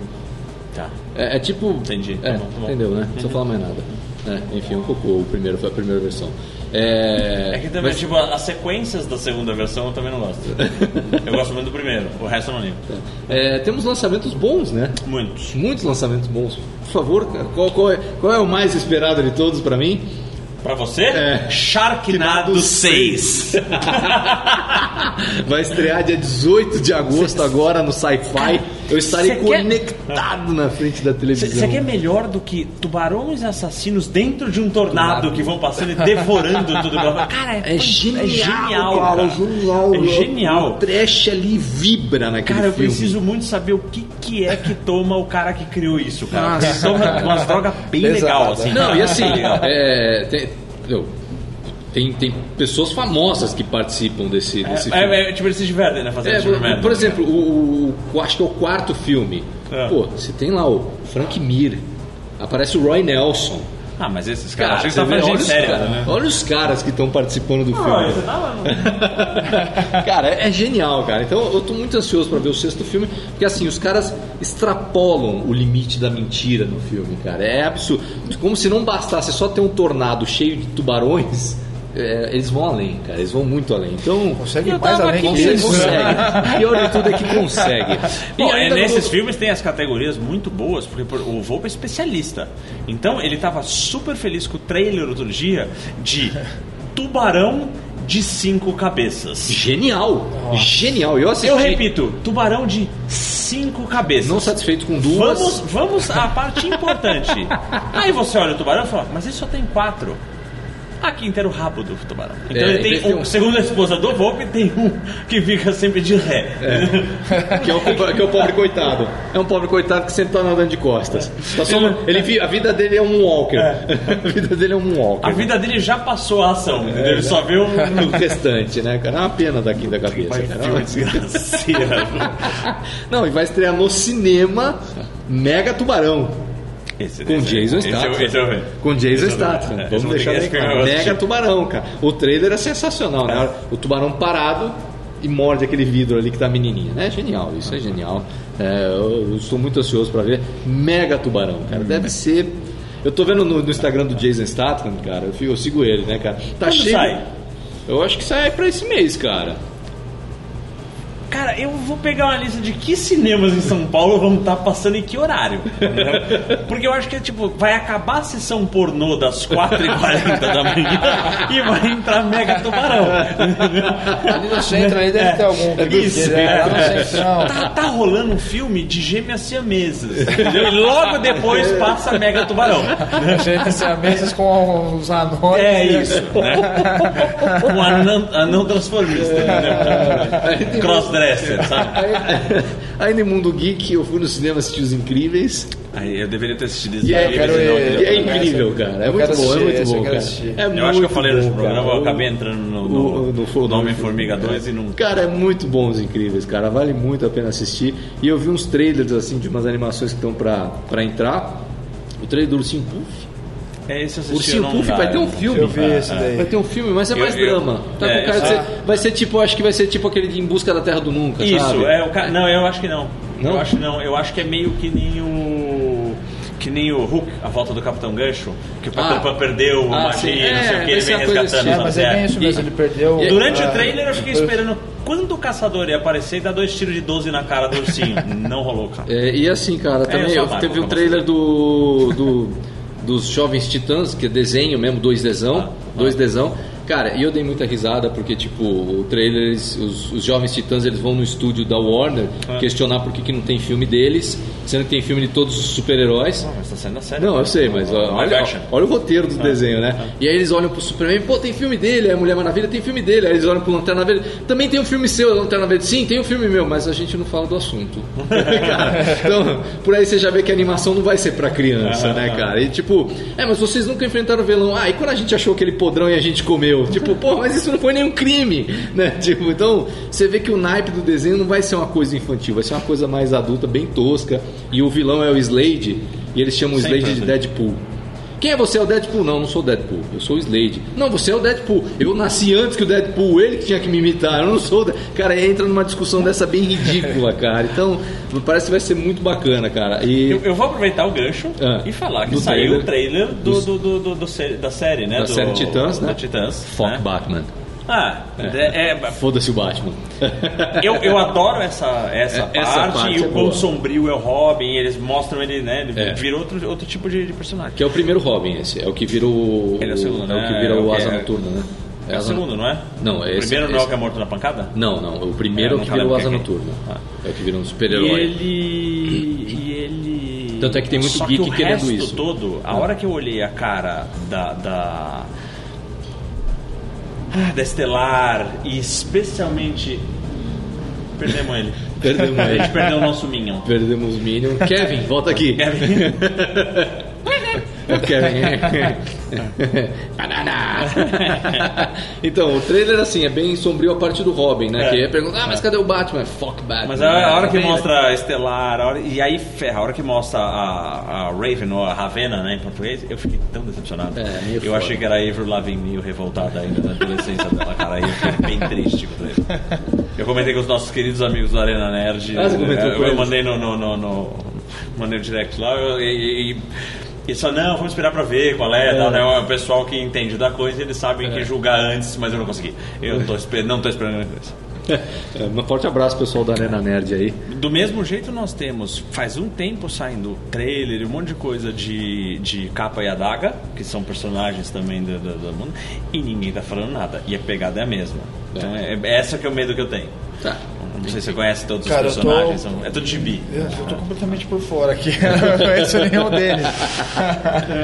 Speaker 2: Tá.
Speaker 4: É, é tipo.
Speaker 2: Entendi, tá
Speaker 4: É,
Speaker 2: bom, tá bom.
Speaker 4: Entendeu, né? Não precisa falar mais nada. É, enfim, um cocô, o primeiro, foi a primeira versão. É.
Speaker 2: É que também,
Speaker 4: mas-
Speaker 2: tipo, as sequências da segunda versão eu também não gosto. eu gosto muito do primeiro, o resto eu não ligo.
Speaker 4: é, temos lançamentos bons, né?
Speaker 2: Muitos.
Speaker 4: Muitos lançamentos bons. Por favor, cara, qual, qual é, qual é o mais esperado de todos pra mim?
Speaker 2: Pra você,
Speaker 4: É.
Speaker 2: Sharknado 6.
Speaker 4: Vai estrear dia 18 de agosto agora no Sci-Fi. Eu estarei
Speaker 2: Cê quer-
Speaker 4: conectado na frente da televisão.
Speaker 2: Isso aqui é melhor do que tubarões assassinos dentro de um tornado que vão passando e devorando tudo. Cara,
Speaker 4: É genial,
Speaker 2: é genial,
Speaker 4: cara.
Speaker 2: cara.
Speaker 4: Genial,
Speaker 2: É
Speaker 4: louco.
Speaker 2: genial.
Speaker 4: O trash ali vibra naquele
Speaker 2: Cara, eu
Speaker 4: filme.
Speaker 2: preciso muito saber o que, que é que toma o cara que criou isso, cara.
Speaker 4: Ah,
Speaker 2: Porque toma umas drogas bem
Speaker 3: Pesado.
Speaker 2: legal, assim.
Speaker 4: Não, e assim,
Speaker 2: Legal.
Speaker 4: é, tem, meu, tem, tem pessoas famosas que participam desse, desse filme.
Speaker 2: É, é, tipo, eles se divertem, né? Fazendo
Speaker 4: É,
Speaker 2: Superman.
Speaker 4: por, por exemplo, o, o- o- acho que é o quarto filme.
Speaker 2: É.
Speaker 4: Pô, você tem lá o Frank Mir, aparece o Roy Nelson.
Speaker 2: Ah, mas esses
Speaker 4: Cara,
Speaker 2: caras, acho que
Speaker 4: você
Speaker 2: tá
Speaker 4: vê,
Speaker 2: falando
Speaker 4: olha,
Speaker 2: gente
Speaker 4: os
Speaker 2: séria,
Speaker 4: cara-
Speaker 2: né?
Speaker 4: olha os caras que estão participando do
Speaker 2: Ah,
Speaker 4: filme.
Speaker 2: você tava no-
Speaker 4: Cara, é genial, cara. Então eu tô muito ansioso pra ver o sexto filme, porque assim, os caras extrapolam o limite da mentira no filme, cara. É absurdo. Como se não bastasse só ter um tornado cheio de tubarões, é, eles vão além, cara. Eles vão muito além. Então.
Speaker 3: Consegue
Speaker 2: Eu
Speaker 3: mais
Speaker 2: tava
Speaker 3: além
Speaker 2: aqui,
Speaker 3: que
Speaker 4: Eles
Speaker 3: isso. né?
Speaker 4: conseguem. Pior de tudo é que consegue. E
Speaker 2: Bom, é,
Speaker 4: ainda
Speaker 2: nesses
Speaker 4: no-
Speaker 2: filmes tem as categorias muito boas, porque por- o Volpe é especialista. Então ele tava super feliz com o trailer outro dia de Tubarão de Cinco Cabeças.
Speaker 4: Genial! Genial! Eu assisti.
Speaker 2: Eu repito, Tubarão de Cinco Cabeças.
Speaker 4: Não satisfeito com duas.
Speaker 2: Vamos, vamos à parte importante. Aí você olha o tubarão e fala, mas ele só tem quatro. A quinta era o rabo do tubarão. Então
Speaker 4: É,
Speaker 2: ele tem
Speaker 4: ele tem
Speaker 2: um,
Speaker 4: um.
Speaker 2: segundo a esposa do Volpe, tem um que fica sempre de ré.
Speaker 4: Que é, o, que é o pobre coitado. É um pobre coitado que sempre tá nadando de costas. Tá só- ele, vi- a vida dele é um walker. A vida dele é um walker.
Speaker 2: A vida dele já passou a ação,
Speaker 4: É.
Speaker 2: entendeu? ele só viu um
Speaker 4: O restante, né, cara? É uma pena daqui da cabeça, cara.
Speaker 2: desgraceiro.
Speaker 4: Não, e vai estrear no cinema Mega Tubarão.
Speaker 2: Esse-
Speaker 4: Com
Speaker 2: esse-
Speaker 4: Jason
Speaker 2: esse eu-
Speaker 4: Statham.
Speaker 2: esse eu vi.
Speaker 4: Com
Speaker 2: Esse
Speaker 4: Jason
Speaker 2: eu vi.
Speaker 4: Statham.
Speaker 2: É, esse
Speaker 4: Vamos
Speaker 2: eu
Speaker 4: deixar
Speaker 2: vi,
Speaker 4: bem
Speaker 2: esse eu
Speaker 4: claro.
Speaker 2: assisti.
Speaker 4: Mega Tubarão, cara. O trailer é sensacional, né?
Speaker 2: É.
Speaker 4: O tubarão parado e morde aquele vidro ali que tá a menininha. É genial, isso é genial. É, eu, eu estou muito ansioso pra ver Mega Tubarão, cara.
Speaker 2: Hum.
Speaker 4: Deve ser... Eu tô vendo no, no Instagram do Jason Statham, cara. Eu, fico- eu sigo ele, né, cara? Tá
Speaker 2: Quando
Speaker 4: cheio...
Speaker 2: sai?
Speaker 4: Eu acho que sai pra esse mês, cara.
Speaker 2: Cara, eu vou pegar uma lista de que cinemas em São Paulo vão estar passando em que horário. né? Porque eu acho que é tipo, vai acabar a sessão pornô das 4h40 da manhã e vai entrar Mega Tubarão. É.
Speaker 3: Ali no centro aí deve ter algum. que né?
Speaker 2: Isso,
Speaker 3: quiser,
Speaker 2: é.
Speaker 3: lá no centrão.
Speaker 2: Tá, tá rolando um filme de gêmeas siamesas. Entendeu? E logo depois passa Mega Tubarão.
Speaker 3: Gente, se mesas com os anões.
Speaker 2: É isso, né? Um anão, anão transformista, entendeu? Crossdresser, sabe?
Speaker 4: Aí no Mundo Geek eu fui no cinema assistir Os Incríveis.
Speaker 2: Aí eu deveria ter assistido isso.
Speaker 4: E é,
Speaker 2: daí,
Speaker 3: quero
Speaker 2: mas não,
Speaker 3: ir-
Speaker 2: eu-
Speaker 4: e é incrível, cara. É
Speaker 3: Eu
Speaker 4: muito
Speaker 3: quero
Speaker 4: bom, é
Speaker 3: assistir,
Speaker 4: muito
Speaker 3: esse eu
Speaker 4: bom,
Speaker 3: quero
Speaker 4: cara.
Speaker 3: assistir.
Speaker 4: É
Speaker 2: Eu acho que eu
Speaker 4: muito
Speaker 2: falei
Speaker 4: bom,
Speaker 2: nesse programa,
Speaker 4: cara.
Speaker 2: eu acabei entrando no,
Speaker 4: O-
Speaker 2: no,
Speaker 4: no Fo-
Speaker 2: Nome
Speaker 4: no-
Speaker 2: Formiga 2 e não.
Speaker 4: Cara, é muito bom Os Incríveis, cara. Vale muito a pena assistir. E eu vi uns trailers, assim, de umas animações que estão pra, pra entrar. O trailer do Ursinho Puff.
Speaker 2: É esse eu assisti.
Speaker 4: Ursinho
Speaker 2: eu não-
Speaker 4: Puff vai ter um filme.
Speaker 3: Eu vi esse
Speaker 4: Vai
Speaker 3: daí.
Speaker 4: ter um filme, mas é
Speaker 2: Eu-
Speaker 4: mais
Speaker 2: eu-
Speaker 4: drama. Tá
Speaker 2: é,
Speaker 4: com cara de
Speaker 2: eu-
Speaker 4: ser- vai ser tipo, acho que vai ser tipo aquele de Em Busca da Terra do Nunca, sabe?
Speaker 2: Isso, é o cara. Não, eu acho que não.
Speaker 4: Não?
Speaker 2: Eu acho que não. Eu acho que é meio que nem o. Que nem o Hulk, a volta do Capitão Gancho, que o Capitão
Speaker 4: Ah.
Speaker 2: Pan perdeu o
Speaker 4: Ah,
Speaker 2: magia,
Speaker 4: sim.
Speaker 2: não sei o
Speaker 4: É,
Speaker 2: que, ele
Speaker 4: vai ser
Speaker 2: vem
Speaker 4: uma coisa
Speaker 2: resgatando.
Speaker 4: assim.
Speaker 3: É,
Speaker 2: sabe?
Speaker 3: mas é bem isso mesmo, ele perdeu.
Speaker 4: e-
Speaker 2: Durante
Speaker 3: ah,
Speaker 2: o trailer eu fiquei
Speaker 3: depois-
Speaker 2: esperando quando o caçador ia aparecer e dar dois tiros de 12 na cara do ursinho. não rolou, cara.
Speaker 4: É, e assim, cara, também
Speaker 2: só
Speaker 4: eu
Speaker 2: vai,
Speaker 4: teve
Speaker 2: vou
Speaker 4: um
Speaker 2: pra
Speaker 4: trailer do, do- dos Jovens Titãs, que é desenho mesmo, dois desão, dois desão. Cara, e eu dei muita risada porque, tipo, o trailer, eles- os, os Jovens Titãs, eles vão no estúdio da Warner questionar por que, que não tem filme deles, sendo que tem filme de todos os super-heróis.
Speaker 2: Não, mas tá sendo sério.
Speaker 4: Não, eu sei, mas ó,
Speaker 2: Live
Speaker 4: olha,
Speaker 2: action.
Speaker 4: olha o roteiro do desenho, né? E aí eles olham pro Superman, pô, tem filme dele, aí a Mulher Maravilha tem filme dele, aí eles olham pro Lanterna Verde, também tem um filme seu, Lanterna Verde, sim, tem um filme meu, mas a gente não fala do assunto. Cara, então, por aí você já vê que a animação não vai ser pra criança, né, cara? E tipo, é, mas vocês nunca enfrentaram o velão. Ah, e quando a gente achou aquele podrão e a gente comeu? Tipo, pô, mas isso não foi nenhum crime, né? Tipo, então, você vê que o naipe do desenho não vai ser uma coisa infantil, vai ser uma coisa mais adulta, bem tosca, e o vilão é o Slade, e eles chamam o
Speaker 2: Sempre,
Speaker 4: Slade de
Speaker 2: né?
Speaker 4: Deadpool. Quem é você? É o Deadpool? Não, eu não sou o Deadpool. Eu sou o Slade. Não, você é o Deadpool. Eu nasci antes que o Deadpool. Ele que tinha que me imitar. Eu não sou o De- Cara, entra numa discussão dessa bem ridícula, cara. Então, parece que vai ser muito bacana, cara. E...
Speaker 2: Eu, eu vou aproveitar o gancho
Speaker 4: Ah.
Speaker 2: e falar que
Speaker 4: Do
Speaker 2: saiu o trailer do,
Speaker 4: dos-
Speaker 2: do, do- do- do sé- da série, né?
Speaker 4: Da
Speaker 2: do,
Speaker 4: série Titãs, né?
Speaker 2: Da Titãs.
Speaker 4: Fuck
Speaker 2: né?
Speaker 4: Batman.
Speaker 2: Ah, é- é-
Speaker 4: Foda-se o Batman.
Speaker 2: eu, eu adoro essa, essa,
Speaker 4: É, essa
Speaker 2: parte,
Speaker 4: parte
Speaker 2: e
Speaker 4: é
Speaker 2: o quão
Speaker 4: boa.
Speaker 2: sombrio é o Robin, eles mostram ele, né? Ele
Speaker 4: É.
Speaker 2: vira outro, outro tipo de, de personagem.
Speaker 4: que é o primeiro Robin, esse. É o que virou o...
Speaker 2: Ele é o segundo,
Speaker 4: o
Speaker 2: né?
Speaker 4: que vira o
Speaker 2: É,
Speaker 4: Asa
Speaker 2: é-
Speaker 4: Noturna, né?
Speaker 2: É o
Speaker 4: Asa-
Speaker 2: segundo, não é?
Speaker 4: Não, é
Speaker 2: O
Speaker 4: esse-
Speaker 2: primeiro não é o
Speaker 4: esse.
Speaker 2: que é morto na pancada?
Speaker 4: Não, não. O primeiro é,
Speaker 2: É,
Speaker 4: o que
Speaker 2: não
Speaker 4: virou o Asa
Speaker 2: lembro quem é
Speaker 4: Noturna.
Speaker 2: Ah.
Speaker 4: É o que virou um
Speaker 2: E
Speaker 4: super-herói.
Speaker 2: ele. E ele.
Speaker 4: Tanto é que tem muito
Speaker 2: Só
Speaker 4: geek
Speaker 2: que o
Speaker 4: querendo
Speaker 2: resto
Speaker 4: isso.
Speaker 2: todo, a hora que eu olhei a cara da. da... Ah, da Estelar e especialmente. Perdemos ele.
Speaker 4: Perdemos
Speaker 2: A gente
Speaker 4: ele.
Speaker 2: perdeu o nosso Minion.
Speaker 4: Perdemos o Minion. Kevin, volta aqui.
Speaker 2: Kevin.
Speaker 4: Eu quero. Banana! então, o trailer, assim, é bem sombrio a parte do Robin, né?
Speaker 2: É.
Speaker 4: Que é perguntar, ah, mas cadê o Batman? Fuck Batman.
Speaker 2: Mas é a, a hora que
Speaker 4: Bem,
Speaker 2: mostra a Estelar, a hora- e aí ferra, a hora que mostra a, a Raven ou a Ravena, né, em português, eu fiquei tão decepcionado.
Speaker 4: É, meio
Speaker 2: eu
Speaker 4: foda.
Speaker 2: achei que era a Avril Lavigne meio revoltada ainda da adolescência dela, cara, aí eu fiquei bem triste com isso. Eu comentei com os nossos queridos amigos da Arena Nerd.
Speaker 4: Ah, você comentou
Speaker 2: eu,
Speaker 4: com
Speaker 2: eu
Speaker 4: eles?
Speaker 2: mandei no, no, no, no- mandei um direct lá eu- e... e- e só, não, vamos esperar pra ver qual é, tal, né? O pessoal que entende da coisa, eles
Speaker 4: É.
Speaker 2: sabem que julgar antes, mas eu não consegui. Eu tô, esper- não tô esperando grande coisa.
Speaker 4: É, um forte abraço, pessoal da Arena Nerd aí.
Speaker 2: Do mesmo jeito nós temos, faz um tempo saindo trailer, e um monte de coisa de, de capa e adaga, que são personagens também do, do, do mundo, e ninguém tá falando nada. E a pegada é a mesma. Então é, é essa que é o medo que eu tenho.
Speaker 4: Tá.
Speaker 2: Não sei se você conhece todos
Speaker 3: Cara, eu
Speaker 2: os
Speaker 3: tô-
Speaker 2: personagens, são- é tudo gibi.
Speaker 3: Eu eu tô completamente por fora aqui. Eu não conheço nenhum deles.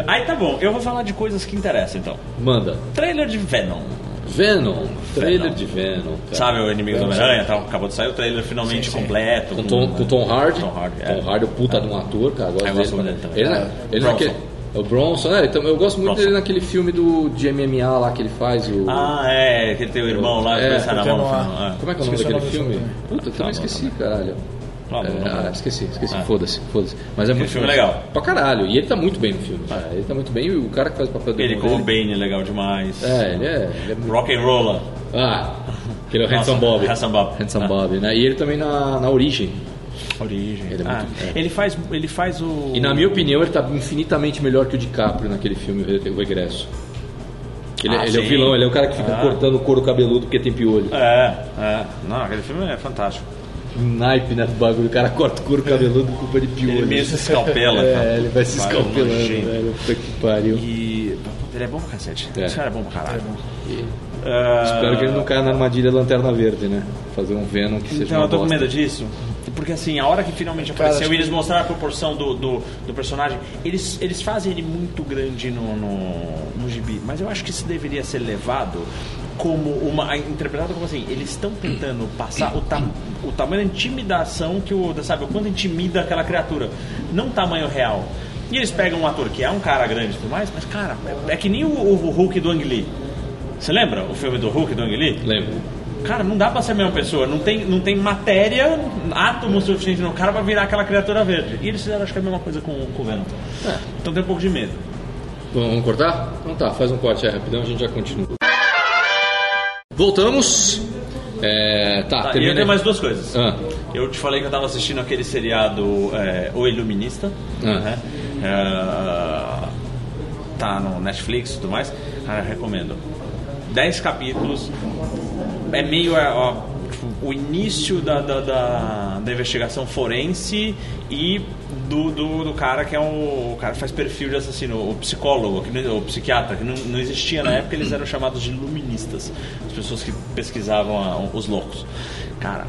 Speaker 2: Aí tá bom, eu vou falar de coisas que interessam então.
Speaker 4: Manda.
Speaker 2: Trailer de Venom.
Speaker 4: Venom. Trailer
Speaker 2: Venom.
Speaker 4: de Venom. cara.
Speaker 2: Sabe o inimigo do Homem-Aranha? e tal? Acabou de sair o trailer finalmente
Speaker 3: Sim, sim.
Speaker 2: completo.
Speaker 4: Com Tom, com Tom Hardy.
Speaker 2: Tom Hardy, é.
Speaker 4: Tom Hardy, o puta de um ator, cara. Agora
Speaker 2: Ah, eu gosto muito dele também.
Speaker 4: Ele, na-
Speaker 2: Ah,
Speaker 4: ele
Speaker 2: Bronson.
Speaker 4: naquele. é O Bronson, né? Então, eu gosto muito
Speaker 2: Bronson.
Speaker 4: dele naquele filme do, de MMA lá que ele faz. O,
Speaker 2: Ah, é, que ele tem o irmão lá,
Speaker 4: É,
Speaker 2: que pensa na
Speaker 3: tem
Speaker 2: mão no
Speaker 3: um lá.
Speaker 2: final. é.
Speaker 4: Como é que é o nome
Speaker 3: Esqueci o
Speaker 4: daquele
Speaker 3: nome do
Speaker 4: filme?
Speaker 3: filme.
Speaker 4: Puta, então, eu também esqueci, caralho.
Speaker 2: Tá bom,
Speaker 4: É,
Speaker 2: tá bom.
Speaker 4: ah, esqueci, esqueci,
Speaker 2: Ah.
Speaker 4: foda-se, foda-se. Mas é muito
Speaker 2: filme
Speaker 4: bom.
Speaker 2: legal.
Speaker 4: Pra caralho. E ele tá muito bem no filme. cara. Ele tá muito bem e o cara que faz o papel dele.
Speaker 2: Ele como Bane é legal demais.
Speaker 4: É, ele é. Ele é muito...
Speaker 2: Rock and Roller.
Speaker 4: Ah, aquele é o Handsome Bob.
Speaker 2: Handsome Bob.
Speaker 4: Handsome
Speaker 2: Ah.
Speaker 4: Bob, né? E ele também na, na origem.
Speaker 2: Origem.
Speaker 4: Ele é
Speaker 2: Ah,
Speaker 4: muito- é.
Speaker 2: ele faz ele faz o
Speaker 4: E na minha opinião, ele tá infinitamente melhor que o DiCaprio naquele filme, o Re- o Regresso. Ele,
Speaker 2: Ah,
Speaker 4: ele é o
Speaker 2: sim.
Speaker 4: vilão, ele é o cara que fica
Speaker 2: Ah.
Speaker 4: cortando o couro cabeludo porque tem piolho.
Speaker 2: É, é. Não, aquele filme é fantástico.
Speaker 4: Naipe, né? do bagulho, o cara corta o couro cabeludo por culpa de piolho.
Speaker 2: Ele é meio se escalpela, cara.
Speaker 4: É, ele vai se
Speaker 2: Vai,
Speaker 4: escalpelando,
Speaker 2: nojento.
Speaker 4: velho. Puta que pariu.
Speaker 2: E ele é bom pra cacete.
Speaker 4: É.
Speaker 2: Esse cara é bom pra caralho. Ah,
Speaker 4: Espero que ele não caia na armadilha Lanterna Verde, né? Fazer um Venom que seja
Speaker 2: Então
Speaker 4: uma
Speaker 2: eu tô com
Speaker 4: bosta.
Speaker 2: medo disso. Porque assim, a hora que finalmente
Speaker 3: Cara,
Speaker 2: apareceu
Speaker 3: acho
Speaker 2: e eles mostraram a proporção do, do, do personagem, eles, eles fazem ele muito grande no, no, no gibi. Mas eu acho que isso deveria ser levado como uma. interpretado como assim, eles estão tentando passar o, tam, o tamanho da intimidação que o. Sabe, o quanto intimida aquela criatura. Não o tamanho real. E eles pegam um ator que é um cara grande e tudo mais, mas cara, é, é que nem o, o Hulk do Ang Lee. Você lembra o filme do Hulk do Ang Lee?
Speaker 4: Lembro.
Speaker 2: Cara, não dá pra ser a mesma pessoa. Não tem, não tem matéria, átomo suficiente no cara pra virar aquela criatura verde. E eles fizeram, acho que é a mesma coisa com, com o Venom. Então tem um pouco de medo.
Speaker 4: Vamos cortar? Então tá, faz um corte aí rapidão, a gente já continua. Voltamos. É,
Speaker 2: Tá,
Speaker 4: tá,
Speaker 2: e eu
Speaker 4: termina.
Speaker 2: tenho mais duas coisas.
Speaker 4: Ah.
Speaker 2: Eu te falei que eu tava assistindo aquele seriado é, O Iluminista.
Speaker 4: Ah.
Speaker 2: né? É, tá no Netflix e tudo mais. Cara, eu recomendo. Dez capítulos. É meio é, ó, tipo, o início da, da, da, da investigação forense e do, do, do cara que é o, o cara que faz perfil de assassino, o psicólogo, que não- o psiquiatra, que não, não existia na época, eles eram chamados de iluministas, as pessoas que pesquisavam a- os loucos. Cara,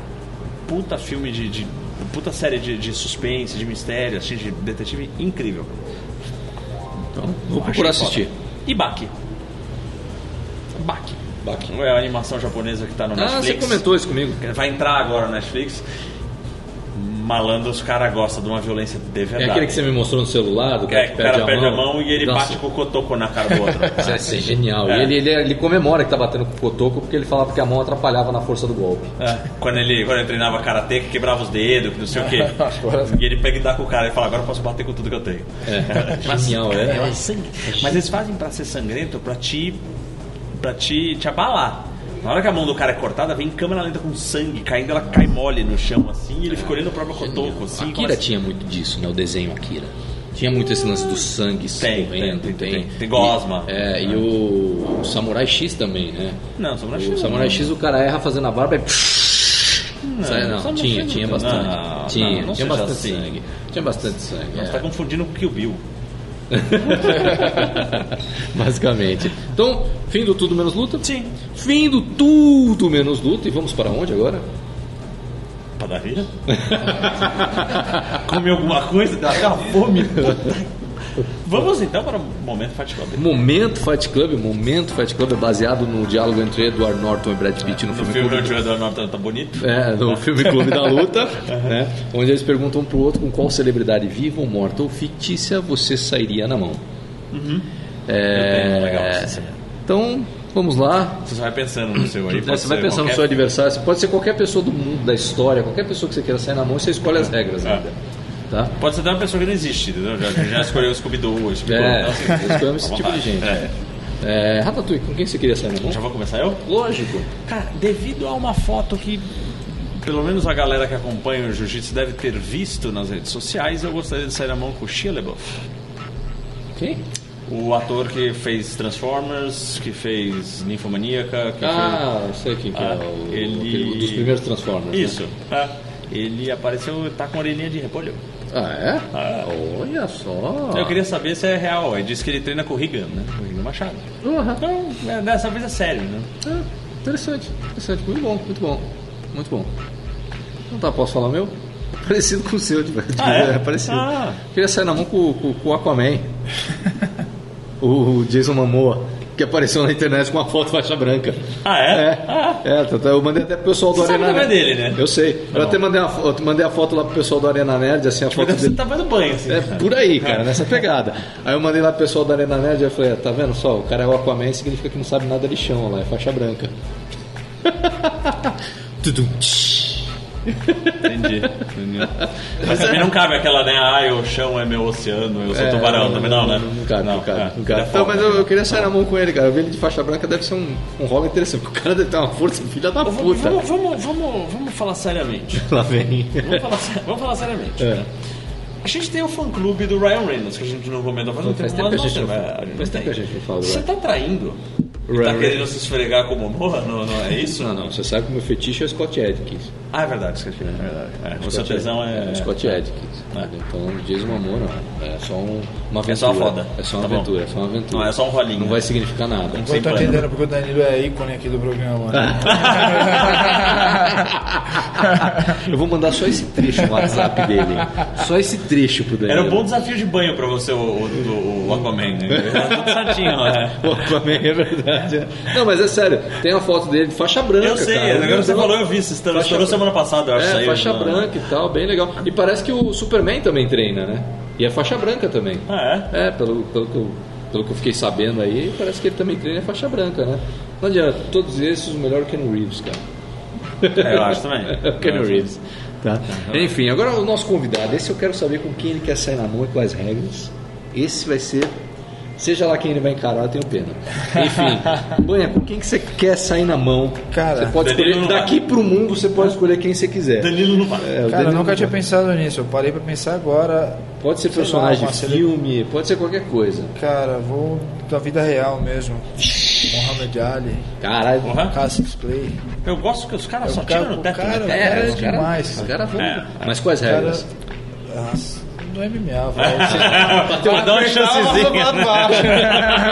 Speaker 2: puta filme de. de- puta série de, de suspense, de mistério, assim, de detetive incrível.
Speaker 4: Então, vou
Speaker 2: Achei
Speaker 4: procurar
Speaker 2: é foda.
Speaker 4: assistir.
Speaker 2: E Baki. Baki.
Speaker 4: Baki.
Speaker 2: É a animação japonesa que tá no
Speaker 4: Ah,
Speaker 2: Netflix.
Speaker 4: você comentou isso comigo.
Speaker 2: Que Vai entrar agora no Netflix. Malandro, os caras gostam de uma violência de
Speaker 4: É
Speaker 2: verdade.
Speaker 4: aquele que você me mostrou no celular, do
Speaker 2: Que
Speaker 4: cara
Speaker 2: é,
Speaker 4: que
Speaker 2: o cara perde a mão e ele
Speaker 4: Nossa,
Speaker 2: bate com o cotoco na cara do outro.
Speaker 4: Isso é, isso é genial.
Speaker 2: É.
Speaker 4: E ele, ele, ele comemora que tá batendo com o cotoco porque ele falava que a mão atrapalhava na força do golpe.
Speaker 2: É, quando, ele, quando ele treinava karatê, que quebrava os dedos, que não sei o quê.
Speaker 4: Agora-
Speaker 2: E ele pega e dá com o cara e fala: Agora eu posso bater com tudo que eu tenho.
Speaker 4: É, genial, é.
Speaker 2: É sangue. Mas eles fazem pra ser sangrento pra te. pra te, te abalar. Na hora que a mão do cara é cortada, vem câmera lenta com sangue caindo, ela cai mole no chão assim, e ele fica olhando o próprio cotoco assim.
Speaker 4: Akira
Speaker 2: começa-
Speaker 4: tinha muito disso, né? O desenho Akira. Tinha muito esse lance do sangue
Speaker 2: Tem,
Speaker 4: escorrendo,
Speaker 2: tem,
Speaker 4: tem,
Speaker 2: tem, tem. Tem gosma.
Speaker 4: E, é, e o Samurai X também, né?
Speaker 2: Não, Samurai
Speaker 4: O
Speaker 2: X.
Speaker 4: Samurai
Speaker 2: não.
Speaker 4: X o cara erra fazendo a barba e... Sai, não,
Speaker 2: Samurai
Speaker 4: tinha,
Speaker 2: X não
Speaker 4: tinha
Speaker 2: tem.
Speaker 4: bastante.
Speaker 2: Não, não,
Speaker 4: tinha,
Speaker 2: não
Speaker 4: tinha
Speaker 2: seja
Speaker 4: bastante
Speaker 2: assim.
Speaker 4: sangue. Tinha bastante sangue.
Speaker 2: Você
Speaker 4: é.
Speaker 2: tá confundindo com o Kill Bill.
Speaker 4: Basicamente. Então, fim do tudo menos luta?
Speaker 2: Sim.
Speaker 4: Fim do tudo menos luta. E vamos para onde agora?
Speaker 2: Padaria? Comeu alguma coisa? Deu aquela fome. Vamos então para o momento fatigoso.
Speaker 4: Momento Fight Club. Momento Fight Club é baseado no diálogo entre Edward Norton e Brad Pitt no
Speaker 2: No
Speaker 4: filme
Speaker 2: filme
Speaker 4: Clube
Speaker 2: onde o Edward Norton tá bonito.
Speaker 4: É, no filme Clube da Luta, né? Onde eles perguntam um pro outro com qual celebridade viva, ou morta ou fictícia você sairia na mão.
Speaker 2: Eu
Speaker 4: É,
Speaker 2: tenho, legal essa cena.
Speaker 4: então, vamos lá.
Speaker 2: Você vai pensando no seu aí. pode
Speaker 4: Você vai
Speaker 2: ser
Speaker 4: pensar no
Speaker 2: qualquer-
Speaker 4: seu adversário, você pode ser qualquer pessoa do mundo, da história, qualquer pessoa que você queira sair na mão, você escolhe as regras
Speaker 2: É.
Speaker 4: ainda. Tá?
Speaker 2: Pode ser até uma pessoa que não existe, entendeu? Já, já escolheu o Scooby-Doo, o Scooby-Doo.
Speaker 4: É,
Speaker 2: então, assim,
Speaker 4: eu escolho esse
Speaker 2: à
Speaker 4: tipo de
Speaker 2: vontade.
Speaker 4: gente.
Speaker 2: É.
Speaker 4: É, Ratatouille, com quem você queria sair na mão?
Speaker 2: Já vou começar eu?
Speaker 4: Lógico.
Speaker 2: Cara, devido a uma foto que pelo menos a galera que acompanha o jiu-jitsu deve ter visto nas redes sociais, eu gostaria de sair na mão com o Shia LaBeouf.
Speaker 4: Quem?
Speaker 2: O ator que fez Transformers, que fez Ninfomaníaca, que
Speaker 4: Ah, eu sei quem que é.
Speaker 2: Ah,
Speaker 4: O,
Speaker 2: ele-
Speaker 4: aquele um dos primeiros Transformers. né?
Speaker 2: fez... Isso. Ah, Ele apareceu, tá com a orelhinha de repolho.
Speaker 4: Ah, é? Olha só.
Speaker 2: Eu queria saber se é real. Ele disse que ele treina com o Higan, né? O Higan Machado.
Speaker 4: Porra.
Speaker 2: Então, é, dessa vez é sério, né?
Speaker 4: Ah, interessante, interessante. Muito bom, muito bom. Muito bom. Não tá, posso falar o meu? Parecido com o seu, de verdade.
Speaker 2: Ah, é?
Speaker 4: parecido.
Speaker 2: Ah.
Speaker 4: Queria sair na mão com, com, com o Aquaman. o Jason Momoa, que apareceu na internet com uma foto faixa branca.
Speaker 2: Ah, é? Ah.
Speaker 4: É, tá, tá, eu mandei até pro pessoal do
Speaker 2: Você sabe
Speaker 4: Arena
Speaker 2: também
Speaker 4: Nerd.
Speaker 2: dele, né?
Speaker 4: Eu sei. Eu até mandei, uma, fo- eu mandei a foto lá pro pessoal do Arena Nerd, assim, a foto
Speaker 2: Você
Speaker 4: dele.
Speaker 2: tava no banho, assim.
Speaker 4: É por aí, cara, nessa pegada. Aí eu mandei lá pro pessoal da Arena Nerd e eu falei, ah, tá vendo só, o cara é o Aquaman, significa que não sabe nada de chão lá, é faixa branca. Tudum, tsh.
Speaker 2: Entendi. entendi. Mas também não cabe aquela, né? Ah, o chão é meu oceano, eu sou
Speaker 4: é,
Speaker 2: tubarão. Também não, né?
Speaker 4: Não cabe, não cabe.
Speaker 2: é,
Speaker 4: Não cabe.
Speaker 2: dá
Speaker 4: Então,
Speaker 2: folga.
Speaker 4: mas eu, eu queria sair na mão com ele, cara. Eu vi ele de faixa branca, deve ser um, um rolo interessante, porque o cara deve ter uma força, filha da
Speaker 2: Vamos,
Speaker 4: puta.
Speaker 2: vamos, vamos, vamos, vamos falar seriamente.
Speaker 4: Lá vem.
Speaker 2: Vamos falar, sé- vamos falar seriamente.
Speaker 4: É.
Speaker 2: A gente tem o fã-clube do Ryan Reynolds, que a gente não comentou faz um
Speaker 4: Faz
Speaker 2: tempo.
Speaker 4: tempo que a
Speaker 2: mas
Speaker 4: gente
Speaker 2: não
Speaker 4: não
Speaker 2: tem,
Speaker 4: fala.
Speaker 2: é,
Speaker 4: Faz tempo que a gente não fala do
Speaker 2: Você
Speaker 4: Ryan.
Speaker 2: tá traindo E tá querendo se esfregar como Momoa? Não, não é isso?
Speaker 4: Não, não. Você sabe que meu fetiche é o Scott Edkins.
Speaker 2: Ah, é verdade, Scott Pilgrim, é verdade. É, o seu tesão é...
Speaker 4: o Scott Edkins. Então, Jason Momoa não. É só um- uma
Speaker 2: É
Speaker 4: aventura.
Speaker 2: só uma foda.
Speaker 4: É só uma
Speaker 2: Tá bom.
Speaker 4: aventura. É só uma aventura.
Speaker 2: Não, é só um rolinho.
Speaker 4: Não vai significar nada.
Speaker 2: Sem
Speaker 3: Eu tô
Speaker 2: plano.
Speaker 3: entendendo porque o Danilo é ícone aqui do programa. Né?
Speaker 4: Eu vou mandar só esse trecho no WhatsApp dele. Só esse trecho pro Daniel.
Speaker 2: Era um bom desafio de banho pra você, o, o, o Aquaman. Né? Era tudo certinho, né?
Speaker 4: é verdade. Não, mas é sério. Tem uma foto dele de faixa branca,
Speaker 2: Eu sei,
Speaker 4: cara.
Speaker 2: agora você
Speaker 4: Então,
Speaker 2: falou, eu vi, isso estourou,
Speaker 4: Faixa-
Speaker 2: estourou semana passada, eu acho.
Speaker 4: É,
Speaker 2: saiu,
Speaker 4: faixa
Speaker 2: né?
Speaker 4: branca e tal, bem legal. E parece que o Superman também treina, né? E é faixa branca também.
Speaker 2: Ah,
Speaker 4: É, pelo, pelo, que eu, pelo que eu fiquei sabendo aí, parece que ele também treina faixa branca, né? Não adianta, todos esses, o melhor é o Ken Reeves, cara.
Speaker 2: é? É, Eu acho também.
Speaker 4: É o Ken Reeves. Tá. Enfim, agora o nosso convidado. Esse eu quero saber com quem ele quer sair na mão e quais regras. Esse vai ser. Seja lá quem ele vai encarar, eu tenho pena. Enfim, Banha, com quem que você quer sair na mão?
Speaker 3: Cara,
Speaker 4: você pode
Speaker 2: Danilo
Speaker 4: escolher,
Speaker 2: não vai.
Speaker 4: daqui pro mundo você pode escolher quem você quiser.
Speaker 2: Danilo não vai.
Speaker 4: É, o
Speaker 3: Cara, eu
Speaker 4: Danilo
Speaker 3: nunca
Speaker 4: não
Speaker 3: tinha
Speaker 4: vai.
Speaker 3: pensado nisso. Eu parei pra pensar agora.
Speaker 4: Pode ser
Speaker 3: Sei lá,
Speaker 4: personagem
Speaker 3: uma
Speaker 4: de
Speaker 3: cele-
Speaker 4: filme, pode ser qualquer coisa.
Speaker 3: Cara, vou da vida real mesmo. Mohamed Ali,
Speaker 4: Caralho,
Speaker 2: Porra.
Speaker 3: Cassius Clay.
Speaker 2: Eu gosto que os caras
Speaker 3: Eu
Speaker 2: só
Speaker 3: quero-
Speaker 2: tiram no Tá teto.
Speaker 3: cara,
Speaker 2: né?
Speaker 3: É,
Speaker 4: É,
Speaker 3: cara,
Speaker 4: os caras-
Speaker 3: demais.
Speaker 4: os caras vão-
Speaker 2: É.
Speaker 4: Mas quais
Speaker 3: Cara,
Speaker 4: regras?
Speaker 3: ah, do MMA, vai.
Speaker 2: Bateu Ah, uma- Dá uma chancezinha. né?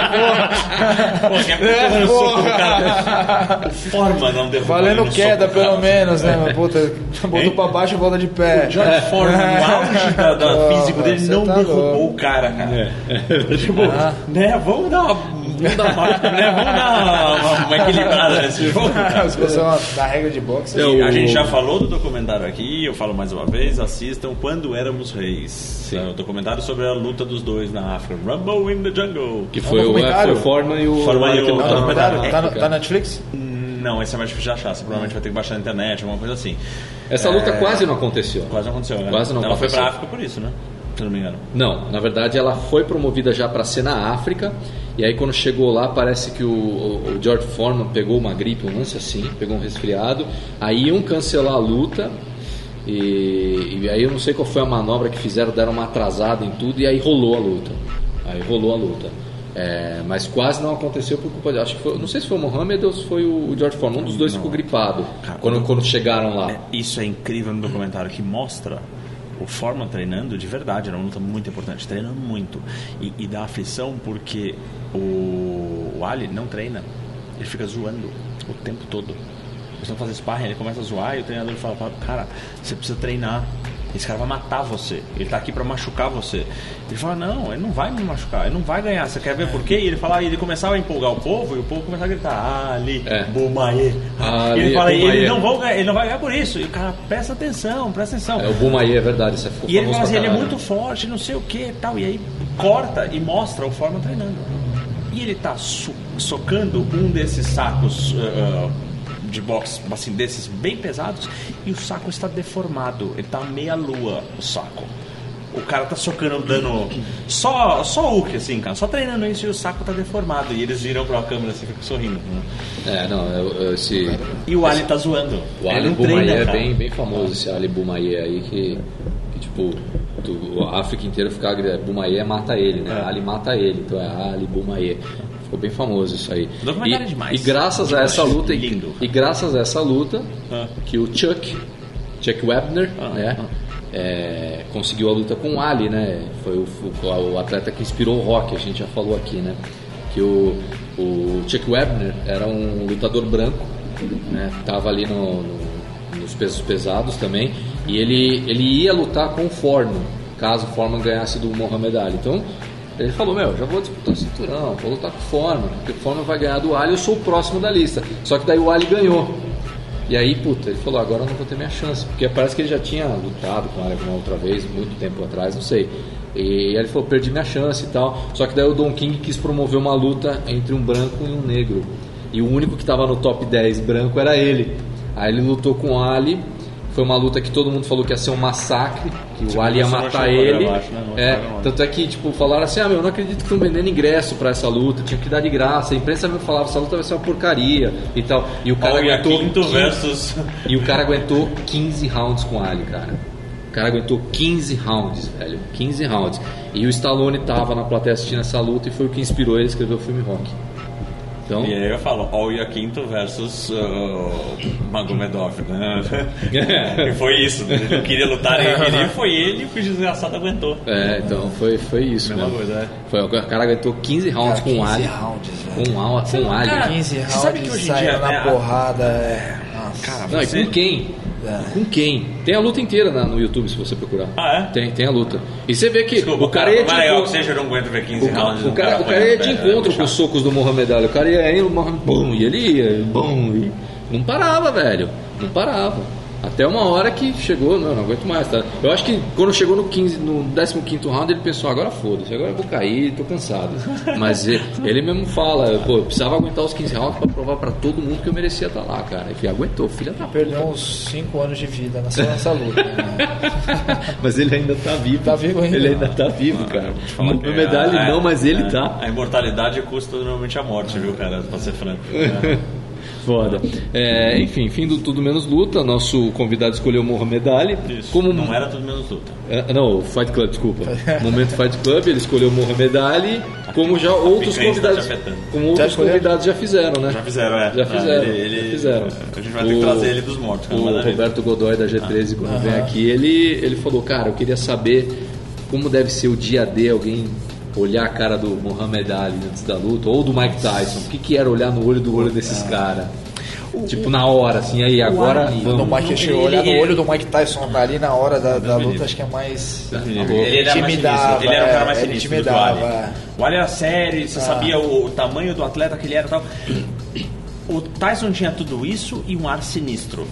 Speaker 2: Pô, que é porque eu sou do cara. Forma não derruba.
Speaker 3: Valendo
Speaker 2: ele no
Speaker 3: queda,
Speaker 2: soco, cara.
Speaker 3: pelo menos, né? Mas, puta, botou
Speaker 2: Hein?
Speaker 3: pra baixo e volta de pé.
Speaker 2: É. George né? Foreman, no auge da, da
Speaker 3: É. Não,
Speaker 2: físico dele,
Speaker 3: você
Speaker 2: não
Speaker 3: tá
Speaker 2: derrubou o
Speaker 3: louco.
Speaker 2: cara, cara.
Speaker 4: É.
Speaker 2: Tipo,
Speaker 3: Ah.
Speaker 2: né, vamos dar uma... Vamos dar uma, né, vamos dar uma, uma equilibrada nesse jogo, cara.
Speaker 3: Se fosse uma- da regra de boxe,
Speaker 4: Eu-
Speaker 2: E a gente já falou do documentário aqui, eu falo mais uma vez, assistam Quando Éramos Reis. É o documentário sobre a luta dos dois na África. Rumble in the Jungle.
Speaker 4: Que foi
Speaker 3: um
Speaker 4: o, é, foi
Speaker 3: documentário?
Speaker 4: o Foreman e o
Speaker 2: Foreman e
Speaker 4: Eric
Speaker 2: o-
Speaker 4: Lutton.
Speaker 3: tá, no- tá, no-
Speaker 2: É,
Speaker 3: tá no- tá na Netflix?
Speaker 2: Não, esse é mais difícil de achar, você provavelmente vai ter que baixar na internet, alguma coisa assim.
Speaker 4: Essa luta quase não aconteceu.
Speaker 2: Quase não aconteceu, né?
Speaker 4: Quase não
Speaker 2: Ela foi
Speaker 4: aconteceu.
Speaker 2: pra África por isso, né? Se não me engano.
Speaker 4: Não, na verdade ela foi promovida já para ser na África. E aí quando chegou lá, parece que o, o- o George Foreman pegou uma gripe, um lance assim, pegou um resfriado. Aí iam cancelar a luta. E, e aí eu não sei qual foi a manobra que fizeram, deram uma atrasada em tudo e aí rolou a luta. Aí rolou a luta. É, mas quase não aconteceu por culpa de. Acho que foi, não sei se foi o Mohamed ou se foi o George Foreman. Um dos dois ficou gripado quando, quando chegaram lá.
Speaker 2: Ah, É, isso é incrível no documentário que mostra o Forman treinando de verdade, era uma luta muito importante, treina muito. E, e dá aflição porque o, o Ali não treina, ele fica zoando o tempo todo. Eles vão fazer sparring, ele começa a zoar e o treinador fala, fala, cara, você precisa treinar. Esse cara vai matar você. Ele tá aqui pra machucar você. Ele fala, não, ele não vai me machucar, ele não vai ganhar. Você
Speaker 4: É.
Speaker 2: quer ver por quê? E ele fala, e ele começava a empolgar o povo e o povo começava a gritar, Ali,
Speaker 4: É.
Speaker 2: Bumaê.
Speaker 4: Ali, é
Speaker 2: ele fala, e
Speaker 4: Bumaê.
Speaker 2: ele não vão ganhar- ele não vai ganhar por isso. E o cara, presta atenção, presta atenção.
Speaker 4: É, o Bumaí é verdade, você ficou
Speaker 2: e ele
Speaker 4: famoso
Speaker 2: fala assim,
Speaker 4: pra
Speaker 2: ele é
Speaker 4: caralho.
Speaker 2: muito forte, não sei o que e tal. E aí corta e mostra o Forma treinando. E ele tá so- socando um desses sacos eh, eh, de boxe, assim, desses bem pesados, e o saco está deformado. Ele tá meia lua, o saco. O cara tá socando, dando. Só, só Hulk, assim, cara. Só treinando isso e o saco tá deformado. E eles viram pra câmera assim, ficam sorrindo. né?
Speaker 4: É, não, eu- eu- esse.
Speaker 2: E o Ali tá zoando.
Speaker 4: O
Speaker 2: Ele
Speaker 4: Ali
Speaker 2: não
Speaker 4: Bumaye
Speaker 2: treina,
Speaker 4: é
Speaker 2: cara.
Speaker 4: bem, bem famoso, esse Ali Bumaye aí que, que, tipo, tu- a África inteira fica. gri- Bumaye é mata ele, né? Ali mata ele, então é Ali Bumaye. Ficou bem famoso isso aí.
Speaker 2: O documentário
Speaker 4: e,
Speaker 2: é demais.
Speaker 4: E graças a essa
Speaker 2: Eu acho
Speaker 4: luta, e,
Speaker 2: lindo.
Speaker 4: e graças a essa luta,
Speaker 2: Ah.
Speaker 4: que o Chuck, Chuck Webner,
Speaker 2: Ah,
Speaker 4: né? é, conseguiu a luta com o Ali, né? Foi o, o- o atleta que inspirou o rock, a gente já falou aqui, né? Que o, o Chuck Webner era um lutador branco, né? Tava ali no- no- nos pesos pesados também, e ele, ele ia lutar com o Foreman, caso o Foreman ganhasse do Mohamed Ali. Então, ele falou, meu, já vou disputar o cinturão, vou lutar com o Foreman, porque o Foreman vai ganhar do Ali, eu sou o próximo da lista. Só que daí o Ali ganhou. E aí, puta, ele falou, agora eu não vou ter minha chance, porque parece que ele já tinha lutado com o Alegre uma outra vez, muito tempo atrás, não sei. E aí ele falou, perdi minha chance e tal. Só que daí o Don King quis promover uma luta entre um branco e um negro. E o único que estava no top 10 branco era ele. Aí ele lutou com o Ali. Foi uma luta que todo mundo falou que ia ser um massacre, que o Ali ia
Speaker 2: você não achou
Speaker 4: matar
Speaker 2: o
Speaker 4: ele.
Speaker 2: programa, acho, né? Não
Speaker 4: É,
Speaker 2: achou o programa.
Speaker 4: tanto é que, tipo, falaram assim, ah, meu, eu não acredito que estão vendendo ingresso pra essa luta, tinha que dar de graça. A imprensa falava, essa luta vai ser uma porcaria e tal. E o cara
Speaker 2: Olha,
Speaker 4: aguentou
Speaker 2: quinto
Speaker 4: 15
Speaker 2: versus.
Speaker 4: e o cara aguentou 15 rounds com o Ali, cara. O cara aguentou 15 rounds, velho. 15 rounds. E o Stallone tava na plateia assistindo essa luta e foi o que inspirou ele a escrever o filme Rock. Então,
Speaker 2: E aí eu falo, Olha Quinto versus uh, Magomedov, né? e foi isso, né? ele não queria lutar, ele queria, foi ele que o desgraçado aguentou.
Speaker 4: é, então foi, foi isso
Speaker 2: Mesma
Speaker 4: mesmo.
Speaker 2: coisa, né?
Speaker 4: Foi, o cara aguentou 15 rounds com um
Speaker 1: 15
Speaker 4: alho.
Speaker 1: rounds, velho.
Speaker 4: Com um alho, com um alho.
Speaker 2: cara,
Speaker 1: 15
Speaker 2: Você
Speaker 1: rounds
Speaker 2: sabe que hoje em
Speaker 1: saindo
Speaker 2: dia,
Speaker 1: na
Speaker 2: né, a-
Speaker 1: porrada é. Nossa.
Speaker 2: Cara,
Speaker 4: Não,
Speaker 2: você...
Speaker 4: e com quem?
Speaker 1: É.
Speaker 4: Com quem? Tem a luta inteira na- no YouTube, se você procurar.
Speaker 2: Ah, é?
Speaker 4: Tem, tem a luta. E você vê que
Speaker 2: Desculpa,
Speaker 4: o cara é tipo ia de
Speaker 2: mas eu que
Speaker 4: encontro.
Speaker 2: seja, eu não aguento ver 15
Speaker 4: O, ca-
Speaker 2: rounds.
Speaker 4: o
Speaker 2: um
Speaker 4: cara, o cara
Speaker 2: apanhando,
Speaker 4: ia de
Speaker 2: é,
Speaker 4: encontro
Speaker 2: é
Speaker 4: com
Speaker 2: muito
Speaker 4: os socos do Mohamed Ali. O cara ia aí, o Mohamed, bum, e ele ia, bum, e não parava, velho. Não parava. Até uma hora que chegou, não, não aguento mais, tá? Eu acho que quando chegou no, 15, no 15 round, ele pensou, agora foda-se, agora eu vou cair, tô cansado. Mas ele, ele mesmo fala, pô, eu precisava aguentar os 15 rounds pra provar pra todo mundo que eu merecia estar lá, cara. E aguentou, filha da puta.
Speaker 1: Perdeu uns 5 anos de vida nessa, nessa luta. Né?
Speaker 4: Mas ele ainda tá vivo.
Speaker 1: Tá vivo ainda.
Speaker 4: Ele ainda tá vivo, cara.
Speaker 2: chato. Falar
Speaker 4: Não
Speaker 2: que-
Speaker 4: medalha
Speaker 2: é,
Speaker 4: não, mas ele
Speaker 2: é.
Speaker 4: tá.
Speaker 2: A imortalidade custa normalmente a morte, viu, cara? Pra ser franco.
Speaker 4: É.
Speaker 2: né?
Speaker 4: Foda. É, enfim, fim do Tudo Menos Luta. Nosso convidado escolheu o Mohamed Ali.
Speaker 2: É Isso.
Speaker 4: Como
Speaker 2: Não era tudo menos luta.
Speaker 4: É, não, o Fight Club, desculpa. Momento Fight Club, ele escolheu o Mohamed Ali, como já outros
Speaker 2: picanha está tá te
Speaker 4: convidados,
Speaker 2: afetando.
Speaker 4: como outros
Speaker 1: escolheram?
Speaker 4: convidados já fizeram, né?
Speaker 2: Já fizeram, é.
Speaker 4: Já fizeram,
Speaker 2: Ele, ele-
Speaker 4: já fizeram.
Speaker 2: A gente vai ter que trazer ele dos mortos. cara,
Speaker 4: O
Speaker 2: mas é ele-
Speaker 4: Roberto Godoy da G13, quando vem aqui, ele, ele falou, cara, eu queria saber como deve ser o dia D alguém olhar a cara do Mohamed Ali antes da luta, ou do Mike Tyson. O que, que era olhar no olho do olho desses caras? Tipo, na hora, assim, aí agora
Speaker 1: No
Speaker 4: vamos.
Speaker 1: Mike, eu olhar no olho do Mike Tyson ali na hora da, da luta, acho que é mais.
Speaker 2: Uhum. Ele era mais
Speaker 1: Intimidava,
Speaker 2: sinistro. Ele era o cara
Speaker 1: é,
Speaker 2: mais
Speaker 1: ele
Speaker 2: sinistro
Speaker 1: intimidava,
Speaker 2: do que o Ali.
Speaker 1: é. Ah.
Speaker 2: O Ali era sério, você sabia o, o tamanho do atleta que ele era e tal. O Tyson tinha tudo isso e um ar sinistro.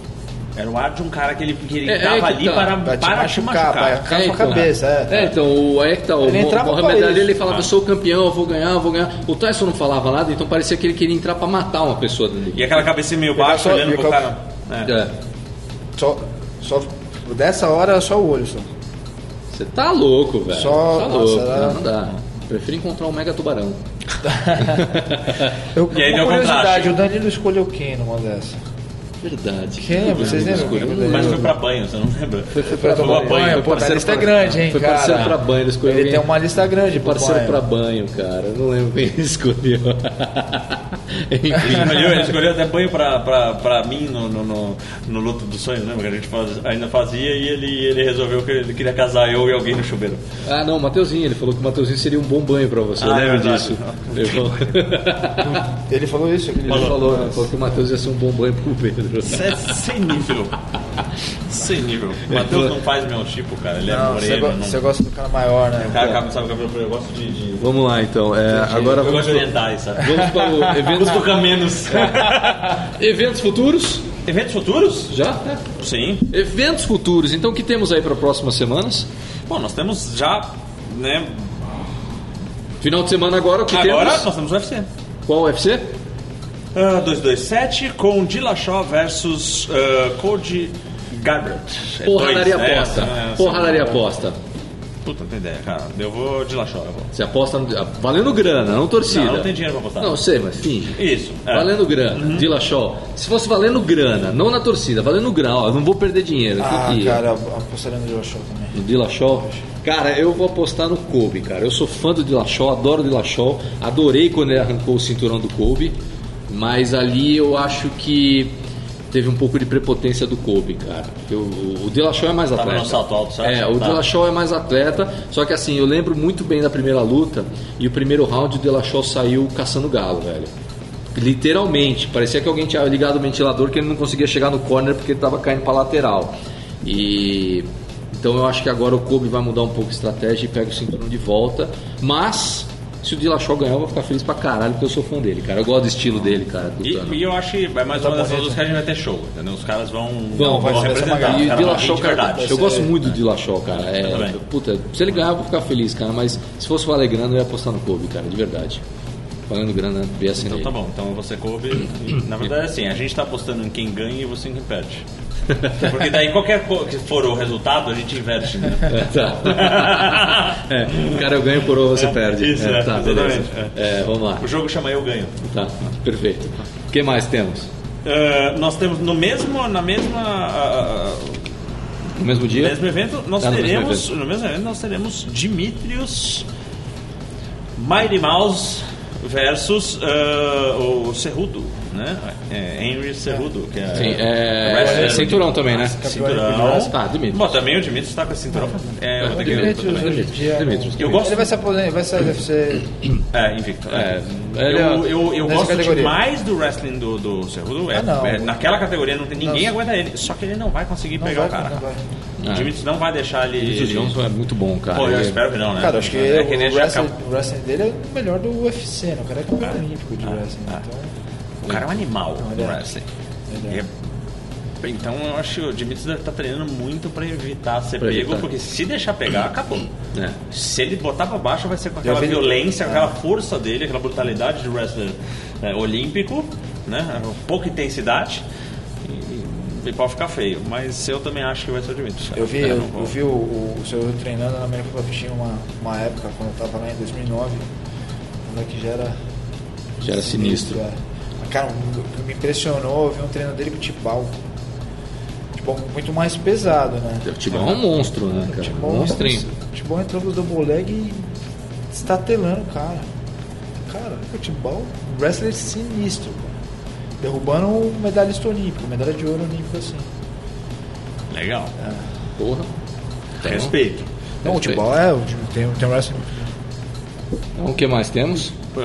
Speaker 2: Era o ar de um cara que ele, que ele
Speaker 4: É, é
Speaker 2: tava
Speaker 4: que
Speaker 2: ali
Speaker 4: tá.
Speaker 2: para,
Speaker 1: Pra te
Speaker 2: para te
Speaker 1: machucar,
Speaker 2: machucar.
Speaker 1: pra- Cara com a cabeça, é.
Speaker 4: então, o, aí que tá, o
Speaker 1: Ele
Speaker 4: Mo-
Speaker 1: entrava Ah. pra
Speaker 4: Mohamed Ali,
Speaker 1: isso.
Speaker 4: ele falava, eu sou o campeão, eu vou ganhar, eu vou ganhar. O Tyson não falava nada, então parecia que ele queria entrar pra matar uma pessoa dali.
Speaker 2: E aquela cabeça meio baixa,
Speaker 1: só-
Speaker 2: olhando pro
Speaker 1: fica-
Speaker 2: cara. É.
Speaker 4: É.
Speaker 1: Só, só dessa hora só o olho só.
Speaker 4: Você tá louco, velho.
Speaker 1: Só-
Speaker 4: tá
Speaker 1: nossa, é.
Speaker 4: louco.
Speaker 1: era-
Speaker 4: Não, não dá. Prefiro encontrar um mega tubarão.
Speaker 1: Eu,
Speaker 2: E aí
Speaker 1: uma
Speaker 2: deu
Speaker 1: curiosidade,
Speaker 2: contraste.
Speaker 1: o Danilo escolheu quem numa dessa?
Speaker 4: Verdade.
Speaker 1: Quem lembra? Vocês lembram?
Speaker 4: Escolheu-
Speaker 2: É. Mas foi pra banho, você não lembra? Foi,
Speaker 1: pra
Speaker 2: pra
Speaker 1: banho.
Speaker 2: banho.
Speaker 1: Pô,
Speaker 4: parceiro
Speaker 1: a lista é
Speaker 4: pra-
Speaker 1: grande, hein,
Speaker 4: Foi
Speaker 1: cara.
Speaker 4: parceiro pra banho, ele escolheu
Speaker 1: Ele
Speaker 4: alguém.
Speaker 1: tem uma lista grande pro
Speaker 4: Um Parceiro
Speaker 1: banho.
Speaker 4: pra banho, cara. Eu Não lembro quem ele escolheu.
Speaker 2: Ele
Speaker 4: Enfim.
Speaker 2: escolheu, ele escolheu até banho pra, pra, pra mim no, no, no, no Luto dos Sonhos, lembra? Que a gente faz- ainda fazia e ele, ele resolveu que ele queria casar eu e alguém no chuveiro.
Speaker 4: Ah, não, o Mateuzinho. Ele falou que o Mateuzinho seria um bom banho pra você. Eu
Speaker 2: Ah, é
Speaker 4: lembro
Speaker 2: verdade.
Speaker 4: disso. Ele falou,
Speaker 1: Ele falou isso? Ele
Speaker 4: ele falou, né, falou que o Matheus ia ser um bom banho pro Pedro.
Speaker 2: Isso é sem nível. Sem nível. O Matheus não faz meu tipo, cara. Ele é
Speaker 1: Não, você,
Speaker 2: moreno.
Speaker 1: go-
Speaker 2: não...
Speaker 1: você gosta do cara maior, né?
Speaker 2: O cara sabe o cabelo preto, eu gosto de. de-
Speaker 4: Vamos lá, então. É, agora
Speaker 2: Eu
Speaker 4: vamos,
Speaker 2: gosto de orientais, sabe?
Speaker 4: vamos para o
Speaker 2: Os
Speaker 4: eventos,
Speaker 2: menos.
Speaker 4: eventos futuros.
Speaker 2: Eventos futuros?
Speaker 4: Já?
Speaker 2: Sim.
Speaker 4: Eventos futuros. Então, o que temos aí para próximas semanas?
Speaker 2: Bom, nós temos já, né?
Speaker 4: Final de semana agora, o que
Speaker 2: Agora
Speaker 4: temos?
Speaker 2: nós temos o UFC.
Speaker 4: Qual UFC?
Speaker 2: Ah, 227 com Dillashaw versus ah, Cody Garbrandt. É
Speaker 4: Porradaria
Speaker 2: dois, né?
Speaker 4: aposta.
Speaker 2: É, assim,
Speaker 4: Porradaria aposta.
Speaker 2: Puta, não tem ideia, cara. Eu vou Dillashaw, eu vou.
Speaker 4: Você aposta no- ah, valendo grana, não torcida.
Speaker 2: Não, não tem dinheiro pra apostar.
Speaker 4: Não, sei, mas finge.
Speaker 2: Isso. é.
Speaker 4: Valendo grana, Dillashaw. Se fosse valendo grana, não na torcida, valendo grana, ó, eu não vou perder dinheiro. eu
Speaker 1: Ah,
Speaker 4: tenho que ir.
Speaker 1: cara, apostaria no Joshua também.
Speaker 4: No Dillashaw? Cara, eu vou apostar no Kobe, cara. Eu sou fã do Dillashaw, adoro o Dillashaw. Adorei quando ele arrancou o cinturão do Kobe. Mas ali eu acho que teve um pouco de prepotência do Kobe, cara. Eu, o o Dillashaw é mais
Speaker 2: Tava
Speaker 4: atleta.
Speaker 2: no salto alto, certo?
Speaker 4: É, o
Speaker 2: Tá.
Speaker 4: Dillashaw é mais atleta. Só que assim, eu lembro muito bem da primeira luta. E o primeiro round o Dillashaw saiu caçando galo, velho. Literalmente. Parecia que alguém tinha ligado o ventilador que ele não conseguia chegar no corner porque ele tava caindo pra lateral. E... Então eu acho que agora o Kobe vai mudar um pouco a estratégia e pega o cinturão de volta. Mas... Se o Dillashaw ganhar, eu vou ficar feliz pra caralho, porque eu sou fã dele, cara. Eu gosto do estilo dele, cara. do
Speaker 2: E,
Speaker 4: Tano.
Speaker 2: e eu acho que é mais
Speaker 1: Tá
Speaker 2: uma dessas
Speaker 1: bonito.
Speaker 2: lutas que a gente vai ter show, entendeu? Os caras vão,
Speaker 4: Vão, vai
Speaker 1: ser- vai ser uma
Speaker 2: representar.
Speaker 1: galera.
Speaker 2: os
Speaker 4: E
Speaker 2: caras vão vir
Speaker 4: o
Speaker 2: Ah, de
Speaker 4: Dillashaw, cara,
Speaker 2: verdade.
Speaker 4: eu gosto muito do Dillashaw, cara. É,
Speaker 2: também.
Speaker 4: puta, se ele ganhar, eu vou ficar feliz, cara. Mas se fosse valer grana, eu ia apostar no Kobe, cara, de verdade. Falando grana, viesse
Speaker 2: Então
Speaker 4: nele.
Speaker 2: tá bom, então você coube. e, Na verdade, assim, a gente tá apostando em quem ganha e você em quem perde. Porque daí qualquer co- que for o resultado, a gente inverte, né?
Speaker 4: É, tá. É, cara, eu ganho por ou você perde.
Speaker 2: isso,
Speaker 4: é,
Speaker 2: é,
Speaker 4: tá, beleza.
Speaker 2: exatamente,
Speaker 4: É, vamos lá.
Speaker 2: O jogo chama Eu Ganho.
Speaker 4: Tá, perfeito. O que mais temos?
Speaker 2: Ah, nós temos no mesmo, na mesma, ah, ah,
Speaker 4: No mesmo dia?
Speaker 2: mesmo evento, nós
Speaker 4: Ah, no mesmo
Speaker 2: teremos,
Speaker 4: evento.
Speaker 2: no mesmo evento, nós teremos Dimitrios Mighty Mouse versus ah, o Cerrudo, né? É, Henry Cerrudo, que é,
Speaker 4: Sim, é-
Speaker 2: wrestler
Speaker 4: é cinturão
Speaker 2: de-
Speaker 4: também, né?
Speaker 2: Cinturão.
Speaker 4: Ah, Dimitrios.
Speaker 2: Bom, também o Dimitrios está com esse cinturão. É, eu, tenho que-
Speaker 5: Dimitrios, hoje em dia,
Speaker 3: um.
Speaker 4: Dimitrios.
Speaker 2: eu gosto
Speaker 3: Ele vai se aposentar, vai se deve ser
Speaker 2: É, invicto. É.
Speaker 4: Ele é-
Speaker 2: eu eu, eu
Speaker 3: nessa
Speaker 2: gosto
Speaker 3: categoria.
Speaker 2: demais do wrestling do, do Cerrudo. É,
Speaker 3: Ah, não.
Speaker 2: é, naquela categoria não tem, ninguém aguenta ele. Só que ele não vai conseguir
Speaker 3: Não
Speaker 2: pegar
Speaker 3: vai,
Speaker 2: o cara. Ah,
Speaker 3: não vai.
Speaker 4: Ah.
Speaker 2: O Dimitrios não vai deixar ele.
Speaker 4: Dimitrios
Speaker 2: ele-
Speaker 4: Johnson é muito bom, cara.
Speaker 2: Pô, eu
Speaker 4: Ele-
Speaker 2: espero que não, né?
Speaker 3: Cara, eu acho que,
Speaker 2: é que nem
Speaker 3: o,
Speaker 2: já
Speaker 3: wrestling,
Speaker 2: acabou.
Speaker 3: o wrestling dele é o melhor do UFC, né? O cara é campeão olímpico
Speaker 2: Ah,
Speaker 3: de wrestling. Então,
Speaker 2: O cara é um animal do
Speaker 3: ele é.
Speaker 2: wrestling.
Speaker 3: Ele é.
Speaker 2: E é- Então eu acho que o Dimitrios deve estar treinando muito pra evitar ser
Speaker 4: Pra
Speaker 2: pego,
Speaker 4: evitar.
Speaker 2: porque se deixar pegar, acabou.
Speaker 4: É.
Speaker 2: Se ele botar pra baixo, vai ser com aquela
Speaker 3: vi- É.
Speaker 2: violência, aquela força dele, aquela brutalidade de wrestler né, olímpico, né? Pouca intensidade. E, e pode ficar feio. Mas eu também acho que vai ser o Dimitrios. cara.
Speaker 3: eu vi,
Speaker 2: não
Speaker 3: eu,
Speaker 2: vou-
Speaker 3: eu vi o, o, o senhor treinando na América Cup tinha uma, uma época, quando eu tava lá em 2009, quando é que já era.
Speaker 4: Já era sinistro.
Speaker 3: é. Mas, Cara, o que me impressionou, eu vi um treino dele com o Tibau. Tibau muito mais pesado, né?
Speaker 4: O Tibão é um monstro, né, cara?
Speaker 3: Tibau,
Speaker 4: Monstrinho.
Speaker 3: O Tibau entrou com o double leg e estatelando o cara. Cara, o Tibau, um wrestler sinistro, cara. Derrubando um medalhista olímpico, medalha de ouro olímpico assim.
Speaker 2: Legal.
Speaker 4: Porra.
Speaker 3: É,
Speaker 4: Então,
Speaker 2: Respeito.
Speaker 3: Não, o Tibau é, o Tibau tem, tem um wrestling.
Speaker 4: Então, o que mais temos?
Speaker 2: Ah,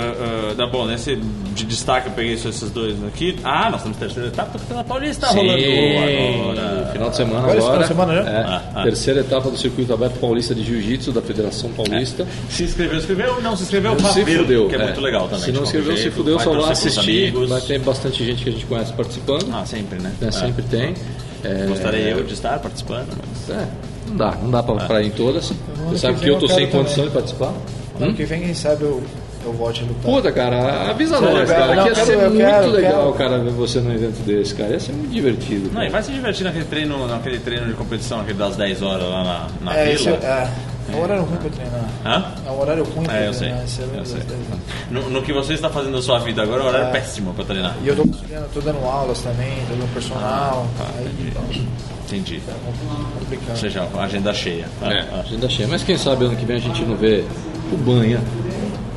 Speaker 2: ah, Tá bom, nesse de destaque eu peguei só esses dois aqui. Ah, nós temos terceira etapa do Campeonato Paulista rolando Tá agora.
Speaker 4: Final de semana
Speaker 3: Agora,
Speaker 4: agora.
Speaker 3: esse final de semana, né?
Speaker 4: É.
Speaker 2: Ah, ah.
Speaker 4: Terceira etapa do Circuito Aberto Paulista de Jiu-Jitsu da Federação Paulista.
Speaker 2: Se inscreveu, inscreveu. Não se inscreveu, vá
Speaker 4: Se
Speaker 2: ver,
Speaker 4: fudeu.
Speaker 2: que é, muito legal também.
Speaker 4: Se não
Speaker 2: de qualquer
Speaker 4: escreveu, se
Speaker 2: jeito.
Speaker 4: fudeu,
Speaker 2: Vai
Speaker 4: só lá
Speaker 2: torcer pros
Speaker 4: assistir.
Speaker 2: amigos.
Speaker 4: Vai ter bastante gente que a gente conhece participando.
Speaker 2: Ah, sempre, né?
Speaker 4: né?
Speaker 2: Ah.
Speaker 4: Sempre tem. É,
Speaker 2: Gostaria eu de estar participando. mas-
Speaker 4: é, não dá, não dá
Speaker 2: Ah.
Speaker 4: pra, pra ir em todas. Você sabe
Speaker 3: que
Speaker 4: que eu
Speaker 3: vem
Speaker 4: tô
Speaker 3: eu
Speaker 4: sem
Speaker 3: quero
Speaker 4: condição de participar.
Speaker 3: Ano que vem, quem sabe eu, eu volte a lutar.
Speaker 4: Puta, cara, avisa
Speaker 3: Não,
Speaker 4: nós,
Speaker 3: eu
Speaker 4: cara.
Speaker 3: quero,
Speaker 4: que ia
Speaker 3: eu
Speaker 4: ser
Speaker 3: quero, eu
Speaker 4: muito
Speaker 3: quero, eu
Speaker 4: legal,
Speaker 3: quero.
Speaker 4: cara, ver você num evento desse, cara. Ia ser muito divertido.
Speaker 2: Não,
Speaker 4: cara.
Speaker 2: e vai se divertir naquele treino, naquele treino de competição, aquele das 10 horas lá na, na
Speaker 3: é, esse, é,
Speaker 2: vila.
Speaker 3: é um horário ruim pra treinar.
Speaker 2: Hã?
Speaker 3: É um horário ruim pra
Speaker 2: É, eu sei.
Speaker 3: treinar. esse é
Speaker 2: Eu
Speaker 3: um-
Speaker 2: sei. No, no que você está fazendo na sua vida agora, é um
Speaker 3: Ah.
Speaker 2: horário péssimo pra treinar.
Speaker 3: E eu tô, conseguindo, tô dando aulas também, tô dando personal. aí
Speaker 2: Entendi.
Speaker 3: tá complicado.
Speaker 2: Ou seja, a agenda cheia. Ah,
Speaker 4: É,
Speaker 2: ah.
Speaker 4: agenda cheia. Mas quem sabe ano que vem a gente não vê o banha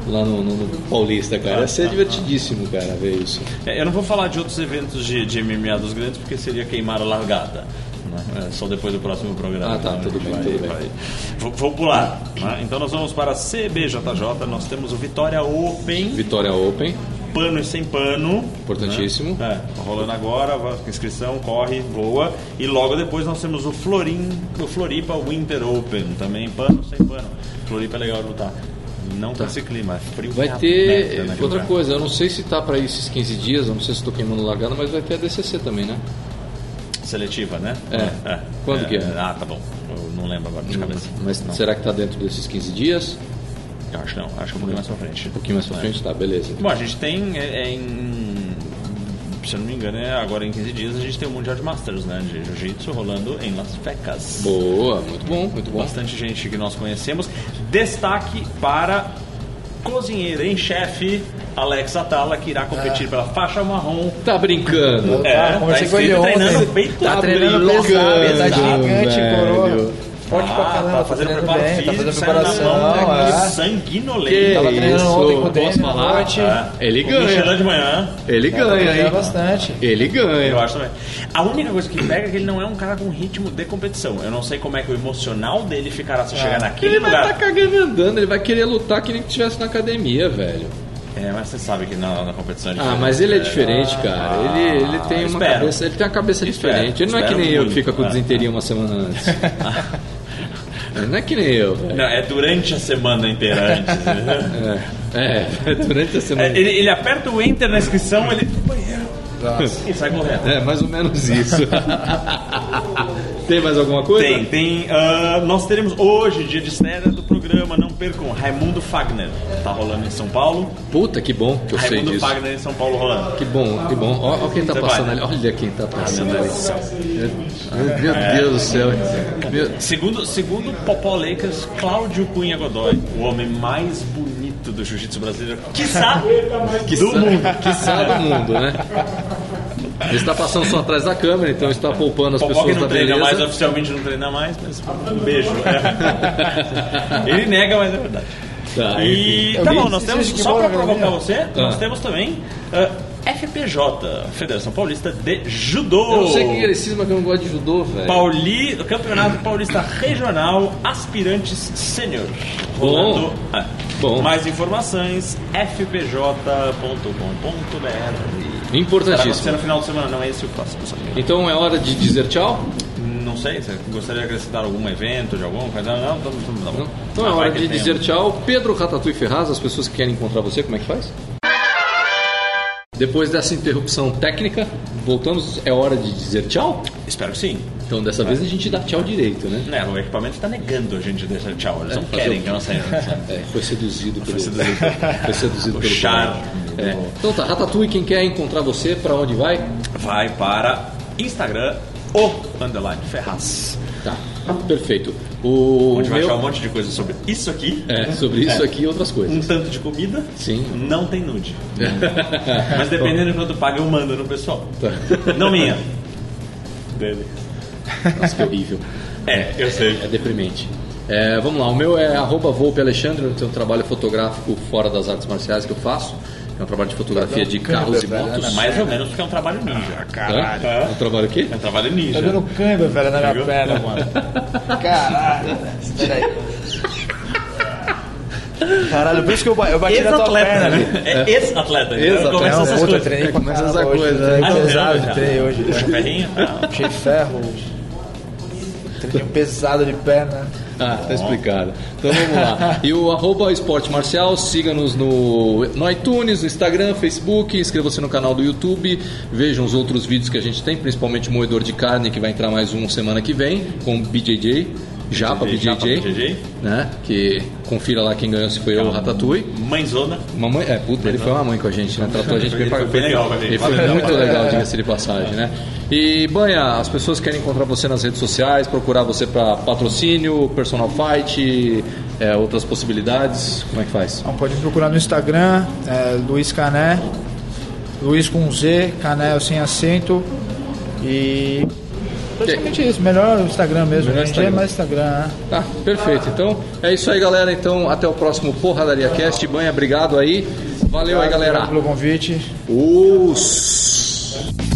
Speaker 4: lá no, no- no Paulista, cara. Ia ser divertidíssimo, cara, ver isso.
Speaker 2: É, Eu não vou falar de outros eventos de, de MMA dos grandes, porque seria queimar a largada. né? É, só depois do próximo programa.
Speaker 4: Ah, tá,
Speaker 2: Então,
Speaker 4: tudo
Speaker 2: a gente
Speaker 4: bem,
Speaker 2: vai-
Speaker 4: tudo bem.
Speaker 2: vai- Vou, vou pular. né? Então nós vamos para a CBJJ. Nós temos o Vitória Open,
Speaker 4: Vitória Open,
Speaker 2: pano e sem pano.
Speaker 4: importantíssimo.
Speaker 2: É, tá rolando agora, va- inscrição, corre, voa. E logo depois nós temos o Florim, o Floripa Winter Open, também pano sem pano. Floripa é legal de lutar. Não com esse clima, é frio. que é
Speaker 4: Tá. Vai
Speaker 2: a
Speaker 4: ter
Speaker 2: merda naquele
Speaker 4: outra
Speaker 2: lugar.
Speaker 4: coisa, eu não sei se tá pra ir esses 15 dias, eu não sei se tô queimando largada, mas vai ter a DCC também, né?
Speaker 2: Seletiva, né?
Speaker 4: É. Quando que é?
Speaker 2: Ah, tá bom. Eu não lembro agora de cabeça.
Speaker 4: Mas
Speaker 2: não.
Speaker 4: será que tá dentro desses 15 dias?
Speaker 2: Eu Acho que não. Acho que um pouquinho mais pra frente. É.
Speaker 4: Um pouquinho mais pra frente, tá, beleza.
Speaker 2: Bom, a gente tem é, é em... Se eu não me engano, é agora em 15 dias a gente tem o Mundial de Masters, né? De Jiu-Jitsu rolando em Las Vegas.
Speaker 4: Boa, muito bom, muito bom.
Speaker 2: Bastante gente que nós conhecemos. Destaque para cozinheira em chefe, Alex Atala, que irá competir pela faixa marrom.
Speaker 4: Tá brincando.
Speaker 3: Tá, Ah. conversei com ele
Speaker 2: escrito
Speaker 3: ontem.
Speaker 2: treinando bem
Speaker 4: Tá
Speaker 2: todo.
Speaker 4: treinando
Speaker 2: Bem
Speaker 4: pesado,
Speaker 2: pesado.
Speaker 3: Tá gigante,
Speaker 4: velho.
Speaker 3: coroa. Forte pra
Speaker 2: Ah,
Speaker 3: caramba,
Speaker 2: tá fazendo
Speaker 3: treinando
Speaker 2: preparo
Speaker 3: bem,
Speaker 2: físico,
Speaker 3: tá fazendo
Speaker 2: saindo na
Speaker 3: preparação.
Speaker 1: né,
Speaker 2: mão,
Speaker 3: é.
Speaker 4: Que
Speaker 2: sanguinolento.
Speaker 3: Tava treinando
Speaker 4: isso,
Speaker 3: ontem com o
Speaker 4: posso
Speaker 3: Demi, à
Speaker 4: falar?
Speaker 3: noite.
Speaker 4: Ah, ele
Speaker 2: O
Speaker 4: ganha.
Speaker 2: Michelin de manhã,
Speaker 4: Ele
Speaker 3: Tá
Speaker 4: ganha,
Speaker 3: treinando
Speaker 4: hein?
Speaker 3: bastante.
Speaker 4: Ele
Speaker 2: eu
Speaker 4: ganha.
Speaker 2: acho também. A única coisa que pega é que ele não é um cara com ritmo de competição. Eu não sei como é que o emocional dele ficará se chegar naquele
Speaker 4: Ele vai
Speaker 2: lugar.
Speaker 4: estar tá cagando e andando, ele vai querer lutar que nem que estivesse na academia, velho.
Speaker 2: É, mas você sabe que na, na competição é
Speaker 4: Ah,
Speaker 2: diferente.
Speaker 4: mas ele é diferente, cara. Ele, ele tem uma
Speaker 2: espero.
Speaker 4: cabeça, ele tem uma cabeça
Speaker 2: Espero.
Speaker 4: diferente. Ele não é que
Speaker 2: Espero
Speaker 4: nem eu que
Speaker 2: muito.
Speaker 4: fica com
Speaker 2: Ah,
Speaker 4: desinteria uma semana antes. Ah. Ele não é que nem eu, velho.
Speaker 2: Não, é durante a semana inteira antes. né?
Speaker 4: É, durante a
Speaker 2: É,
Speaker 4: semana.
Speaker 2: ele, ele aperta o enter na inscrição, ele. E sai correndo.
Speaker 4: É, mais ou menos isso. tem mais alguma coisa?
Speaker 2: Tem, tem. ah, nós teremos hoje, dia de estreia do programa, não percam, Raimundo Fagner. Tá rolando em São Paulo.
Speaker 4: Puta, que bom que eu sei
Speaker 2: Raimundo
Speaker 4: disso.
Speaker 2: Fagner em São Paulo rolando.
Speaker 4: Que bom, que bom. Ó, ó quem tá
Speaker 2: Você
Speaker 4: passando
Speaker 2: vai.
Speaker 4: ali. Olha quem tá passando ali. Meu, meu Deus do céu. Meu-
Speaker 2: Segundo, segundo o Popó Lakers, Cláudio Cunha Godoy, o homem mais bonito do jiu-jitsu brasileiro, quiçá, do mundo.
Speaker 4: Que sabe o mundo, né? Ele está passando só atrás da câmera, então está poupando as
Speaker 2: Popó que
Speaker 4: pessoas da
Speaker 2: não treina mais,
Speaker 4: beleza.
Speaker 2: oficialmente não treina mais, mas um beijo. É. Ele né? nega, mas é verdade.
Speaker 4: Tá,
Speaker 2: e
Speaker 1: Eu
Speaker 2: tá
Speaker 1: vi
Speaker 2: bom,
Speaker 1: esse
Speaker 2: nós temos,
Speaker 1: vídeo que
Speaker 2: só pra
Speaker 1: bola,
Speaker 2: provocar
Speaker 1: galera.
Speaker 2: você, nós
Speaker 4: Ah.
Speaker 2: temos também ah, FPJ, Federação Paulista de Judô.
Speaker 4: Eu não sei que cisma que eu não gosto de judô, velho.
Speaker 2: Pauli, Campeonato Paulista Regional Aspirantes Sênior. Rolando. Ah,
Speaker 4: Bom.
Speaker 2: Mais informações, fpj.com.br. Será que vai ser
Speaker 4: Importantíssimo.
Speaker 2: no final de semana, não é esse o próximo. só que-
Speaker 4: Então é hora de dizer tchau?
Speaker 2: Não sei, você gostaria de acrescentar algum evento de alguma coisa? Não, não, não, não, não.
Speaker 4: Então é
Speaker 2: Ah, vai
Speaker 4: hora
Speaker 2: que
Speaker 4: de
Speaker 2: tem.
Speaker 4: dizer tchau. Pedro Ratatouille Ferraz, as pessoas que querem encontrar você, como é que faz? Depois dessa interrupção técnica, voltamos, é hora de dizer tchau?
Speaker 2: Espero que sim.
Speaker 4: Então dessa vez a gente dá tchau direito, né?
Speaker 2: Né, o equipamento está negando a gente deixar tchau. Eles não
Speaker 4: fazer
Speaker 2: querem
Speaker 4: o
Speaker 2: que eu não saia.
Speaker 4: É, foi seduzido pelo.
Speaker 2: seduzido.
Speaker 4: foi seduzido
Speaker 2: O
Speaker 4: pelo
Speaker 2: charme.
Speaker 4: É. Então tá, Ratatouille, quem quer encontrar você, pra onde vai?
Speaker 2: Vai para Instagram, o underline Ferraz.
Speaker 4: Tá, perfeito. O
Speaker 2: Onde vai achar um
Speaker 4: meu
Speaker 2: monte de coisa sobre isso aqui.
Speaker 4: é sobre isso
Speaker 2: É.
Speaker 4: aqui e outras
Speaker 2: Um
Speaker 4: coisas.
Speaker 2: tanto de comida.
Speaker 4: Sim.
Speaker 2: Não tem nude. Mas dependendo de quanto paga, eu mando no pessoal. Não minha. Dele.
Speaker 4: Nossa, que horrível.
Speaker 2: É, eu sei.
Speaker 4: É deprimente. É, vamos lá, o meu é arroba Volpe Alexandre, eu tenho um trabalho fotográfico fora das artes marciais que eu faço. É um trabalho de fotografia
Speaker 2: Tá
Speaker 4: de carros e
Speaker 1: velho,
Speaker 4: motos.
Speaker 2: Mais ou menos porque é um trabalho ninja.
Speaker 4: Hã? É um trabalho o quê?
Speaker 2: É um trabalho
Speaker 1: Tá
Speaker 2: ninja.
Speaker 1: dando câimbra, velho, na minha
Speaker 2: Viu?
Speaker 1: perna, mano. Caralho. Espera aí. Caralho, por isso que eu, ba- eu bati na tua perna,
Speaker 2: Ex-atleta,
Speaker 1: velho.
Speaker 2: né? É ex-atleta.
Speaker 4: Ex-atleta.
Speaker 2: Começa
Speaker 3: É um
Speaker 1: Não,
Speaker 2: essas
Speaker 1: puta,
Speaker 2: coisas.
Speaker 1: treinei pra
Speaker 4: Começa essa
Speaker 1: caralho hoje,
Speaker 4: coisa,
Speaker 1: treinei
Speaker 2: Ah, você
Speaker 1: pesado
Speaker 2: já?
Speaker 1: de treinei hoje.
Speaker 2: Puxa,
Speaker 3: né?
Speaker 1: velho.
Speaker 2: ferrinho? Ah.
Speaker 1: Puxei ferro hoje. Treinei pesado de perna.
Speaker 4: Ah, tá explicado. Então vamos lá. E o arroba Esporte Marcial, siga-nos no, no iTunes, no Instagram, Facebook, inscreva-se no canal do YouTube, vejam os outros vídeos que a gente tem, principalmente o Moedor de Carne, que vai entrar mais um semana que vem, com o BJJ, Japa
Speaker 2: BJJ,
Speaker 4: BJJ,
Speaker 2: Japa, BJJ.
Speaker 4: né? Que confira lá quem ganhou, se foi eu ou o Ratatouille.
Speaker 2: Mãezona.
Speaker 4: Mamãe, é, puta, ele foi uma mãe com a gente, né? Tratou a gente bem
Speaker 2: Ele
Speaker 4: pra
Speaker 2: foi bem legal com a gente.
Speaker 4: Ele foi
Speaker 2: Valeu,
Speaker 4: muito
Speaker 2: valeu.
Speaker 4: legal, diga-se de passagem, né? E, Banha, as pessoas querem encontrar você nas redes sociais, procurar você pra patrocínio, personal fight, é, outras possibilidades. Como é que faz?
Speaker 1: Então, pode me procurar no Instagram, é, Luiz Cané, Luiz com Z, Cané sem acento. E. Praticamente isso, melhor o Instagram mesmo.
Speaker 4: Melhor
Speaker 1: Hoje em dia é
Speaker 4: Instagram.
Speaker 1: mais Instagram, né?
Speaker 4: Tá, perfeito. Então, é isso aí, galera. Então, até o próximo Porradaria Cast. Banha, obrigado aí. Valeu aí, galera.
Speaker 1: Obrigado pelo convite.
Speaker 4: Os...